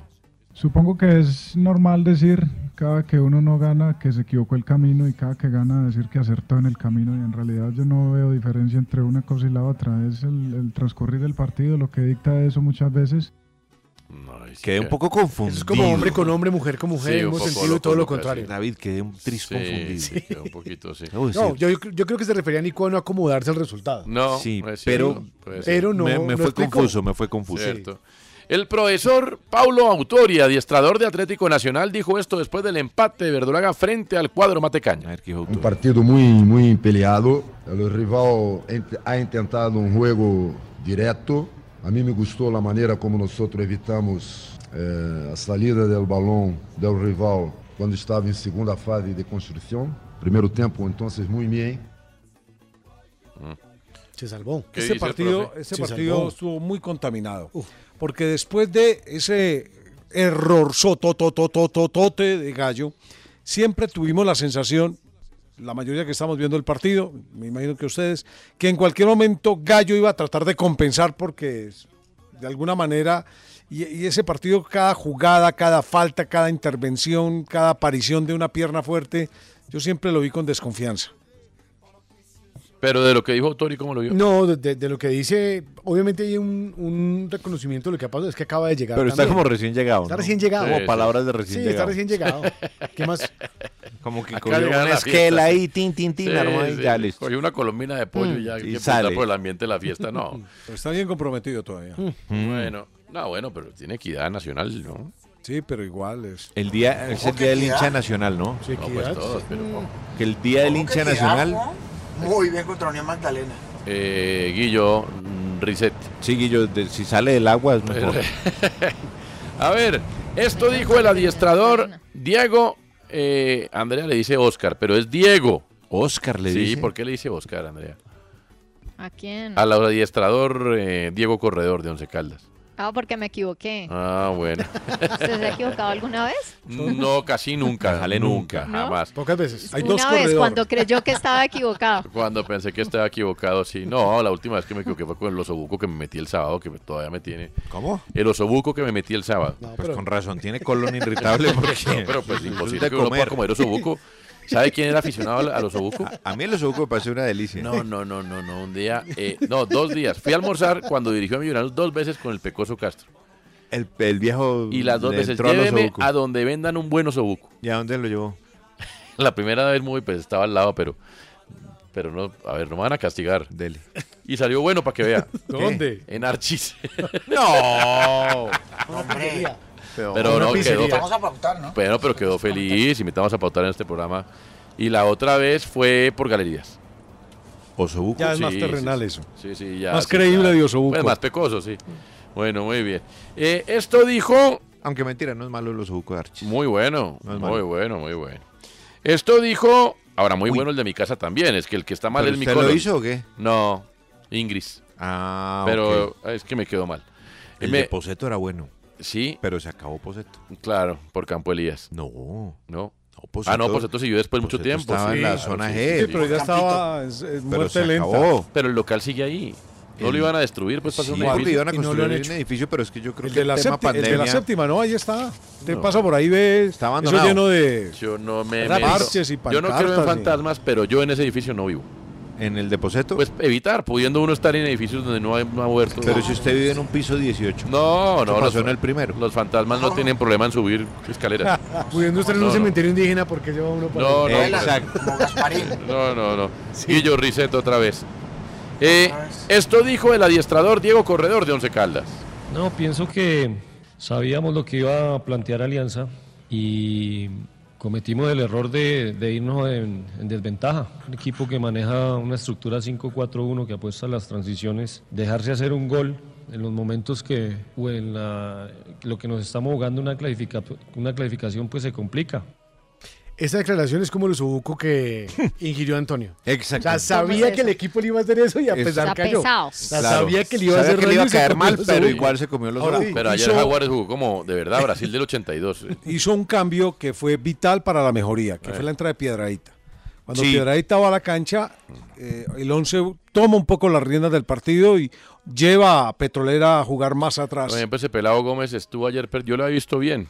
Speaker 26: Supongo que es normal decir cada que uno no gana que se equivocó el camino y cada que gana decir que acertó en el camino y en realidad yo no veo diferencia entre una cosa y la otra. Es el, el transcurrir del partido lo que dicta eso muchas veces.
Speaker 7: Quedé un poco confundido.
Speaker 8: Pues Es como hombre con hombre, mujer con mujer,
Speaker 7: Sí, un
Speaker 8: hemos
Speaker 7: poco
Speaker 8: sentido
Speaker 7: loco,
Speaker 8: todo lo
Speaker 7: loco,
Speaker 8: contrario.
Speaker 7: sí. David, quedé un tris
Speaker 2: Sí,
Speaker 7: confundido.
Speaker 2: sí, quedó un poquito, sí.
Speaker 7: Uy, pues sí.
Speaker 8: No, yo, yo creo que se refería a Nico a no acomodarse al resultado.
Speaker 2: No,
Speaker 7: Sí,
Speaker 2: puede ser,
Speaker 7: pero-
Speaker 2: puede ser.
Speaker 8: pero no.
Speaker 7: Me- me
Speaker 8: no
Speaker 7: fue
Speaker 8: explicó.
Speaker 7: confuso, me fue confuso.
Speaker 2: Cierto. El profesor Paulo Autori, adiestrador de Atlético Nacional, dijo esto después del empate de Verdolaga frente al cuadro Matecaña.
Speaker 23: Un Um partido muy, muy peleado. El rival ent- ha intentado un juego directo. A mí me gustó la manera como nosotros evitamos eh, la salida del balón del rival cuando estaba en segunda fase de construcción. Primeiro tempo, entonces, muy bien.
Speaker 8: Se salvó.
Speaker 2: ¿Qué
Speaker 4: Este
Speaker 2: dice el
Speaker 4: partido,
Speaker 2: profe?
Speaker 4: este
Speaker 2: Se
Speaker 4: partido
Speaker 2: salvó.
Speaker 4: estuvo muy contaminado. Porque después de ese error sotototototote de Gallo, siempre tuvimos la sensación, la mayoría que estamos viendo el partido, me imagino que ustedes, que en cualquier momento Gallo iba a tratar de compensar porque es- de alguna manera, y, y ese partido, cada jugada, cada falta, cada intervención, cada aparición de una pierna fuerte, yo siempre lo vi con desconfianza.
Speaker 2: Pero de lo que dijo Autori, ¿cómo lo vio?
Speaker 8: No, de, de lo que dice, obviamente hay un, un reconocimiento de lo que ha pasado, es que acaba de llegar.
Speaker 7: Pero está
Speaker 8: también.
Speaker 7: como recién llegado.
Speaker 8: Está
Speaker 7: ¿no?
Speaker 8: recién llegado.
Speaker 7: Como palabras de recién
Speaker 8: Sí, está
Speaker 7: llegado.
Speaker 8: recién llegado. ¿Qué más?
Speaker 7: Como que
Speaker 2: Acaba
Speaker 7: cogió
Speaker 2: de llegar a
Speaker 7: una
Speaker 2: la
Speaker 7: esquela
Speaker 2: fiesta,
Speaker 7: ahí,
Speaker 2: sí.
Speaker 7: tin, tin, tin,
Speaker 2: Sí,
Speaker 7: armó y
Speaker 2: sí,
Speaker 7: ya
Speaker 2: sí.
Speaker 7: listo.
Speaker 2: Cogió una colombina de pollo
Speaker 7: Mm.
Speaker 2: y ya
Speaker 7: Y
Speaker 2: que
Speaker 7: sale.
Speaker 2: por el ambiente de la fiesta, no.
Speaker 4: Pero está bien comprometido todavía.
Speaker 2: Bueno, no, bueno, pero tiene equidad nacional, ¿no?
Speaker 4: Sí, pero igual es.
Speaker 7: El día, es el día del hincha nacional, ¿no?
Speaker 4: Sí,
Speaker 2: No, pues todos, pero ojo.
Speaker 7: Que el día del
Speaker 5: ¿Cómo que
Speaker 7: hincha
Speaker 5: queda,
Speaker 7: nacional.
Speaker 5: Juan? Muy bien contra Unión Magdalena.
Speaker 2: Eh, Guillo, mm, reset.
Speaker 7: Sí, Guillo, de- si sale del agua es mejor.
Speaker 2: A ver, esto dijo el adiestrador Diego. eh, Andrea le dice Oscar, pero es Diego.
Speaker 7: Oscar le
Speaker 2: Sí,
Speaker 7: dice.
Speaker 2: ¿por qué le dice Oscar, Andrea?
Speaker 11: ¿A quién?
Speaker 2: Al adiestrador eh, Diego Corredor de Once Caldas.
Speaker 11: Ah, porque me equivoqué.
Speaker 2: Ah, bueno.
Speaker 11: ¿Usted se ha equivocado alguna vez?
Speaker 2: No, casi nunca. nunca, jamás.
Speaker 8: Pocas veces.
Speaker 2: Hay
Speaker 11: Una
Speaker 2: dos
Speaker 11: vez
Speaker 2: corredor.
Speaker 11: cuando creyó que estaba equivocado.
Speaker 2: Cuando pensé que estaba equivocado, sí. No, la última vez que me equivoqué fue con el osobuco que me metí el sábado, que me- todavía me tiene.
Speaker 7: ¿Cómo?
Speaker 2: El osobuco que me metí el sábado.
Speaker 7: Pues con razón, tiene colon irritable porque.
Speaker 2: No, pero pues
Speaker 7: es
Speaker 2: imposible
Speaker 7: de
Speaker 2: que uno pueda
Speaker 7: comer. Ah.
Speaker 2: comer osobuco ¿Sabe quién era aficionado al- al osobuco?
Speaker 3: A mí el osobuco me parece una delicia.
Speaker 2: No, no, no, no, no. Un día, eh, no, dos días. Fui a almorzar cuando dirigió a Millonarios dos veces con el Pecoso Castro.
Speaker 3: El, el viejo.
Speaker 2: Y las dos
Speaker 3: le
Speaker 2: veces,
Speaker 3: entró al
Speaker 2: lléveme
Speaker 3: osobuco.
Speaker 2: a donde vendan un buen osobuco.
Speaker 3: ¿Y a dónde lo llevó?
Speaker 2: La primera vez muy, pues estaba al lado, pero. Pero no, a ver, no me van a castigar.
Speaker 3: Dele.
Speaker 2: Y salió bueno para que vea.
Speaker 8: ¿Dónde?
Speaker 2: En Archis.
Speaker 3: ¡No!
Speaker 5: Hombre.
Speaker 2: Pero,
Speaker 5: Una pizzería.
Speaker 2: no, quedó, fe-
Speaker 5: Invitamos a pautar, ¿no?
Speaker 2: Bueno, pero quedó feliz, invitamos a pautar en este programa. Y la otra vez fue por galerías.
Speaker 3: Osobuco.
Speaker 4: Ya es más terrenal eso.
Speaker 2: Sí, sí, ya.
Speaker 4: Más
Speaker 2: sí,
Speaker 4: creíble
Speaker 2: ya.
Speaker 4: de Osobuco.
Speaker 2: Pues más pecoso, sí. Bueno, muy bien. Eh, esto dijo.
Speaker 3: Aunque mentira, no es malo el osobuco de Archis.
Speaker 2: Muy bueno,
Speaker 3: No es
Speaker 2: muy
Speaker 3: malo.
Speaker 2: bueno, muy bueno. Esto dijo. Ahora, muy bueno el de mi casa también. Es que el que está mal
Speaker 3: ¿Pero
Speaker 2: es mi
Speaker 3: usted lo hizo o qué?
Speaker 2: No, Ingris.
Speaker 3: Ah,
Speaker 2: Pero
Speaker 3: ok.
Speaker 2: eh, es que me quedó mal.
Speaker 3: El
Speaker 2: Me-
Speaker 3: de Poseto era bueno.
Speaker 2: Sí.
Speaker 3: Pero se acabó Poseto.
Speaker 2: Claro, por Campo Elías.
Speaker 3: No.
Speaker 2: No.
Speaker 3: Poseto-
Speaker 2: ah, no, Poseto siguió después mucho
Speaker 3: Poseto
Speaker 2: tiempo.
Speaker 3: estaba en la zona G. Sí,
Speaker 4: pero ya estaba, es- es Pero muerte se lenta. acabó.
Speaker 2: Pero el local sigue ahí. No lo
Speaker 3: El-
Speaker 2: iban a destruir, pues pasó
Speaker 3: Sí,
Speaker 2: un
Speaker 3: porque
Speaker 2: edificio.
Speaker 3: iban a construir un edificio, pero es que yo creo
Speaker 4: El
Speaker 3: que
Speaker 4: de, la
Speaker 3: el tema
Speaker 4: séptima, el de la
Speaker 3: pandemia...
Speaker 4: séptima, no, ahí está. Te
Speaker 3: No.
Speaker 4: pasa por ahí, ves.
Speaker 3: Está
Speaker 4: eso
Speaker 3: abandonado.
Speaker 4: lleno de.
Speaker 2: Yo no me
Speaker 4: Rap-
Speaker 2: meto.
Speaker 4: parches y
Speaker 2: Yo no creo en
Speaker 4: pancartas,
Speaker 2: fantasmas, pero yo en ese edificio no vivo.
Speaker 3: ¿En el deposito?
Speaker 2: Pues evitar, pudiendo uno estar en edificios donde no hay, no ha muerto.
Speaker 3: Pero si usted vive en un piso 18.
Speaker 2: No,
Speaker 3: Eso
Speaker 2: no.
Speaker 3: pasó en
Speaker 2: el primero. Los fantasmas no tienen problema en subir escaleras.
Speaker 8: Pudiendo estar en
Speaker 2: No,
Speaker 8: un
Speaker 2: no.
Speaker 8: cementerio indígena porque lleva uno para
Speaker 2: No, no,
Speaker 8: allá.
Speaker 2: No, no, no. Guillo Riseto otra vez. Eh, esto dijo el adiestrador Diego Corredor de Once Caldas.
Speaker 22: No, pienso que sabíamos lo que iba a plantear Alianza y cometimos el error de, de irnos en, en desventaja. Un equipo que maneja una estructura 5-4-1 que apuesta a las transiciones, dejarse hacer un gol en los momentos que o en la- lo que nos estamos jugando una, clasifica- una clasificación pues se complica.
Speaker 8: Esa declaración es como el osobuco que ingirió Antonio.
Speaker 3: Exacto.
Speaker 8: O sea, sabía que el equipo le pues, iba a hacer eso y a pesar
Speaker 3: Está
Speaker 8: cayó.
Speaker 3: pesado.
Speaker 8: O sea,
Speaker 3: Claro.
Speaker 8: sabía que le iba a
Speaker 3: Sabía
Speaker 8: hacer
Speaker 3: que le iba a
Speaker 8: daño y se
Speaker 3: caer
Speaker 8: comió
Speaker 3: mal,
Speaker 8: el osobuco.
Speaker 3: pero igual se comió los
Speaker 4: Ahora,
Speaker 2: Sí, Pero ayer
Speaker 4: hizo-
Speaker 2: Jaguares jugó como de verdad Brasil del 82.
Speaker 4: hizo un cambio que fue vital para la mejoría, que
Speaker 2: Eh.
Speaker 4: fue la entrada de Piedradita. Cuando
Speaker 2: Sí.
Speaker 4: Piedradita va a la cancha, eh, el 11 toma un poco las riendas del partido y lleva a Petrolera a jugar más
Speaker 2: Por
Speaker 4: atrás.
Speaker 2: ejemplo, ese pelado Gómez estuvo ayer, pero yo lo había visto bien.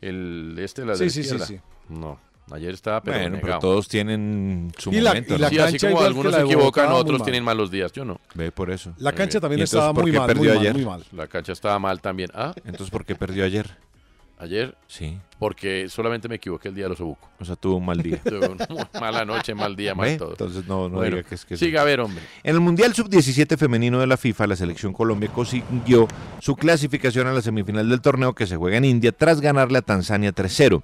Speaker 2: El este, la
Speaker 4: Mm. Sí,
Speaker 2: de
Speaker 4: sí, sí,
Speaker 2: izquierda.
Speaker 4: sí.
Speaker 2: No, ayer estaba pero
Speaker 3: Bueno, pero
Speaker 2: negado.
Speaker 3: todos tienen su
Speaker 4: Y la-
Speaker 3: momento.
Speaker 4: y la
Speaker 3: ¿no?
Speaker 2: Sí, así
Speaker 4: cancha
Speaker 2: como
Speaker 4: igual que
Speaker 2: algunos
Speaker 4: la
Speaker 2: se
Speaker 4: de Bogotá,
Speaker 2: equivocan,
Speaker 4: muy
Speaker 2: otros
Speaker 4: mal.
Speaker 2: tienen malos días, yo no.
Speaker 3: Ve por eso.
Speaker 4: La
Speaker 2: Muy
Speaker 4: cancha
Speaker 2: bien.
Speaker 4: también
Speaker 3: ¿Y entonces
Speaker 4: estaba
Speaker 3: por
Speaker 4: muy
Speaker 3: qué
Speaker 4: mal, muy
Speaker 3: perdió
Speaker 4: mal,
Speaker 3: ayer?
Speaker 4: muy mal.
Speaker 2: La cancha estaba mal también. Ah,
Speaker 3: Entonces, ¿por qué perdió ayer?
Speaker 2: ayer
Speaker 3: Sí.
Speaker 2: porque solamente me equivoqué el día de los obucos.
Speaker 3: O sea, tuvo un mal día.
Speaker 2: Tuve una muy mala noche, mal día, mal
Speaker 3: ¿Ve?
Speaker 2: todo.
Speaker 3: Entonces, Pues no, no
Speaker 2: Bueno,
Speaker 3: diga que es que...
Speaker 2: siga a ver, hombre.
Speaker 3: En el Mundial Sub-17 femenino de la FIFA, la selección Colombia consiguió su clasificación a la semifinal del torneo que se juega en India tras ganarle a Tanzania 3-0.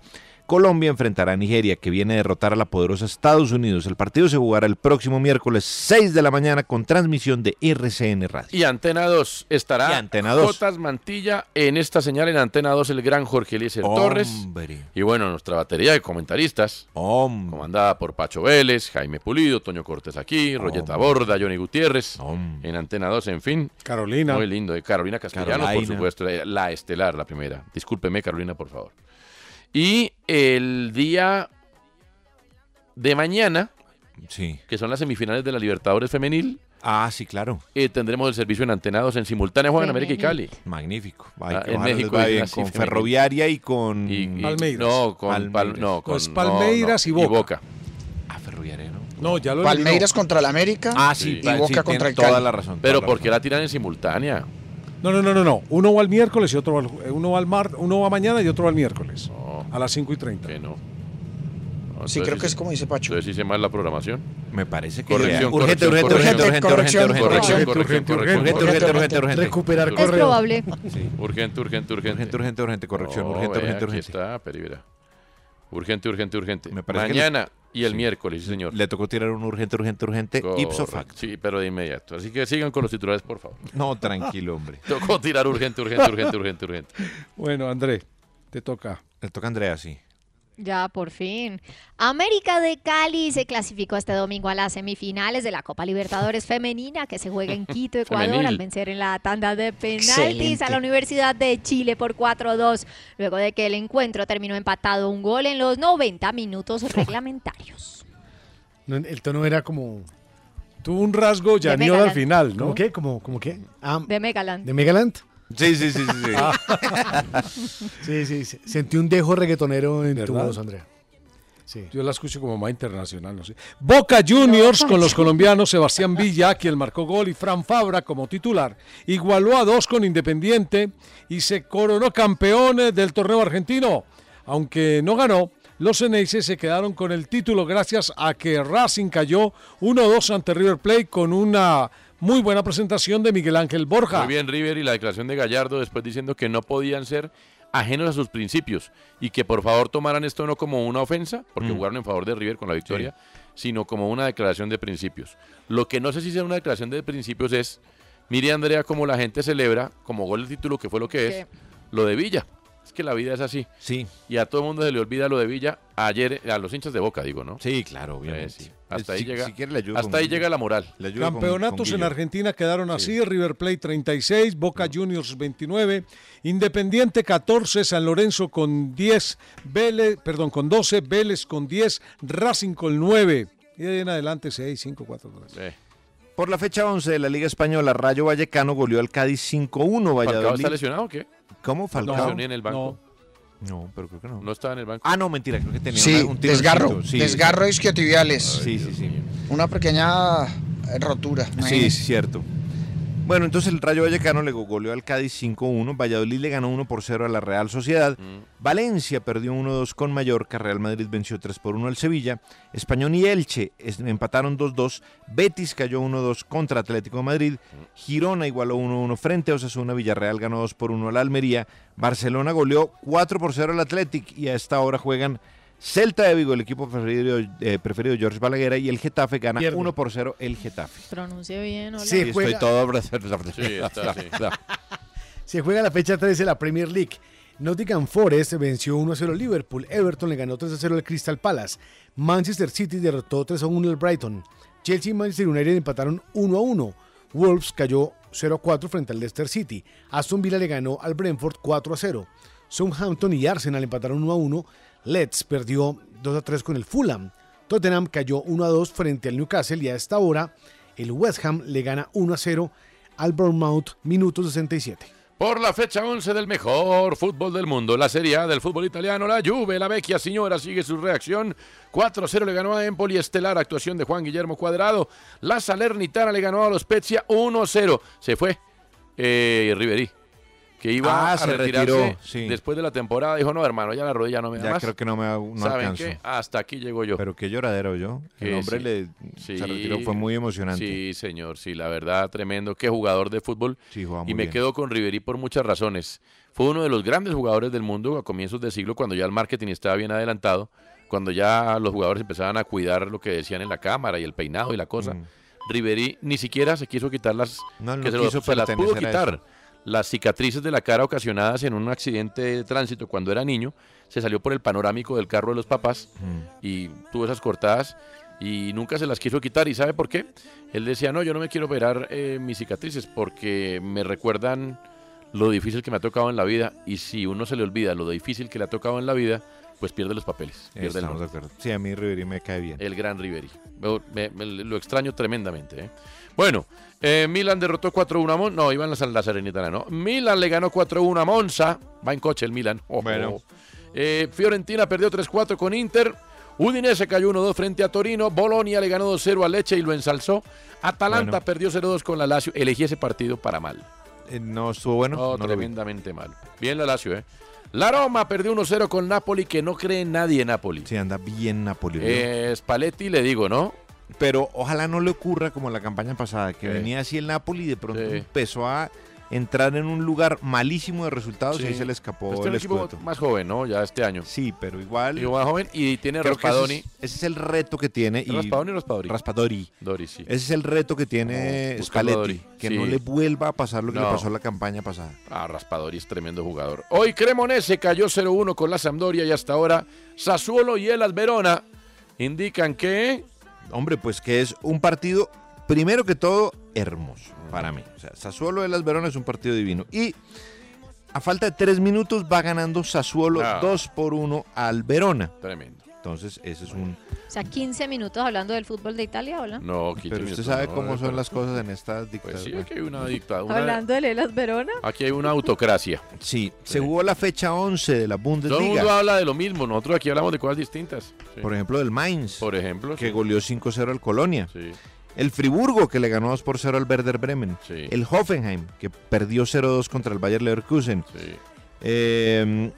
Speaker 3: Colombia enfrentará a Nigeria, que viene a derrotar a la poderosa Estados Unidos. El partido se jugará el próximo miércoles 6 de la mañana con transmisión de RCN Radio.
Speaker 2: Y Antena 2 estará
Speaker 3: Antena 2.
Speaker 2: Jotas Mantilla en esta señal en Antena 2 el gran Jorge Eliezer Torres.
Speaker 3: Hombre.
Speaker 2: Y bueno, nuestra batería de comentaristas, comandada por Pacho Vélez, Jaime Pulido, Toño Cortés aquí, Royeta Borda, Johnny Gutiérrez, en Antena 2, en fin.
Speaker 4: Carolina.
Speaker 2: Muy lindo. eh, Carolina Castellanos, por
Speaker 4: Carolina.
Speaker 2: supuesto, la- la estelar, la primera. Discúlpeme, Carolina, por favor. Y el día de mañana,
Speaker 3: Sí.
Speaker 2: que son las semifinales de la Libertadores Femenil. eh,
Speaker 3: Ah, sí, claro.
Speaker 2: tendremos el servicio en Antena 2 en simultánea Juan en América y Cali.
Speaker 3: Magnífico. Ay,
Speaker 2: Ah,
Speaker 3: que
Speaker 2: en
Speaker 3: ojalá les
Speaker 2: México
Speaker 3: vaya
Speaker 2: y
Speaker 3: bien
Speaker 2: así
Speaker 3: con
Speaker 2: femenino.
Speaker 3: Ferroviaria y con
Speaker 2: y- Palmeiras. no, con Pal- no, con-
Speaker 5: Pues
Speaker 2: Los Palmeiras no, no, y y Boca.
Speaker 3: Ah, Ferroviaria, ¿no?
Speaker 4: No, ya lo
Speaker 5: Palmeiras contra el América
Speaker 3: Ah, sí,
Speaker 5: y
Speaker 3: pa- sí,
Speaker 5: Boca
Speaker 3: tiene
Speaker 5: contra el
Speaker 3: toda
Speaker 5: Cali.
Speaker 3: la razón,
Speaker 2: Pero
Speaker 3: toda la
Speaker 2: ¿por qué la tiran en simultánea?
Speaker 4: No, no, no, no, no. Uno va al miércoles y otro va al, uno va al mar, uno va mañana y otro va al miércoles. A las 5 y 30.
Speaker 2: Que no. No,
Speaker 5: Sí,
Speaker 2: entonces
Speaker 5: creo que
Speaker 2: hice-
Speaker 5: es como dice Pacho.
Speaker 2: Entonces hice mal la programación.
Speaker 3: Me parece
Speaker 5: que-
Speaker 2: Corrección,
Speaker 5: Urgente,
Speaker 2: corrección,
Speaker 5: urgente, urgente,
Speaker 2: corrección,
Speaker 5: urgente,
Speaker 2: corrección,
Speaker 5: urgente,
Speaker 2: corrección,
Speaker 5: urgente, urgente,
Speaker 2: corrección, corrección,
Speaker 5: urgente,
Speaker 2: corrección,
Speaker 5: urgente,
Speaker 2: corrección,
Speaker 5: recuperar
Speaker 2: corrección.
Speaker 5: correo. Es probable.
Speaker 2: Sí. Urgente, urgente, urgente.
Speaker 3: Urgente, urgente, urgente, corrección,
Speaker 2: No,
Speaker 3: urgente,
Speaker 2: vea,
Speaker 3: urgente,
Speaker 2: aquí
Speaker 3: urgente.
Speaker 2: está, Perivera. Urgente, urgente, urgente.
Speaker 3: parece que
Speaker 2: Mañana y el
Speaker 3: sí.
Speaker 2: miércoles, sí, señor.
Speaker 3: Le tocó tirar un urgente, urgente, urgente, ipso
Speaker 2: Correcto.
Speaker 3: facto.
Speaker 2: Sí, pero de inmediato. Así que sigan con los titulares, por favor.
Speaker 3: No, tranquilo, hombre.
Speaker 2: Tocó tirar urgente, urgente, urgente, urgente, urgente.
Speaker 4: Bueno, André, te toca.
Speaker 3: Le toca a Andrea, sí.
Speaker 11: Ya, por fin. América de Cali se clasificó este domingo a las semifinales de la Copa Libertadores Femenina que se juega en Quito, Ecuador,
Speaker 6: Femenil.
Speaker 11: al vencer en la tanda de penaltis a
Speaker 6: Excelente.
Speaker 11: la Universidad de Chile por 4-2, luego de que el encuentro terminó empatado un gol en los 90 minutos reglamentarios.
Speaker 8: No, el tono era como.
Speaker 4: Tuvo un rasgo
Speaker 11: ya ni Megaland.
Speaker 4: al final, ¿no?
Speaker 8: ¿Cómo qué? ¿Cómo, cómo qué? Ah,
Speaker 11: De Megaland.
Speaker 8: ¿De Megaland?
Speaker 3: Sí, sí, sí, sí. sí.
Speaker 8: Sí, sí, sí. Sentí un dejo reggaetonero en tu
Speaker 4: ¿Verdad?
Speaker 8: voz, Andrea.
Speaker 4: Yo la escucho como más internacional, no sé. Boca Juniors con los colombianos Sebastián Villa, quien marcó gol, y Fran Fabra como titular. Igualó a dos con Independiente y se coronó campeón eh, del torneo argentino. Aunque no ganó, los Eneises se quedaron con el título gracias a que Racing cayó 1-2 ante River Plate con una muy buena presentación de Miguel Ángel Borja.
Speaker 2: Muy bien, River, y la declaración de Gallardo después diciendo que no podían ser ajenos a sus principios y que por favor tomaran esto no como una ofensa, porque
Speaker 6: Mm.
Speaker 2: jugaron en favor de River con la victoria, sino como una declaración de principios. Lo que no sé si sea una declaración de principios es, mire Andrea, como la gente celebra como gol el título, que fue lo que es, lo de Villa. Es que la vida es así.
Speaker 3: Sí.
Speaker 2: Y a todo el mundo se le olvida lo de Villa ayer, a los hinchas de Boca, digo, ¿no? Eh,
Speaker 3: Sí, claro, obviamente. Eh,
Speaker 2: Hasta
Speaker 3: Si-
Speaker 2: ahí llega,
Speaker 3: si quiere le ayudo
Speaker 2: hasta
Speaker 3: con-
Speaker 2: ahí llega la moral.
Speaker 4: Campeonatos en Argentina quedaron así, River Plate 36, Boca Juniors 29, Independiente 14, San Lorenzo con 10, Vélez, perdón, con 12, Vélez con 10, Racing con 9. Y de ahí en adelante 6, 5, 4, 3.
Speaker 3: Eh, Por la fecha 11 de la Liga Española, Rayo Vallecano goleó al Cádiz 5-1.
Speaker 2: ¿Falcao
Speaker 3: Valladolid.
Speaker 2: está lesionado o qué?
Speaker 3: ¿Cómo
Speaker 2: No,
Speaker 3: Falcao?
Speaker 2: lesionó en el banco.
Speaker 3: No. pero creo que no.
Speaker 2: No estaba en el banco.
Speaker 3: Ah, no, mentira, creo que tenía
Speaker 5: Sí,
Speaker 3: una- un tironcito,
Speaker 5: desgarro,
Speaker 3: sí.
Speaker 5: desgarro isquiotibiales.
Speaker 3: Sí, sí, sí.
Speaker 5: Una pequeña eh, rotura.
Speaker 3: Sí,
Speaker 5: imagínense.
Speaker 3: sí, cierto. Bueno, entonces el Rayo Vallecano le go- goleó al Cádiz 5-1, Valladolid le ganó 1 por 0 a la Real Sociedad,
Speaker 5: Mm.
Speaker 3: Valencia perdió 1-2 con Mallorca, Real Madrid venció 3 por 1 al Sevilla, Español y Elche es- empataron 2-2, Betis cayó 1-2 contra Atlético de Madrid, Girona igualó 1-1 frente a Osasuna, Villarreal ganó 2 por 1 al Almería, Barcelona goleó 4 por 0 al Athletic y a esta hora juegan Celta de Vigo, el equipo preferido, eh, preferido de George Balaguer y el Getafe gana 1 por 0 el Getafe.
Speaker 11: Pronuncie bien, hola.
Speaker 3: Sí, estoy todo abrazado.
Speaker 2: está, sí.
Speaker 8: Se juega la fecha 13 de la Premier League. Nottingham Forest venció 1 0 al Liverpool. Everton le ganó 3 0 al Crystal Palace. Manchester City derrotó 3 1 al Brighton. Chelsea y Manchester United empataron 1 1. Wolves cayó 0 4 frente al Leicester City. Aston Villa le ganó al Brentford 4 0. Southampton y Arsenal empataron 1 1. Leeds perdió 2 3 con el Fulham. Tottenham cayó 1 2 frente al Newcastle y a esta hora el West Ham le gana 1 0 al Bournemouth, minuto 67.
Speaker 2: Por la fecha 11 del mejor fútbol del mundo, la Serie A del fútbol italiano, la Juve, la vecchia señora sigue su reacción. 4-0 le ganó a Empoli, estelar actuación de Juan Guillermo Cuadrado. La Salernitana le ganó a los Spezia 1-0. Se fue eh, Riverí, que iba
Speaker 3: Ah,
Speaker 2: a
Speaker 3: se
Speaker 2: retirarse
Speaker 3: retiró, sí.
Speaker 2: después de la temporada. Dijo, no, hermano, ya la rodilla no me da
Speaker 3: Ya
Speaker 2: más".
Speaker 3: creo que no me ha- no
Speaker 2: ¿Saben
Speaker 3: alcanzo.
Speaker 2: qué? Hasta aquí llegó yo.
Speaker 3: Pero qué lloradero yo. El
Speaker 2: Que
Speaker 3: hombre
Speaker 2: sí.
Speaker 3: le,
Speaker 2: Sí,
Speaker 3: se retiró, fue muy emocionante.
Speaker 2: Sí, señor, sí, la verdad, tremendo. Qué jugador de fútbol.
Speaker 3: muy
Speaker 2: y me
Speaker 3: bien.
Speaker 2: quedo con Riverí por muchas razones. Fue uno de los grandes jugadores del mundo a comienzos de siglo, cuando ya el marketing estaba bien adelantado, cuando ya los jugadores empezaban a cuidar lo que decían en la cámara y el peinado y la cosa. Riverí ni siquiera se quiso quitar las
Speaker 3: Mm. No, no
Speaker 2: que se, lo-
Speaker 3: quiso
Speaker 2: se las pudo
Speaker 3: pertenecer a
Speaker 2: quitar.
Speaker 3: eso.
Speaker 2: Las cicatrices de la cara ocasionadas en un accidente de tránsito cuando era niño, se salió por el panorámico del carro de los papás y tuvo esas cortadas y nunca se las quiso quitar. ¿Y sabe por qué? Él decía, no, yo no me quiero operar eh, mis cicatrices porque me recuerdan lo difícil que me ha tocado en la vida y si uno se le olvida lo difícil que le ha tocado en la vida, pues pierde los papeles. Pierde el
Speaker 3: Estamos
Speaker 2: norte.
Speaker 3: de acuerdo. Sí, a mí Riverí me cae bien.
Speaker 2: El gran Riveri. Me- me- me- lo extraño tremendamente. ¿eh? Bueno, eh, Milan derrotó 4-1 a Monza. No, iban las la Serenitana, ¿no? Milan le ganó 4-1 a Monza. Va en coche el Milan. Ojo.
Speaker 3: Bueno.
Speaker 2: Eh, Fiorentina perdió 3-4 con Inter. Udinese cayó 1-2 frente a Torino. Bolonia le ganó 2-0 a Leche y lo ensalzó. Atalanta
Speaker 3: Bueno.
Speaker 2: perdió 0-2 con la Lazio. Elegí ese partido para mal.
Speaker 3: Eh, no estuvo bueno.
Speaker 2: No,
Speaker 3: no lo vi.
Speaker 2: tremendamente mal. Bien la Lazio, ¿eh? La Roma perdió 1-0 con Napoli, que no cree en nadie en Napoli.
Speaker 3: Sí, anda bien Napoli.
Speaker 2: Eh, Spalletti le digo, ¿no?
Speaker 3: Pero ojalá no le ocurra como la campaña pasada, que
Speaker 2: Sí.
Speaker 3: venía así el Napoli y de pronto
Speaker 2: Sí.
Speaker 3: empezó a entrar en un lugar malísimo de resultados
Speaker 2: Sí.
Speaker 3: y ahí se le escapó
Speaker 2: Este es un
Speaker 3: el
Speaker 2: equipo
Speaker 3: escudeto.
Speaker 2: más joven, ¿no? Ya este año.
Speaker 3: Sí, pero igual.
Speaker 2: Igual joven y tiene
Speaker 3: Creo que ese
Speaker 2: Raspadoni.
Speaker 3: es- Ese, es el reto que tiene. Y
Speaker 2: Raspadoni o Raspadori.
Speaker 3: Raspadori.
Speaker 2: Dori, sí.
Speaker 3: Ese es el reto que tiene
Speaker 2: Como buscando a
Speaker 3: Spalletti,
Speaker 2: Dori,
Speaker 3: que
Speaker 2: sí.
Speaker 3: no le vuelva a pasar lo que
Speaker 2: No.
Speaker 3: le pasó la campaña pasada.
Speaker 2: Ah, Raspadori es tremendo jugador. Hoy Cremonese cayó 0-1 con la Sampdoria y hasta ahora Sassuolo y el Verona indican que...
Speaker 3: Hombre, pues que es un partido, primero que todo, hermoso para mí. O sea, Sassuolo de las Verona es un partido divino. Y a falta de tres minutos va ganando Sassuolo
Speaker 2: Ah.
Speaker 3: 2 por 1 al Verona.
Speaker 2: Tremendo.
Speaker 3: Entonces, ese es un...
Speaker 11: O sea, 15 minutos hablando del fútbol de Italia, hola.
Speaker 2: No, 15
Speaker 3: Pero usted
Speaker 2: minutos
Speaker 3: sabe
Speaker 2: no,
Speaker 3: cómo
Speaker 2: pero- Pues
Speaker 3: son las cosas en estas dictaduras.
Speaker 2: sí, aquí hay una dictadura.
Speaker 11: Hablando de Lelas Verona.
Speaker 2: Aquí hay una autocracia.
Speaker 3: Sí, se jugó la fecha 11 de la
Speaker 2: Todo el mundo
Speaker 3: Bundesliga.
Speaker 2: habla de lo mismo, nosotros aquí hablamos de cosas distintas. Sí.
Speaker 3: Por ejemplo, del Mainz.
Speaker 2: Por ejemplo.
Speaker 3: Que goleó 5-0 al Colonia.
Speaker 2: Sí.
Speaker 3: El Friburgo, que le ganó 2 por 0 al Werder Bremen. El Hoffenheim, que perdió 0-2 contra el Bayer Leverkusen. Eh,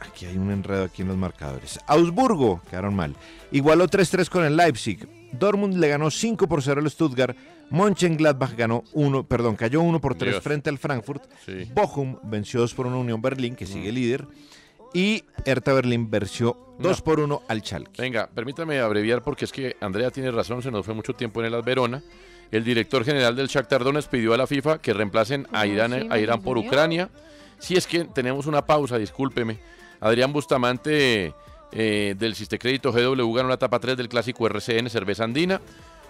Speaker 3: aquí hay un enredo aquí en los marcadores. Augsburgo, quedaron mal. Igualó 3-3 con el Leipzig. Dortmund le ganó 5 por 0 al Stuttgart. Mönchengladbach ganó 1, perdón, cayó 1 por 3
Speaker 2: Dios.
Speaker 3: frente al Frankfurt.
Speaker 2: Sí.
Speaker 3: Bochum venció 2 por 1 a Unión Berlín, que sigue líder. Y Hertha Berlín venció 2 por 1 al Schalke.
Speaker 2: Venga, permítame abreviar porque es que Andrea tiene razón, se nos fue mucho tiempo en el Verona. El director general del Shakhtar Donetsk pidió a la FIFA que reemplacen a Irán,
Speaker 6: sí,
Speaker 2: a Irán por
Speaker 6: Mauricio.
Speaker 2: Ucrania. Si es que tenemos una pausa, discúlpeme. Adrián Bustamante eh, del Sistecrédito GW ganó la etapa 3 del clásico RCN Cerveza Andina.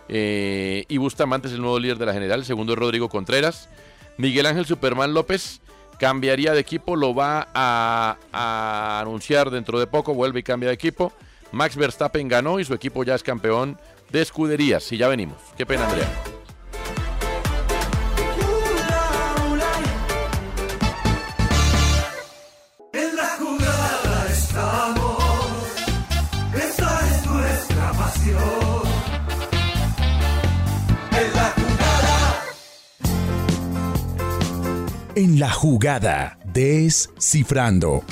Speaker 2: Eh, y Bustamante es el nuevo líder de la general, el segundo es Rodrigo Contreras. Miguel Ángel Superman López cambiaría de equipo, lo va a, a anunciar dentro de poco, vuelve y cambia de equipo. Max Verstappen ganó y su equipo ya es campeón de escuderías. Y ya venimos. Qué pena, Andrea.
Speaker 6: En la jugada estamos, esta es nuestra pasión. En la jugada.
Speaker 12: En la jugada, descifrando.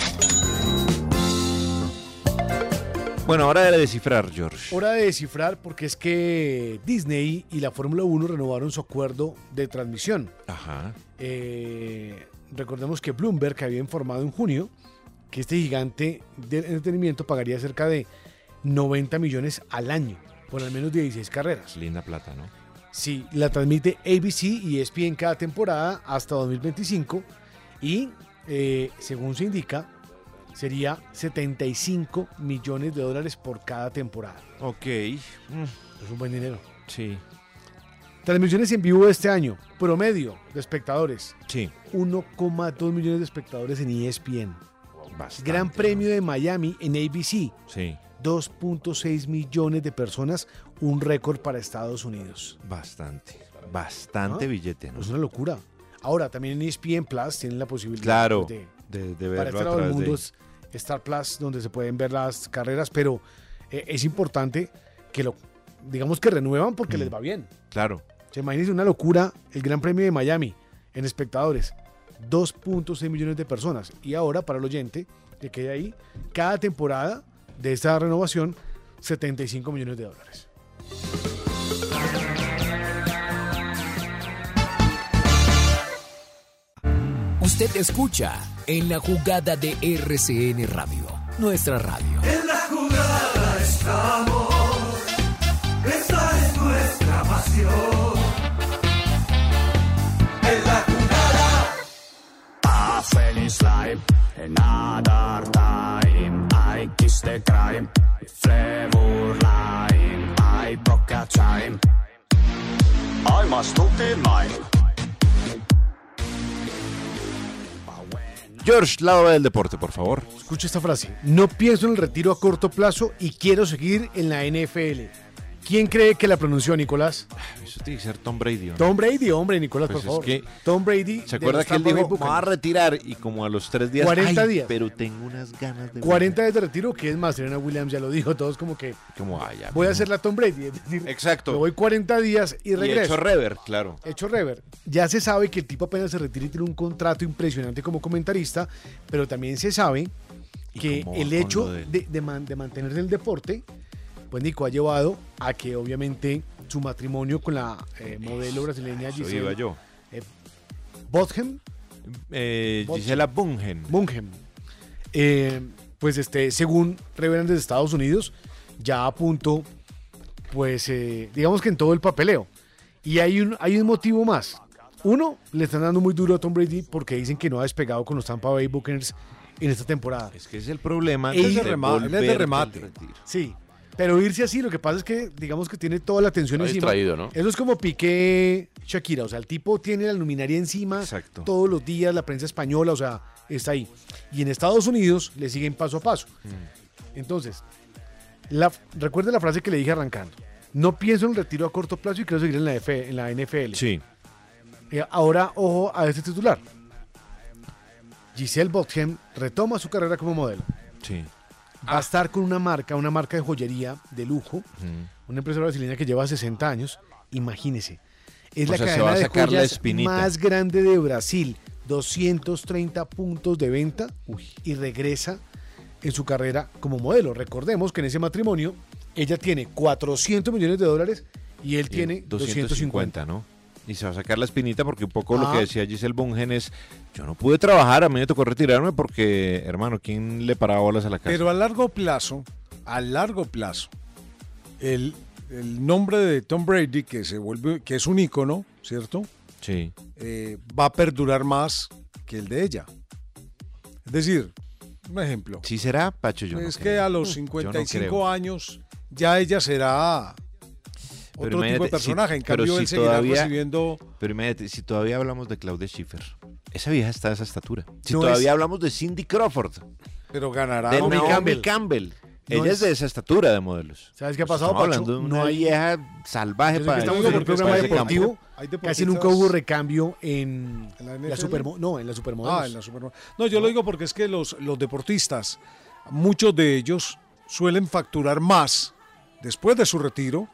Speaker 3: Bueno, ahora de descifrar, George.
Speaker 8: Hora de descifrar porque es que Disney y la Fórmula 1 renovaron su acuerdo de transmisión.
Speaker 3: Ajá.
Speaker 8: Eh, recordemos que Bloomberg había informado en junio que este gigante del entretenimiento pagaría cerca de 90 millones al año por al menos 16 carreras.
Speaker 3: Linda plata, ¿no?
Speaker 8: Sí, la transmite ABC y E ESPN cada temporada hasta 2025 y eh, según se indica sería 75 millones de dólares por cada temporada.
Speaker 3: Ok. Mm,
Speaker 8: Es un buen dinero.
Speaker 3: Sí.
Speaker 8: Transmisiones en vivo este año, promedio de espectadores.
Speaker 3: Sí.
Speaker 8: 1,2 millones de espectadores en E ESPN.
Speaker 3: Bastante,
Speaker 8: Gran Premio de Miami en ABC.
Speaker 3: Sí.
Speaker 8: 2.6 millones de personas, un récord para Estados Unidos.
Speaker 3: Bastante, bastante
Speaker 8: ¿Ah?
Speaker 3: billete, ¿no?
Speaker 8: Es una locura. Ahora, también en E ESPN Plus tienen la posibilidad
Speaker 3: Claro,
Speaker 8: de,
Speaker 3: de- de
Speaker 8: para
Speaker 3: verlo
Speaker 8: este
Speaker 3: a
Speaker 8: lado del
Speaker 3: través de-
Speaker 8: mundo es Star Plus, donde se pueden ver las carreras, pero eh, es importante que lo, digamos que renuevan porque les va bien.
Speaker 3: Mm. Claro.
Speaker 8: Se imagínense una locura el Gran Premio de Miami en espectadores. 2.6 millones de personas. Y ahora, para el oyente que quede ahí, cada temporada de esta renovación, 75 millones de dólares.
Speaker 12: Usted escucha en la jugada de RCN Radio, nuestra radio.
Speaker 6: En la jugada estamos, esta es nuestra pasión. En la jugada.
Speaker 13: I fell in slime, another time. I kissed the crime, flavor line. I broke a time. I must look in mine.
Speaker 3: George, la hora del deporte, por favor.
Speaker 8: Escucha esta frase. No pienso en el retiro a corto plazo y quiero seguir en la NFL. ¿Quién cree que la pronunció, Nicolás?
Speaker 3: Eso tiene que ser Tom Brady. ¿o no?
Speaker 8: Tom Brady, hombre, Nicolás,
Speaker 3: Pues
Speaker 8: por favor.
Speaker 3: es que-
Speaker 8: Tom Brady.
Speaker 3: ¿Se
Speaker 8: de
Speaker 3: acuerda
Speaker 8: los
Speaker 3: que él dijo,
Speaker 8: Tampa Bay
Speaker 3: me va a
Speaker 8: Buccaneers.
Speaker 3: retirar? Y como a los tres días,
Speaker 8: 40
Speaker 3: "Ay,
Speaker 8: días.
Speaker 3: pero tengo unas ganas de...
Speaker 8: 40 días de retiro, que es más, Serena Williams ya lo dijo, todos como que
Speaker 3: Como, "Ay, ya,
Speaker 8: voy a
Speaker 3: no".
Speaker 8: hacer la Tom Brady. Es decir,
Speaker 3: Exacto.
Speaker 8: me voy 40 días y
Speaker 3: Y
Speaker 8: regreso.
Speaker 3: hecho rever, claro.
Speaker 8: Hecho Rever. Ya se sabe que el tipo apenas se retira y tiene un contrato impresionante como comentarista, pero también se sabe que
Speaker 3: cómo va
Speaker 8: el
Speaker 3: con
Speaker 8: hecho
Speaker 3: lo de-
Speaker 8: de, de man- de mantenerse en el deporte, pues Nico ha llevado a que obviamente su matrimonio con la eh, modelo brasileña
Speaker 3: Eso
Speaker 8: Gisele
Speaker 3: iba yo.
Speaker 8: eh, Botchem,
Speaker 3: Eh,
Speaker 8: Botchem.
Speaker 3: Gisela Bungen.
Speaker 8: Bungem. Eh, pues este, según revelan desde Estados Unidos, ya a punto, pues eh, digamos que en todo el papeleo. Y hay un, hay un motivo más. Uno, le están dando muy duro a Tom Brady porque dicen que no ha despegado con los Tampa Bay Buccaneers en esta temporada.
Speaker 3: Es que es el problema.
Speaker 8: Él
Speaker 3: antes
Speaker 8: es de rema- él es de
Speaker 3: volver del
Speaker 8: remate.
Speaker 3: retiro.
Speaker 8: Sí, pero irse así, lo que pasa es que digamos que tiene toda la atención
Speaker 2: Está
Speaker 8: encima.
Speaker 2: distraído, ¿no?
Speaker 8: Eso es como Piqué Shakira, o sea, el tipo tiene la luminaria encima todos los días, la prensa española, o sea, está ahí. Y en Estados Unidos le siguen paso a paso. Entonces, La, recuerde la frase que le dije arrancando. No pienso en un retiro a corto plazo y quiero seguir en la, F- en la NFL.
Speaker 3: Sí.
Speaker 8: Eh, ahora, ojo a este titular. Giselle Botchem retoma su carrera como modelo.
Speaker 3: Sí.
Speaker 8: Va a estar con una marca, una marca de joyería de lujo, una empresa brasileña que lleva 60 años. Imagínese. Es
Speaker 3: O
Speaker 8: la
Speaker 3: sea, se
Speaker 8: cadena
Speaker 3: va a
Speaker 8: de
Speaker 3: sacar la
Speaker 8: joyas
Speaker 3: espinita.
Speaker 8: más grande de Brasil. 230 puntos de venta y regresa en su carrera como modelo. Recordemos que en ese matrimonio ella tiene 400 millones de dólares y él tiene 250.
Speaker 3: ¿no? Y se va a sacar la espinita porque un poco lo
Speaker 8: Ah.
Speaker 3: que decía Giselle Bungen es, yo no pude trabajar, a mí me tocó retirarme porque, hermano, ¿quién le paraba bolas a la casa?
Speaker 4: Pero a largo plazo, a largo plazo, el, el nombre de Tom Brady, que se vuelve, que es un ícono, ¿cierto?
Speaker 3: Sí.
Speaker 4: Eh, va a perdurar más que el de ella. Es decir, un ejemplo.
Speaker 3: ¿Sí será, Pacho? Yo no
Speaker 4: es que
Speaker 3: creo.
Speaker 4: a los
Speaker 3: Yo no
Speaker 4: 55
Speaker 3: creo.
Speaker 4: años ya ella será
Speaker 3: Pero
Speaker 4: otro tipo de
Speaker 3: imagínate,
Speaker 4: personaje. en
Speaker 3: pero
Speaker 4: cambio,
Speaker 3: si
Speaker 4: él seguirá
Speaker 3: todavía-
Speaker 4: recibiendo.
Speaker 3: Pero imagínate, si todavía hablamos de Claudia Schiffer, esa vieja está de esa estatura. Si
Speaker 4: No
Speaker 3: todavía
Speaker 4: es-
Speaker 3: hablamos de Cindy Crawford,
Speaker 4: Pero ganará
Speaker 3: de
Speaker 4: Naomi
Speaker 3: Naomi Campbell,
Speaker 4: Campbell.
Speaker 8: No
Speaker 3: ella es...
Speaker 8: es-
Speaker 3: de esa estatura de modelos.
Speaker 8: ¿Sabes qué ha
Speaker 3: Pues
Speaker 8: pasado,
Speaker 3: estamos
Speaker 8: Pacho?
Speaker 3: hablando de
Speaker 8: No
Speaker 3: una
Speaker 8: hay-
Speaker 3: vieja salvaje
Speaker 8: Yo sé que
Speaker 3: para
Speaker 8: estamos
Speaker 3: ese-
Speaker 8: en un
Speaker 3: para
Speaker 8: programa
Speaker 3: ese campo.
Speaker 8: deportivo.
Speaker 4: Hay
Speaker 8: Casi
Speaker 4: deportistas-
Speaker 8: nunca hubo recambio en,
Speaker 4: ¿En
Speaker 8: la,
Speaker 4: NFL?
Speaker 8: supermo- no, en la supermodelos.
Speaker 4: Ah, en la Supermo- No, yo lo digo porque es que los, los deportistas, muchos de ellos suelen facturar más después de su retiro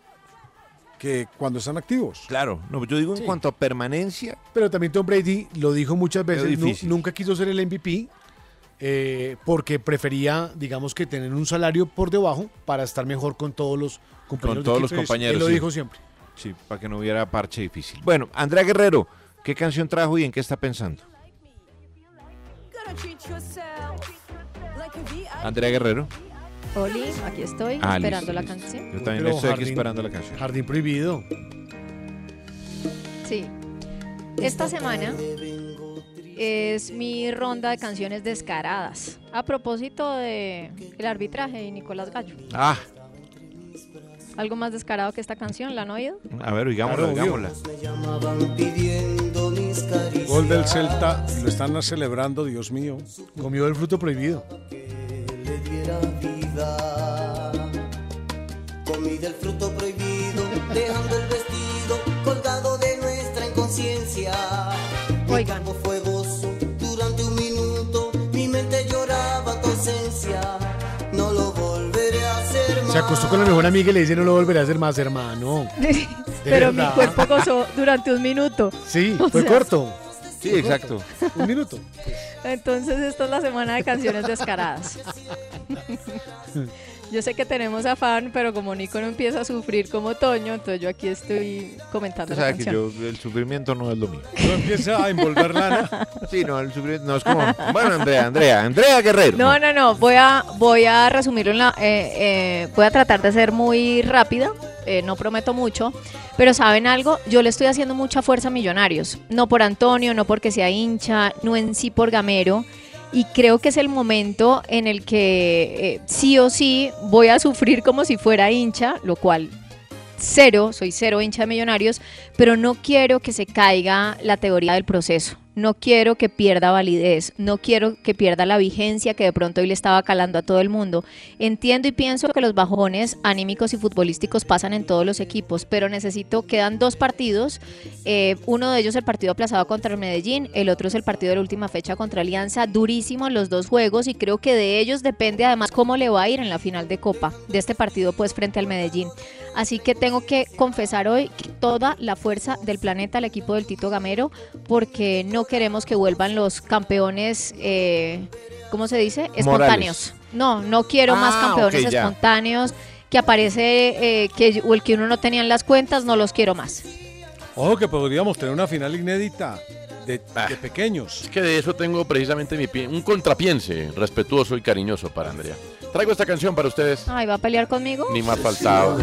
Speaker 4: que cuando están activos.
Speaker 3: Claro, no, yo digo en cuanto a permanencia.
Speaker 8: Pero también Tom Brady lo dijo muchas veces, nu-
Speaker 3: difícil.
Speaker 8: nunca quiso ser el MVP eh, porque prefería, digamos que tener un salario por debajo para estar mejor con todos los compañeros.
Speaker 3: Con
Speaker 8: de
Speaker 3: todos los
Speaker 8: equipo.
Speaker 3: compañeros.
Speaker 8: Él lo
Speaker 3: sí.
Speaker 8: dijo siempre.
Speaker 3: Sí, para que no hubiera parche difícil. Bueno, Andrea Guerrero, ¿qué canción trajo y en qué está pensando? Andrea Guerrero.
Speaker 6: Oli, aquí estoy
Speaker 3: Ah,
Speaker 6: esperando
Speaker 3: listo,
Speaker 6: la
Speaker 3: listo.
Speaker 6: canción.
Speaker 3: Yo también
Speaker 8: Pero
Speaker 3: estoy aquí
Speaker 8: Jardín-
Speaker 3: esperando la canción.
Speaker 8: Jardín prohibido.
Speaker 6: Sí. Esta semana es mi ronda de canciones descaradas. A propósito de el arbitraje y Nicolás Gallo.
Speaker 3: Ah,
Speaker 6: Algo más descarado que esta canción, ¿la han oído?
Speaker 3: a ver, digámosla,
Speaker 4: Claro, obvio.
Speaker 3: digámosla.
Speaker 4: Gol del Celta, lo están celebrando, Dios mío.
Speaker 8: Comió el fruto prohibido.
Speaker 27: Comí del fruto prohibido, dejando el vestido colgado de nuestra inconsciencia. Mi cuerpo fue gozo durante un minuto, mi mente lloraba tu ausencia. No lo volveré a hacer más.
Speaker 8: Se acostó con la mejor amiga y le dice no lo volverá a hacer más, hermano.
Speaker 6: Pero mi
Speaker 8: verdad.
Speaker 6: cuerpo gozó durante un minuto.
Speaker 8: Sí,
Speaker 6: O
Speaker 8: fue
Speaker 6: sea,
Speaker 8: corto.
Speaker 3: Sí, exacto.
Speaker 8: Un minuto.
Speaker 6: Entonces esta es la semana de canciones descaradas. yo sé que tenemos afán, pero como Nico no empieza a sufrir como Toño, entonces yo aquí estoy comentando
Speaker 3: Usted
Speaker 6: la
Speaker 3: sabe que
Speaker 6: canción.
Speaker 3: yo, el sufrimiento no es lo mío.
Speaker 4: No empieza
Speaker 3: Ah,
Speaker 4: a envolver lana.
Speaker 3: Sí, no, el sufrimiento no es como. Bueno, Andrea, Andrea, Andrea Guerrero.
Speaker 6: No, no, no. Voy a, voy a resumirlo. En la, eh, eh, voy a tratar de ser muy rápida. eh, no prometo mucho. Pero ¿saben algo? Yo le estoy haciendo mucha fuerza a Millonarios. No por Antonio, no porque sea hincha, no en sí por Gamero. Y creo que es el momento en el que eh, sí o sí voy a sufrir como si fuera hincha, lo cual cero, soy cero hincha de Millonarios, pero no quiero que se caiga la teoría del proceso. No quiero que pierda validez, no quiero que pierda la vigencia que de pronto hoy le estaba calando a todo el mundo. Entiendo y pienso que los bajones anímicos y futbolísticos pasan en todos los equipos, pero necesito, quedan dos partidos, eh, uno de ellos el partido aplazado contra el Medellín, el otro es el partido de la última fecha contra Alianza, durísimo los dos juegos y creo que de ellos depende además cómo le va a ir en la final de Copa, de este partido pues frente al Medellín. Así que tengo que confesar hoy que toda la fuerza del planeta al equipo del Tito Gamero, porque no queremos que vuelvan los campeones, eh, ¿cómo se dice?
Speaker 11: Morales.
Speaker 6: Espontáneos. No, no quiero más
Speaker 11: Ah,
Speaker 6: campeones
Speaker 11: ok, ya.
Speaker 6: espontáneos que aparece eh, que, o el que uno no tenía en las cuentas, no los quiero más.
Speaker 4: Ojo que podríamos tener una final inédita de, de pequeños.
Speaker 2: Ah. Es que de eso tengo precisamente mi pie- un contrapiense respetuoso y cariñoso para Andrea. Traigo esta canción para ustedes.
Speaker 6: Ay, ¿va a pelear conmigo?
Speaker 2: Ni más faltaba.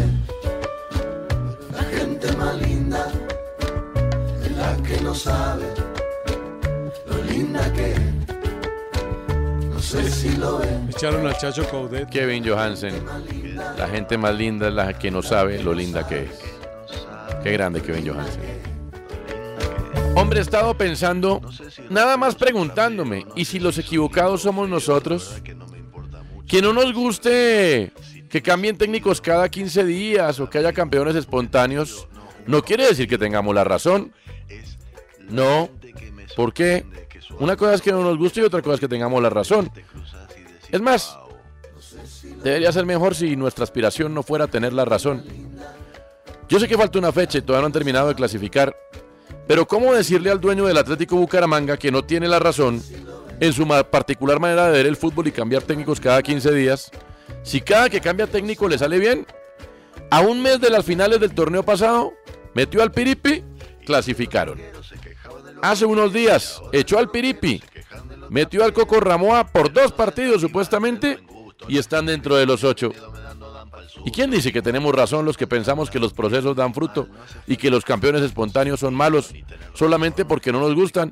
Speaker 27: gente más linda, es la que no sabe lo linda que es. No sé si lo ve.
Speaker 4: Echaron al Chacho Coudet.
Speaker 2: Kevin Johansen. La gente más linda es la que no sabe lo linda que es. Qué grande Kevin Johansen. Hombre, he estado pensando, nada más preguntándome, ¿y si los equivocados somos nosotros? Que no nos guste que cambien técnicos cada 15 días o que haya campeones espontáneos no quiere decir que tengamos la razón. No, porque una cosa es que no nos guste y otra cosa es que tengamos la razón. Es más, debería ser mejor si nuestra aspiración no fuera tener la razón. Yo sé que falta una fecha y todavía no han terminado de clasificar, pero ¿cómo decirle al dueño del Atlético Bucaramanga que no tiene la razón en su ma- particular manera de ver el fútbol y cambiar técnicos cada 15 días? Si cada que cambia técnico le sale bien, a un mes de las finales del torneo pasado, metió al Piripi, clasificaron. Hace unos días, echó al Piripi, metió al Coco Ramoa por dos partidos supuestamente y están dentro de los ocho. ¿Y quién dice que tenemos razón los que pensamos que los procesos dan fruto y que los campeones espontáneos son malos solamente porque no nos gustan?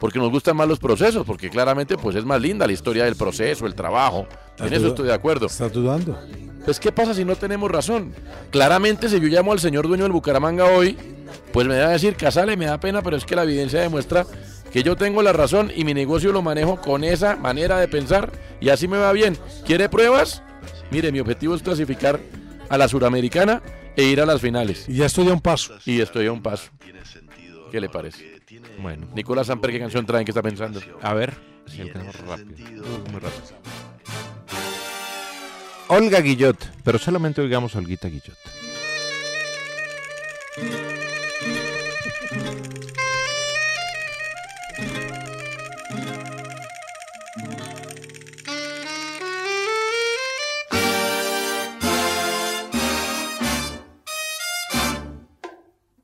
Speaker 2: Porque nos gustan más los procesos, porque claramente pues es más linda la historia del proceso, el trabajo. En eso estoy de acuerdo.
Speaker 4: ¿Estás dudando?
Speaker 2: Pues ¿qué pasa si no tenemos razón? Claramente si yo llamo al señor dueño del Bucaramanga hoy, pues me va a decir, Casale, me da pena, pero es que la evidencia demuestra que yo tengo la razón y mi negocio lo manejo con esa manera de pensar y así me va bien. ¿Quiere pruebas? Mire, mi objetivo es clasificar a la Suramericana e ir a las finales.
Speaker 4: Y ya estoy a un paso.
Speaker 2: Y estoy a un paso. ¿Qué le parece? Bueno. Nicolás Samper, ¿qué canción traen? ¿Qué está pensando?
Speaker 3: A ver. si
Speaker 2: alcanzamos
Speaker 3: rápido. Muy rápido. Olga Guillot, pero solamente oigamos a Olguita Guillot.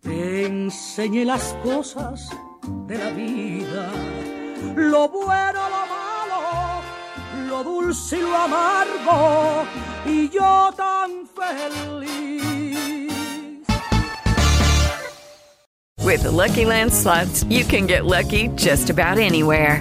Speaker 12: Te enseñé las cosas de la vida, lo bueno, lo malo, lo dulce y lo amargo, y yo tan feliz.
Speaker 14: With the Lucky Land slots, you can get lucky just about anywhere.